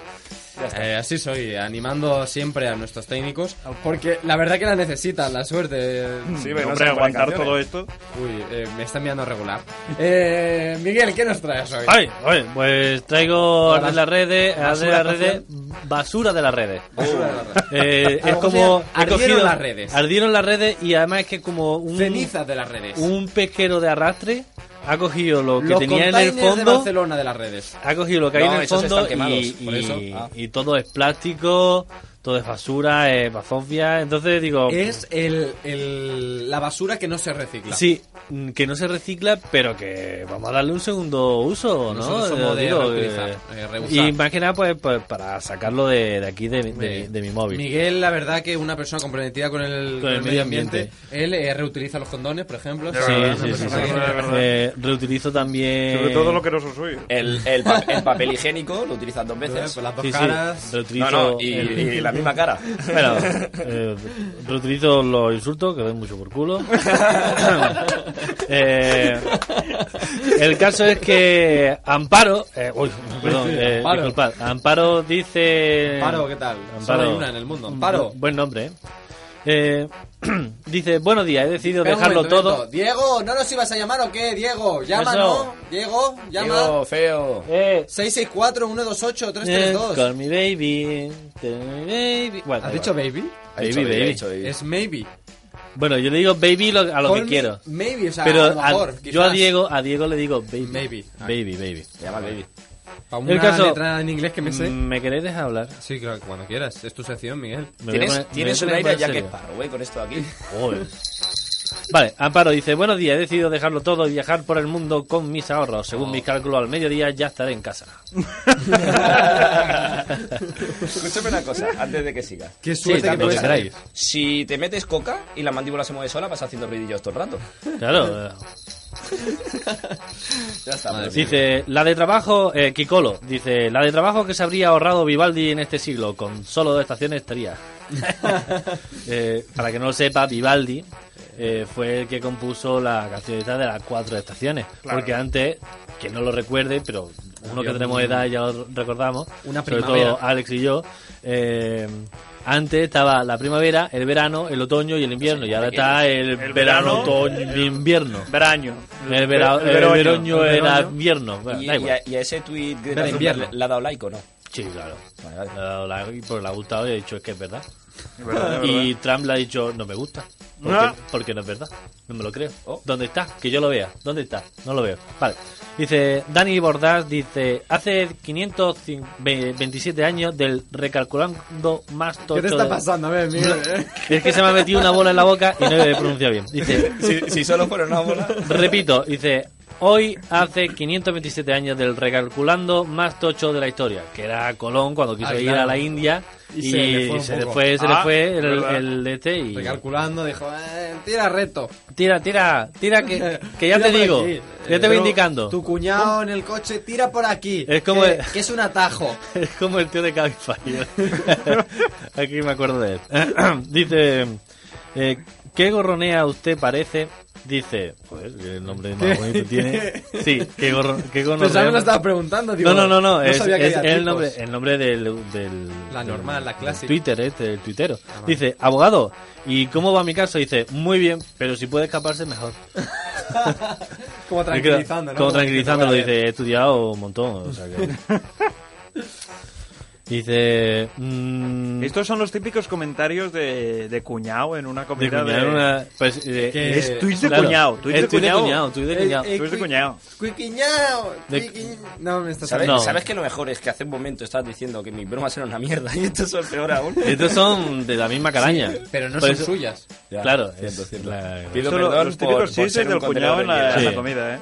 [SPEAKER 2] Eh, así soy, animando siempre a nuestros técnicos, porque la verdad que la necesitan, la suerte.
[SPEAKER 6] Sí, pero no Mm. Hombre, se puede aguantar canciones. todo
[SPEAKER 2] esto. Uy, eh, me están mirando regular. Eh, Miguel, ¿qué nos traes hoy?
[SPEAKER 5] Ay, ay, pues traigo
[SPEAKER 2] Ahora,
[SPEAKER 5] de las redes,
[SPEAKER 2] basura
[SPEAKER 5] de las redes,
[SPEAKER 2] espacial.
[SPEAKER 5] basura de las redes.
[SPEAKER 2] Basura de las redes.
[SPEAKER 5] Eh, es
[SPEAKER 2] Algo sea,
[SPEAKER 5] como he
[SPEAKER 2] ardieron
[SPEAKER 5] cogido-
[SPEAKER 2] las redes.
[SPEAKER 5] Ardieron las redes y además es que como un
[SPEAKER 2] Cenizas de las redes.
[SPEAKER 5] un pesquero de arrastre ha cogido lo que
[SPEAKER 2] Los
[SPEAKER 5] tenía en el
[SPEAKER 2] containers de
[SPEAKER 5] fondo,
[SPEAKER 2] Barcelona de las redes.
[SPEAKER 5] ha cogido lo que hay
[SPEAKER 2] No,
[SPEAKER 5] en el
[SPEAKER 2] esos
[SPEAKER 5] fondo
[SPEAKER 2] están quemados,
[SPEAKER 5] y,
[SPEAKER 2] por
[SPEAKER 5] y-
[SPEAKER 2] eso. Ah.
[SPEAKER 5] y todo es plástico, todo es basura, es bazofia, entonces digo
[SPEAKER 2] Es el, el- la basura que no se recicla.
[SPEAKER 5] Sí, mm, que no se recicla, pero que vamos a darle un segundo uso, ¿no?
[SPEAKER 2] Nosotros somos de reutilizar,
[SPEAKER 5] eh,
[SPEAKER 2] eh, reusar.
[SPEAKER 5] y más que nada, pues, pues, para sacarlo de, de aquí, de, mi- de mi- de mi móvil.
[SPEAKER 2] Miguel, la verdad que una persona comprometida con el, con el medio ambiente. Él eh, reutiliza los condones, por ejemplo.
[SPEAKER 5] Sí,
[SPEAKER 2] Es una
[SPEAKER 5] sí, sí, sí.
[SPEAKER 2] persona que-
[SPEAKER 5] Eh, reutilizo también...
[SPEAKER 6] Eh, os soy.
[SPEAKER 7] El, el pa- el papel higiénico lo utilizas dos veces.
[SPEAKER 2] Pues las dos Sí, sí, caras.
[SPEAKER 5] reutilizo
[SPEAKER 7] No, no, y,
[SPEAKER 5] el-
[SPEAKER 7] y la misma cara.
[SPEAKER 5] Bueno, eh, reutilizo los insultos, que doy mucho por culo. Eh, el caso es que Amparo... eh, uy, perdón, eh,
[SPEAKER 2] Amparo.
[SPEAKER 5] disculpad. Amparo dice...
[SPEAKER 2] Amparo, ¿qué tal? Solo hay una en el mundo, Amparo.
[SPEAKER 5] Bu- Buen nombre, ¿eh? Eh, dice, buenos días, he decidido
[SPEAKER 2] Espera un
[SPEAKER 5] dejarlo
[SPEAKER 2] momento, un
[SPEAKER 5] todo...
[SPEAKER 2] momento. Diego, ¿no nos ibas a llamar o qué? Diego, llama,
[SPEAKER 5] Eso.
[SPEAKER 2] ¿no? Diego, llama.
[SPEAKER 5] Diego,
[SPEAKER 7] feo.
[SPEAKER 5] Eh,
[SPEAKER 2] 664-128-332.
[SPEAKER 5] Con mi baby, Eh, con mi baby. Bueno,
[SPEAKER 2] ¿Has
[SPEAKER 5] da
[SPEAKER 2] dicho
[SPEAKER 5] igual.
[SPEAKER 2] baby?
[SPEAKER 5] Ha dicho Baby, baby. ha dicho baby.
[SPEAKER 2] Es maybe.
[SPEAKER 5] Bueno, yo le digo baby lo- a lo
[SPEAKER 2] Call
[SPEAKER 5] que
[SPEAKER 2] me
[SPEAKER 5] quiero.
[SPEAKER 2] maybe, o sea,
[SPEAKER 5] Pero
[SPEAKER 2] a lo mejor,
[SPEAKER 5] al- yo
[SPEAKER 2] quizás.
[SPEAKER 5] a Diego, a Diego le digo baby.
[SPEAKER 2] Maybe.
[SPEAKER 5] Baby, baby.
[SPEAKER 7] llama baby.
[SPEAKER 2] Pa' una letra en inglés que me sé.
[SPEAKER 5] ¿Me queréis dejar hablar?
[SPEAKER 2] Sí, claro, que cuando quieras. Es tu sección, Miguel.
[SPEAKER 5] Me voy a
[SPEAKER 7] Tienes,
[SPEAKER 5] poner-
[SPEAKER 7] tienes
[SPEAKER 5] me
[SPEAKER 7] un
[SPEAKER 5] voy a
[SPEAKER 7] aire
[SPEAKER 5] poner
[SPEAKER 7] ya que
[SPEAKER 5] serio.
[SPEAKER 7] paro, güey, con esto de aquí.
[SPEAKER 5] Joder. Vale, Amparo dice, buenos días, he decidido dejarlo todo y viajar por el mundo con mis ahorros. Según
[SPEAKER 7] Oh.
[SPEAKER 5] mis cálculos, al mediodía ya estaré en casa.
[SPEAKER 7] Escúchame una cosa, antes de que sigas.
[SPEAKER 5] Qué suerte Sí, que lo puedes que queráis. tener.
[SPEAKER 7] Si te metes coca y la mandíbula se mueve sola, vas haciendo ruidillos todo el rato.
[SPEAKER 5] Claro. eh.
[SPEAKER 7] Ya está. pues.
[SPEAKER 5] Dice, la de trabajo, eh, Kikolo, dice, la de trabajo que se habría ahorrado Vivaldi en este siglo, con solo dos estaciones estaría. Eh, para que no lo sepa, Vivaldi eh, fue el que compuso la cancioneta de las cuatro estaciones.
[SPEAKER 7] Claro.
[SPEAKER 5] Porque antes, que no lo recuerde, pero uno que
[SPEAKER 7] Dios
[SPEAKER 5] tenemos
[SPEAKER 7] mío.
[SPEAKER 5] edad ya lo recordamos,
[SPEAKER 7] Una
[SPEAKER 5] sobre
[SPEAKER 7] primavera.
[SPEAKER 5] todo Alex y yo, eh, antes estaba la primavera, el verano, el otoño y el invierno, y ahora está el,
[SPEAKER 6] El
[SPEAKER 5] verano,
[SPEAKER 6] verano,
[SPEAKER 5] otoño y invierno.
[SPEAKER 6] Veraño.
[SPEAKER 5] El, vera-
[SPEAKER 6] El
[SPEAKER 5] el
[SPEAKER 6] veroño.
[SPEAKER 5] veroño
[SPEAKER 6] El
[SPEAKER 5] era
[SPEAKER 6] veroño.
[SPEAKER 5] invierno. Bueno,
[SPEAKER 7] Y,
[SPEAKER 5] da
[SPEAKER 7] y
[SPEAKER 5] igual.
[SPEAKER 7] a, y a ese tweet
[SPEAKER 5] Del invierno.
[SPEAKER 7] le, le ha dado like o no.
[SPEAKER 5] Sí, claro. Le ha dado la- y pues le ha gustado y ha dicho es que es verdad.
[SPEAKER 6] Ah, Es verdad, es
[SPEAKER 5] y
[SPEAKER 6] verdad.
[SPEAKER 5] Trump le ha dicho, no me gusta. Porque,
[SPEAKER 6] Ah.
[SPEAKER 5] porque no es verdad. No me lo creo. ¿Dónde está? Que yo lo vea. ¿Dónde está? No lo veo. Vale. Dice, Dani Bordas dice, hace 527 años del recalculando más tocho.
[SPEAKER 2] ¿Qué te está
[SPEAKER 5] de-
[SPEAKER 2] pasando? A ver, Miguel. eh.
[SPEAKER 5] Es que se me ha metido una bola en la boca y no he pronunciado bien. Dice,
[SPEAKER 7] Si- si solo fuera una bola.
[SPEAKER 5] Repito, dice, hoy hace 527 años del recalculando más tocho de la historia, que era Colón cuando quiso
[SPEAKER 2] Ah,
[SPEAKER 5] ir
[SPEAKER 2] claro.
[SPEAKER 5] a la India y, se le fue,
[SPEAKER 2] un
[SPEAKER 5] se le
[SPEAKER 2] poco.
[SPEAKER 5] fue,
[SPEAKER 2] Ah,
[SPEAKER 5] el,
[SPEAKER 2] verdad.
[SPEAKER 5] el de este y...
[SPEAKER 2] Recalculando, dijo, eh, tira recto.
[SPEAKER 5] Tira, tira, tira, que, que ya
[SPEAKER 2] Tira
[SPEAKER 5] te
[SPEAKER 2] por
[SPEAKER 5] digo,
[SPEAKER 2] aquí.
[SPEAKER 5] ya te voy
[SPEAKER 2] Pero
[SPEAKER 5] indicando.
[SPEAKER 2] Tu cuñado en el coche, tira por aquí.
[SPEAKER 5] Es como
[SPEAKER 2] que,
[SPEAKER 5] el-
[SPEAKER 2] que es un atajo.
[SPEAKER 5] Es como el tío de Cabify. Aquí me acuerdo de él. Dice, eh, ¿qué gorronea usted parece? Dice, joder, qué nombre más
[SPEAKER 2] ¿Qué?
[SPEAKER 5] bonito tiene. Sí, qué, gorro, qué
[SPEAKER 2] Pensaba que
[SPEAKER 5] gorronea.
[SPEAKER 2] me Pues lo estaba preguntando, digo,
[SPEAKER 5] no, no, no, no,
[SPEAKER 2] no
[SPEAKER 5] es,
[SPEAKER 2] sabía que
[SPEAKER 5] es
[SPEAKER 2] había
[SPEAKER 5] el
[SPEAKER 2] tipos.
[SPEAKER 5] nombre, el nombre del, del-
[SPEAKER 2] La
[SPEAKER 5] del-
[SPEAKER 2] normal, la
[SPEAKER 5] del
[SPEAKER 2] clásica. Ah,
[SPEAKER 5] Twitter, este, el tuitero.
[SPEAKER 2] vale.
[SPEAKER 5] Dice, abogado, ¿y cómo va mi caso? Dice, muy bien, pero si puede escaparse, mejor.
[SPEAKER 2] Como tranquilizando, ¿no?
[SPEAKER 5] Como
[SPEAKER 2] Como
[SPEAKER 5] tranquilizando,
[SPEAKER 2] que
[SPEAKER 5] lo
[SPEAKER 2] te vaya
[SPEAKER 5] dice, he estudiado un montón. o sea que- dice, mm,
[SPEAKER 6] Estos son los típicos comentarios de, de cuñado en una
[SPEAKER 5] de
[SPEAKER 6] comida
[SPEAKER 5] cuñado en una- pues, eh,
[SPEAKER 6] Que- Es tuit de
[SPEAKER 5] claro,
[SPEAKER 6] cuñado, tuit
[SPEAKER 5] es
[SPEAKER 6] de
[SPEAKER 5] tuit de
[SPEAKER 6] cuñado.
[SPEAKER 5] cuñado, tuit de
[SPEAKER 2] Eh,
[SPEAKER 5] cuñado.
[SPEAKER 2] eh,
[SPEAKER 6] Tú eres de
[SPEAKER 2] cui-
[SPEAKER 6] cuñado.
[SPEAKER 2] Cuiquiñao.
[SPEAKER 5] De-
[SPEAKER 2] cuiqui- No, me estás
[SPEAKER 7] ¿Sabes,
[SPEAKER 5] No.
[SPEAKER 7] ¿Sabes que lo mejor es que hace un momento estás diciendo que mis bromas eran una mierda y esto es peor aún?
[SPEAKER 5] Estos son de la misma caraña.
[SPEAKER 2] Pero no
[SPEAKER 5] Por
[SPEAKER 2] son
[SPEAKER 5] Pues eso-
[SPEAKER 2] suyas.
[SPEAKER 7] Ya,
[SPEAKER 5] claro,
[SPEAKER 7] cierto,
[SPEAKER 5] es
[SPEAKER 7] cierto.
[SPEAKER 5] la-
[SPEAKER 7] Pido
[SPEAKER 6] Son los-
[SPEAKER 7] perdón
[SPEAKER 6] los
[SPEAKER 7] por-
[SPEAKER 6] típicos
[SPEAKER 7] por
[SPEAKER 6] chistes
[SPEAKER 7] ser un
[SPEAKER 6] del cuñado en la,
[SPEAKER 7] contenedor
[SPEAKER 6] en la
[SPEAKER 5] Sí.
[SPEAKER 6] comida, ¿eh?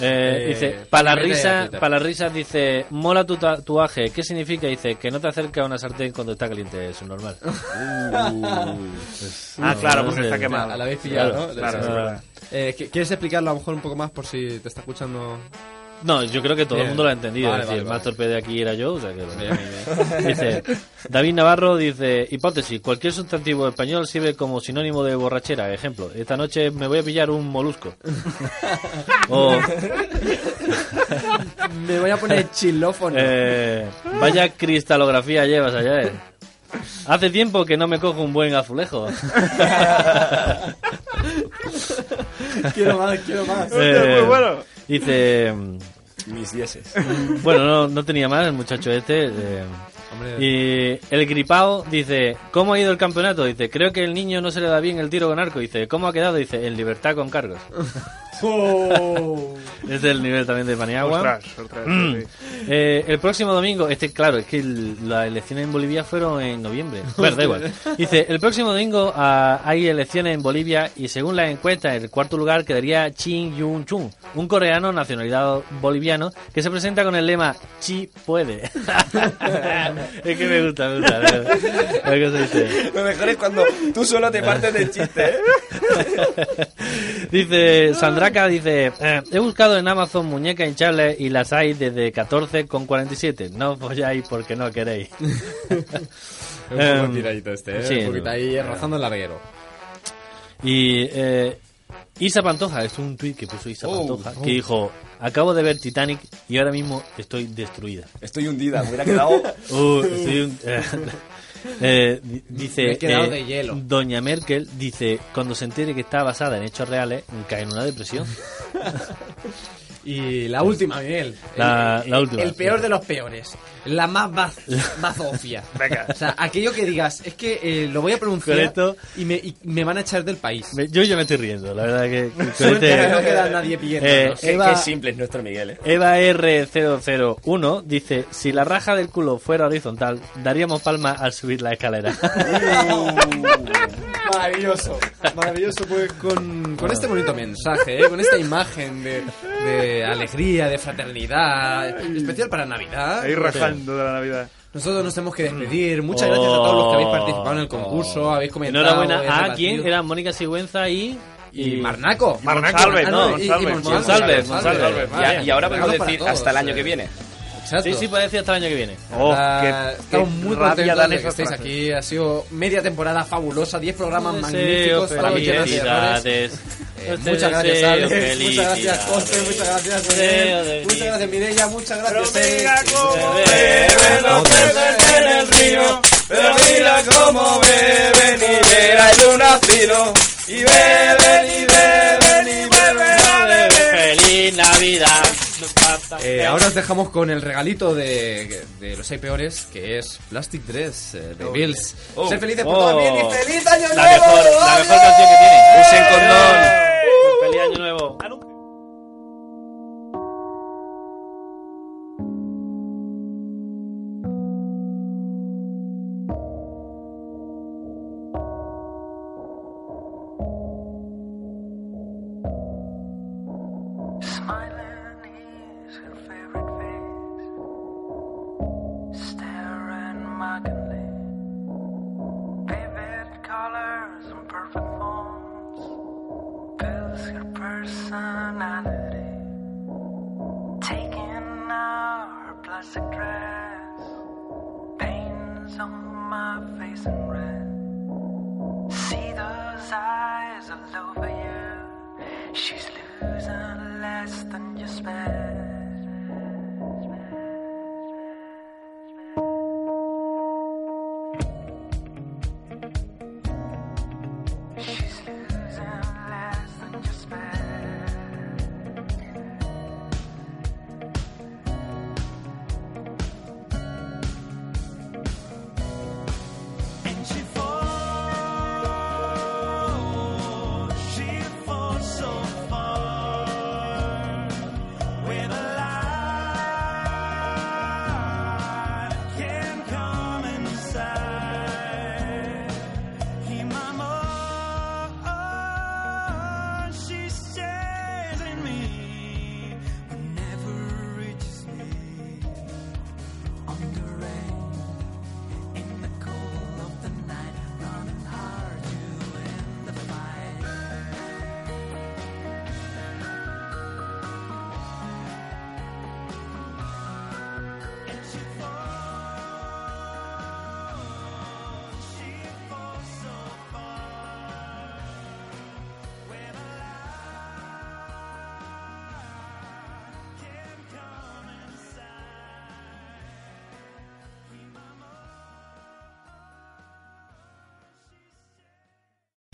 [SPEAKER 5] Eh,
[SPEAKER 2] Eh,
[SPEAKER 5] dice,
[SPEAKER 2] pues
[SPEAKER 5] para la
[SPEAKER 2] vete a
[SPEAKER 5] risa,
[SPEAKER 2] Twitter".
[SPEAKER 5] para la risa dice, mola tu tatuaje, ¿qué significa? Dice, que no te acerca a una sartén cuando está caliente, es un normal.
[SPEAKER 6] Ah, claro, porque
[SPEAKER 5] no sé.
[SPEAKER 6] está
[SPEAKER 2] A
[SPEAKER 6] quemado.
[SPEAKER 2] la habéis pillado,
[SPEAKER 5] Claro,
[SPEAKER 2] ¿no?
[SPEAKER 6] claro,
[SPEAKER 2] Sí,
[SPEAKER 5] es
[SPEAKER 2] sí.
[SPEAKER 5] verdad.
[SPEAKER 2] Eh, ¿qu- ¿Quieres explicarlo a lo mejor un poco más por si te está escuchando?
[SPEAKER 5] No, yo creo que todo el
[SPEAKER 2] Bien.
[SPEAKER 5] mundo lo ha entendido,
[SPEAKER 2] Vale,
[SPEAKER 5] es
[SPEAKER 2] vale,
[SPEAKER 5] decir, el
[SPEAKER 2] vale.
[SPEAKER 5] más torpe de aquí era yo, o sea que lo-
[SPEAKER 2] Bien, bien, bien.
[SPEAKER 5] Dice, David Navarro dice, hipótesis, cualquier sustantivo español sirve como sinónimo de borrachera. Ejemplo, esta noche me voy a pillar un molusco. o,
[SPEAKER 2] Me voy a poner chilófono.
[SPEAKER 5] eh, vaya cristalografía llevas allá. eh. Hace tiempo que no me cojo un buen azulejo.
[SPEAKER 2] Quiero más, quiero más.
[SPEAKER 5] Eh,
[SPEAKER 6] muy bueno.
[SPEAKER 5] Dice, mm,
[SPEAKER 7] Mis dieces.
[SPEAKER 5] bueno, no, no tenía más el muchacho este. eh,
[SPEAKER 2] Hombre,
[SPEAKER 5] Y el gripao dice, ¿cómo ha ido el campeonato? Dice, creo que el niño no se le da bien el tiro con arco. Dice, ¿cómo ha quedado? Dice, en libertad con cargos.
[SPEAKER 2] ¡Oh!
[SPEAKER 5] Es del nivel también de Paniagua.
[SPEAKER 6] Ostras, ostras.
[SPEAKER 5] Mm.
[SPEAKER 6] sí.
[SPEAKER 5] Eh, el próximo domingo, este claro, es que el- las elecciones en Bolivia fueron en noviembre. Bueno, da igual. Dice, el próximo domingo ah, hay elecciones en Bolivia y según las encuestas, en el cuarto lugar quedaría Chin Yun Chun, un coreano nacionalidad boliviano que se presenta con el lema Chi puede. es que me gusta, me gusta. me gusta. La cosa dice-
[SPEAKER 7] Lo mejor es cuando tú solo te partes del chiste, ¿eh?
[SPEAKER 5] Dice Sandraca, dice, eh, he buscado en Amazon muñecas hinchables y las hay desde 14 con 47. No folláis porque no queréis.
[SPEAKER 2] Es un poco
[SPEAKER 5] Em,
[SPEAKER 2] tiradito este, ¿eh?
[SPEAKER 5] sí,
[SPEAKER 2] un poquito ahí rozando el larguero.
[SPEAKER 5] Y eh, Isa Pantoja, es un tuit que puso Isa
[SPEAKER 7] Oh,
[SPEAKER 5] Pantoja,
[SPEAKER 7] oh.
[SPEAKER 5] que dijo, acabo de ver Titanic y ahora mismo estoy destruida.
[SPEAKER 7] Estoy hundida, me hubiera quedado...
[SPEAKER 5] Uh, estoy un- Eh, di- dice
[SPEAKER 2] Me he quedado
[SPEAKER 5] eh,
[SPEAKER 2] de hielo.
[SPEAKER 5] Doña Merkel dice cuando se entere que está basada en hechos reales cae en una depresión.
[SPEAKER 2] Y la última, Miguel.
[SPEAKER 5] Ah, La-
[SPEAKER 2] el,
[SPEAKER 5] la última,
[SPEAKER 2] El peor
[SPEAKER 5] sí.
[SPEAKER 2] de los peores. La más baz, bazofia.
[SPEAKER 6] Venga.
[SPEAKER 2] O sea, aquello que digas, es que eh, lo voy a pronunciar
[SPEAKER 5] Con esto-
[SPEAKER 2] y, me, y me van a echar del país.
[SPEAKER 5] Me- yo ya me estoy riendo, la verdad que, este que- que-
[SPEAKER 2] Suerte que no queda nadie pillándonos.
[SPEAKER 5] Eh,
[SPEAKER 7] Qué,
[SPEAKER 5] Eva-
[SPEAKER 7] qué simple es nuestro Miguel, ¿eh?
[SPEAKER 5] Eva R001 dice, si la raja del culo fuera horizontal, daríamos palma al subir la escalera.
[SPEAKER 2] Maravilloso, maravilloso. Pues con, con este bonito mensaje, ¿eh? con esta imagen de, de alegría, de fraternidad, especial para Navidad.
[SPEAKER 6] Ahí rajando de la Navidad.
[SPEAKER 2] Nosotros nos tenemos que despedir. Muchas gracias a todos los que habéis participado en el concurso, habéis comentado.
[SPEAKER 5] Oh. Enhorabuena
[SPEAKER 2] habéis
[SPEAKER 5] a quien
[SPEAKER 2] debatido.
[SPEAKER 5] era Mónica Sigüenza y...
[SPEAKER 2] eh, Y Marnaco.
[SPEAKER 6] Marnaco.
[SPEAKER 2] Ah, no,
[SPEAKER 6] González,
[SPEAKER 2] y- y
[SPEAKER 6] ¿no?
[SPEAKER 2] Monsalve.
[SPEAKER 5] González, González.
[SPEAKER 7] Y, a- y ahora
[SPEAKER 2] Regalo
[SPEAKER 7] podemos
[SPEAKER 2] para
[SPEAKER 7] decir
[SPEAKER 2] todos,
[SPEAKER 7] hasta el año
[SPEAKER 2] eh.
[SPEAKER 7] que viene.
[SPEAKER 2] Exacto.
[SPEAKER 5] Sí, sí, puede decir hasta el año que viene.
[SPEAKER 6] Oh,
[SPEAKER 2] Ah,
[SPEAKER 6] qué,
[SPEAKER 2] pues, estamos
[SPEAKER 6] qué
[SPEAKER 2] muy
[SPEAKER 6] rabia
[SPEAKER 2] contentos
[SPEAKER 6] dan
[SPEAKER 2] de que
[SPEAKER 6] esas
[SPEAKER 2] estéis
[SPEAKER 6] frases.
[SPEAKER 2] aquí. Ha sido media temporada fabulosa, 10 programas magníficos.
[SPEAKER 5] Deseo
[SPEAKER 2] programas llenos de errores.
[SPEAKER 5] felicidades.
[SPEAKER 2] Eh,
[SPEAKER 5] Os
[SPEAKER 2] Muchas gracias,
[SPEAKER 5] deseo
[SPEAKER 2] Alex. Muchas gracias,
[SPEAKER 5] felicidades.
[SPEAKER 2] José. Muchas gracias,
[SPEAKER 5] Deseo
[SPEAKER 2] Belén.
[SPEAKER 5] de
[SPEAKER 2] Muchas
[SPEAKER 5] mí.
[SPEAKER 2] gracias, Mireia. Muchas
[SPEAKER 6] Pero
[SPEAKER 2] gracias, eh.
[SPEAKER 6] mira
[SPEAKER 2] Eric.
[SPEAKER 6] cómo
[SPEAKER 5] Beben
[SPEAKER 6] beben los
[SPEAKER 5] los
[SPEAKER 6] peces en el río. Pero mira cómo beben y verá el lunacino. Y beben y beben y vuelven a beber.
[SPEAKER 5] ¡Feliz Navidad!
[SPEAKER 10] vida.
[SPEAKER 2] Eh, ahora os dejamos con el regalito de, de los hay peores, que es Plastic Dress eh, de Bills.
[SPEAKER 10] Oh.
[SPEAKER 2] Sé felices por
[SPEAKER 10] Oh.
[SPEAKER 2] todo bien y feliz año
[SPEAKER 10] La
[SPEAKER 2] nuevo.
[SPEAKER 10] mejor- la mejor canción que tiene. Usen condón.
[SPEAKER 5] ¡Feliz año nuevo!
[SPEAKER 12] Staring mockingly, vivid colors and perfect forms builds your personality. Taking out her plastic dress, pains on my face in red. See those eyes all over you. She's losing less than you spend.
[SPEAKER 4] And she falls, she falls so far where the light can come inside. He mama, she stares at me, but never reaches me on the rain. In the cold of the night, running hard to end the fight. And she falls, she falls so far. Where the light can come inside.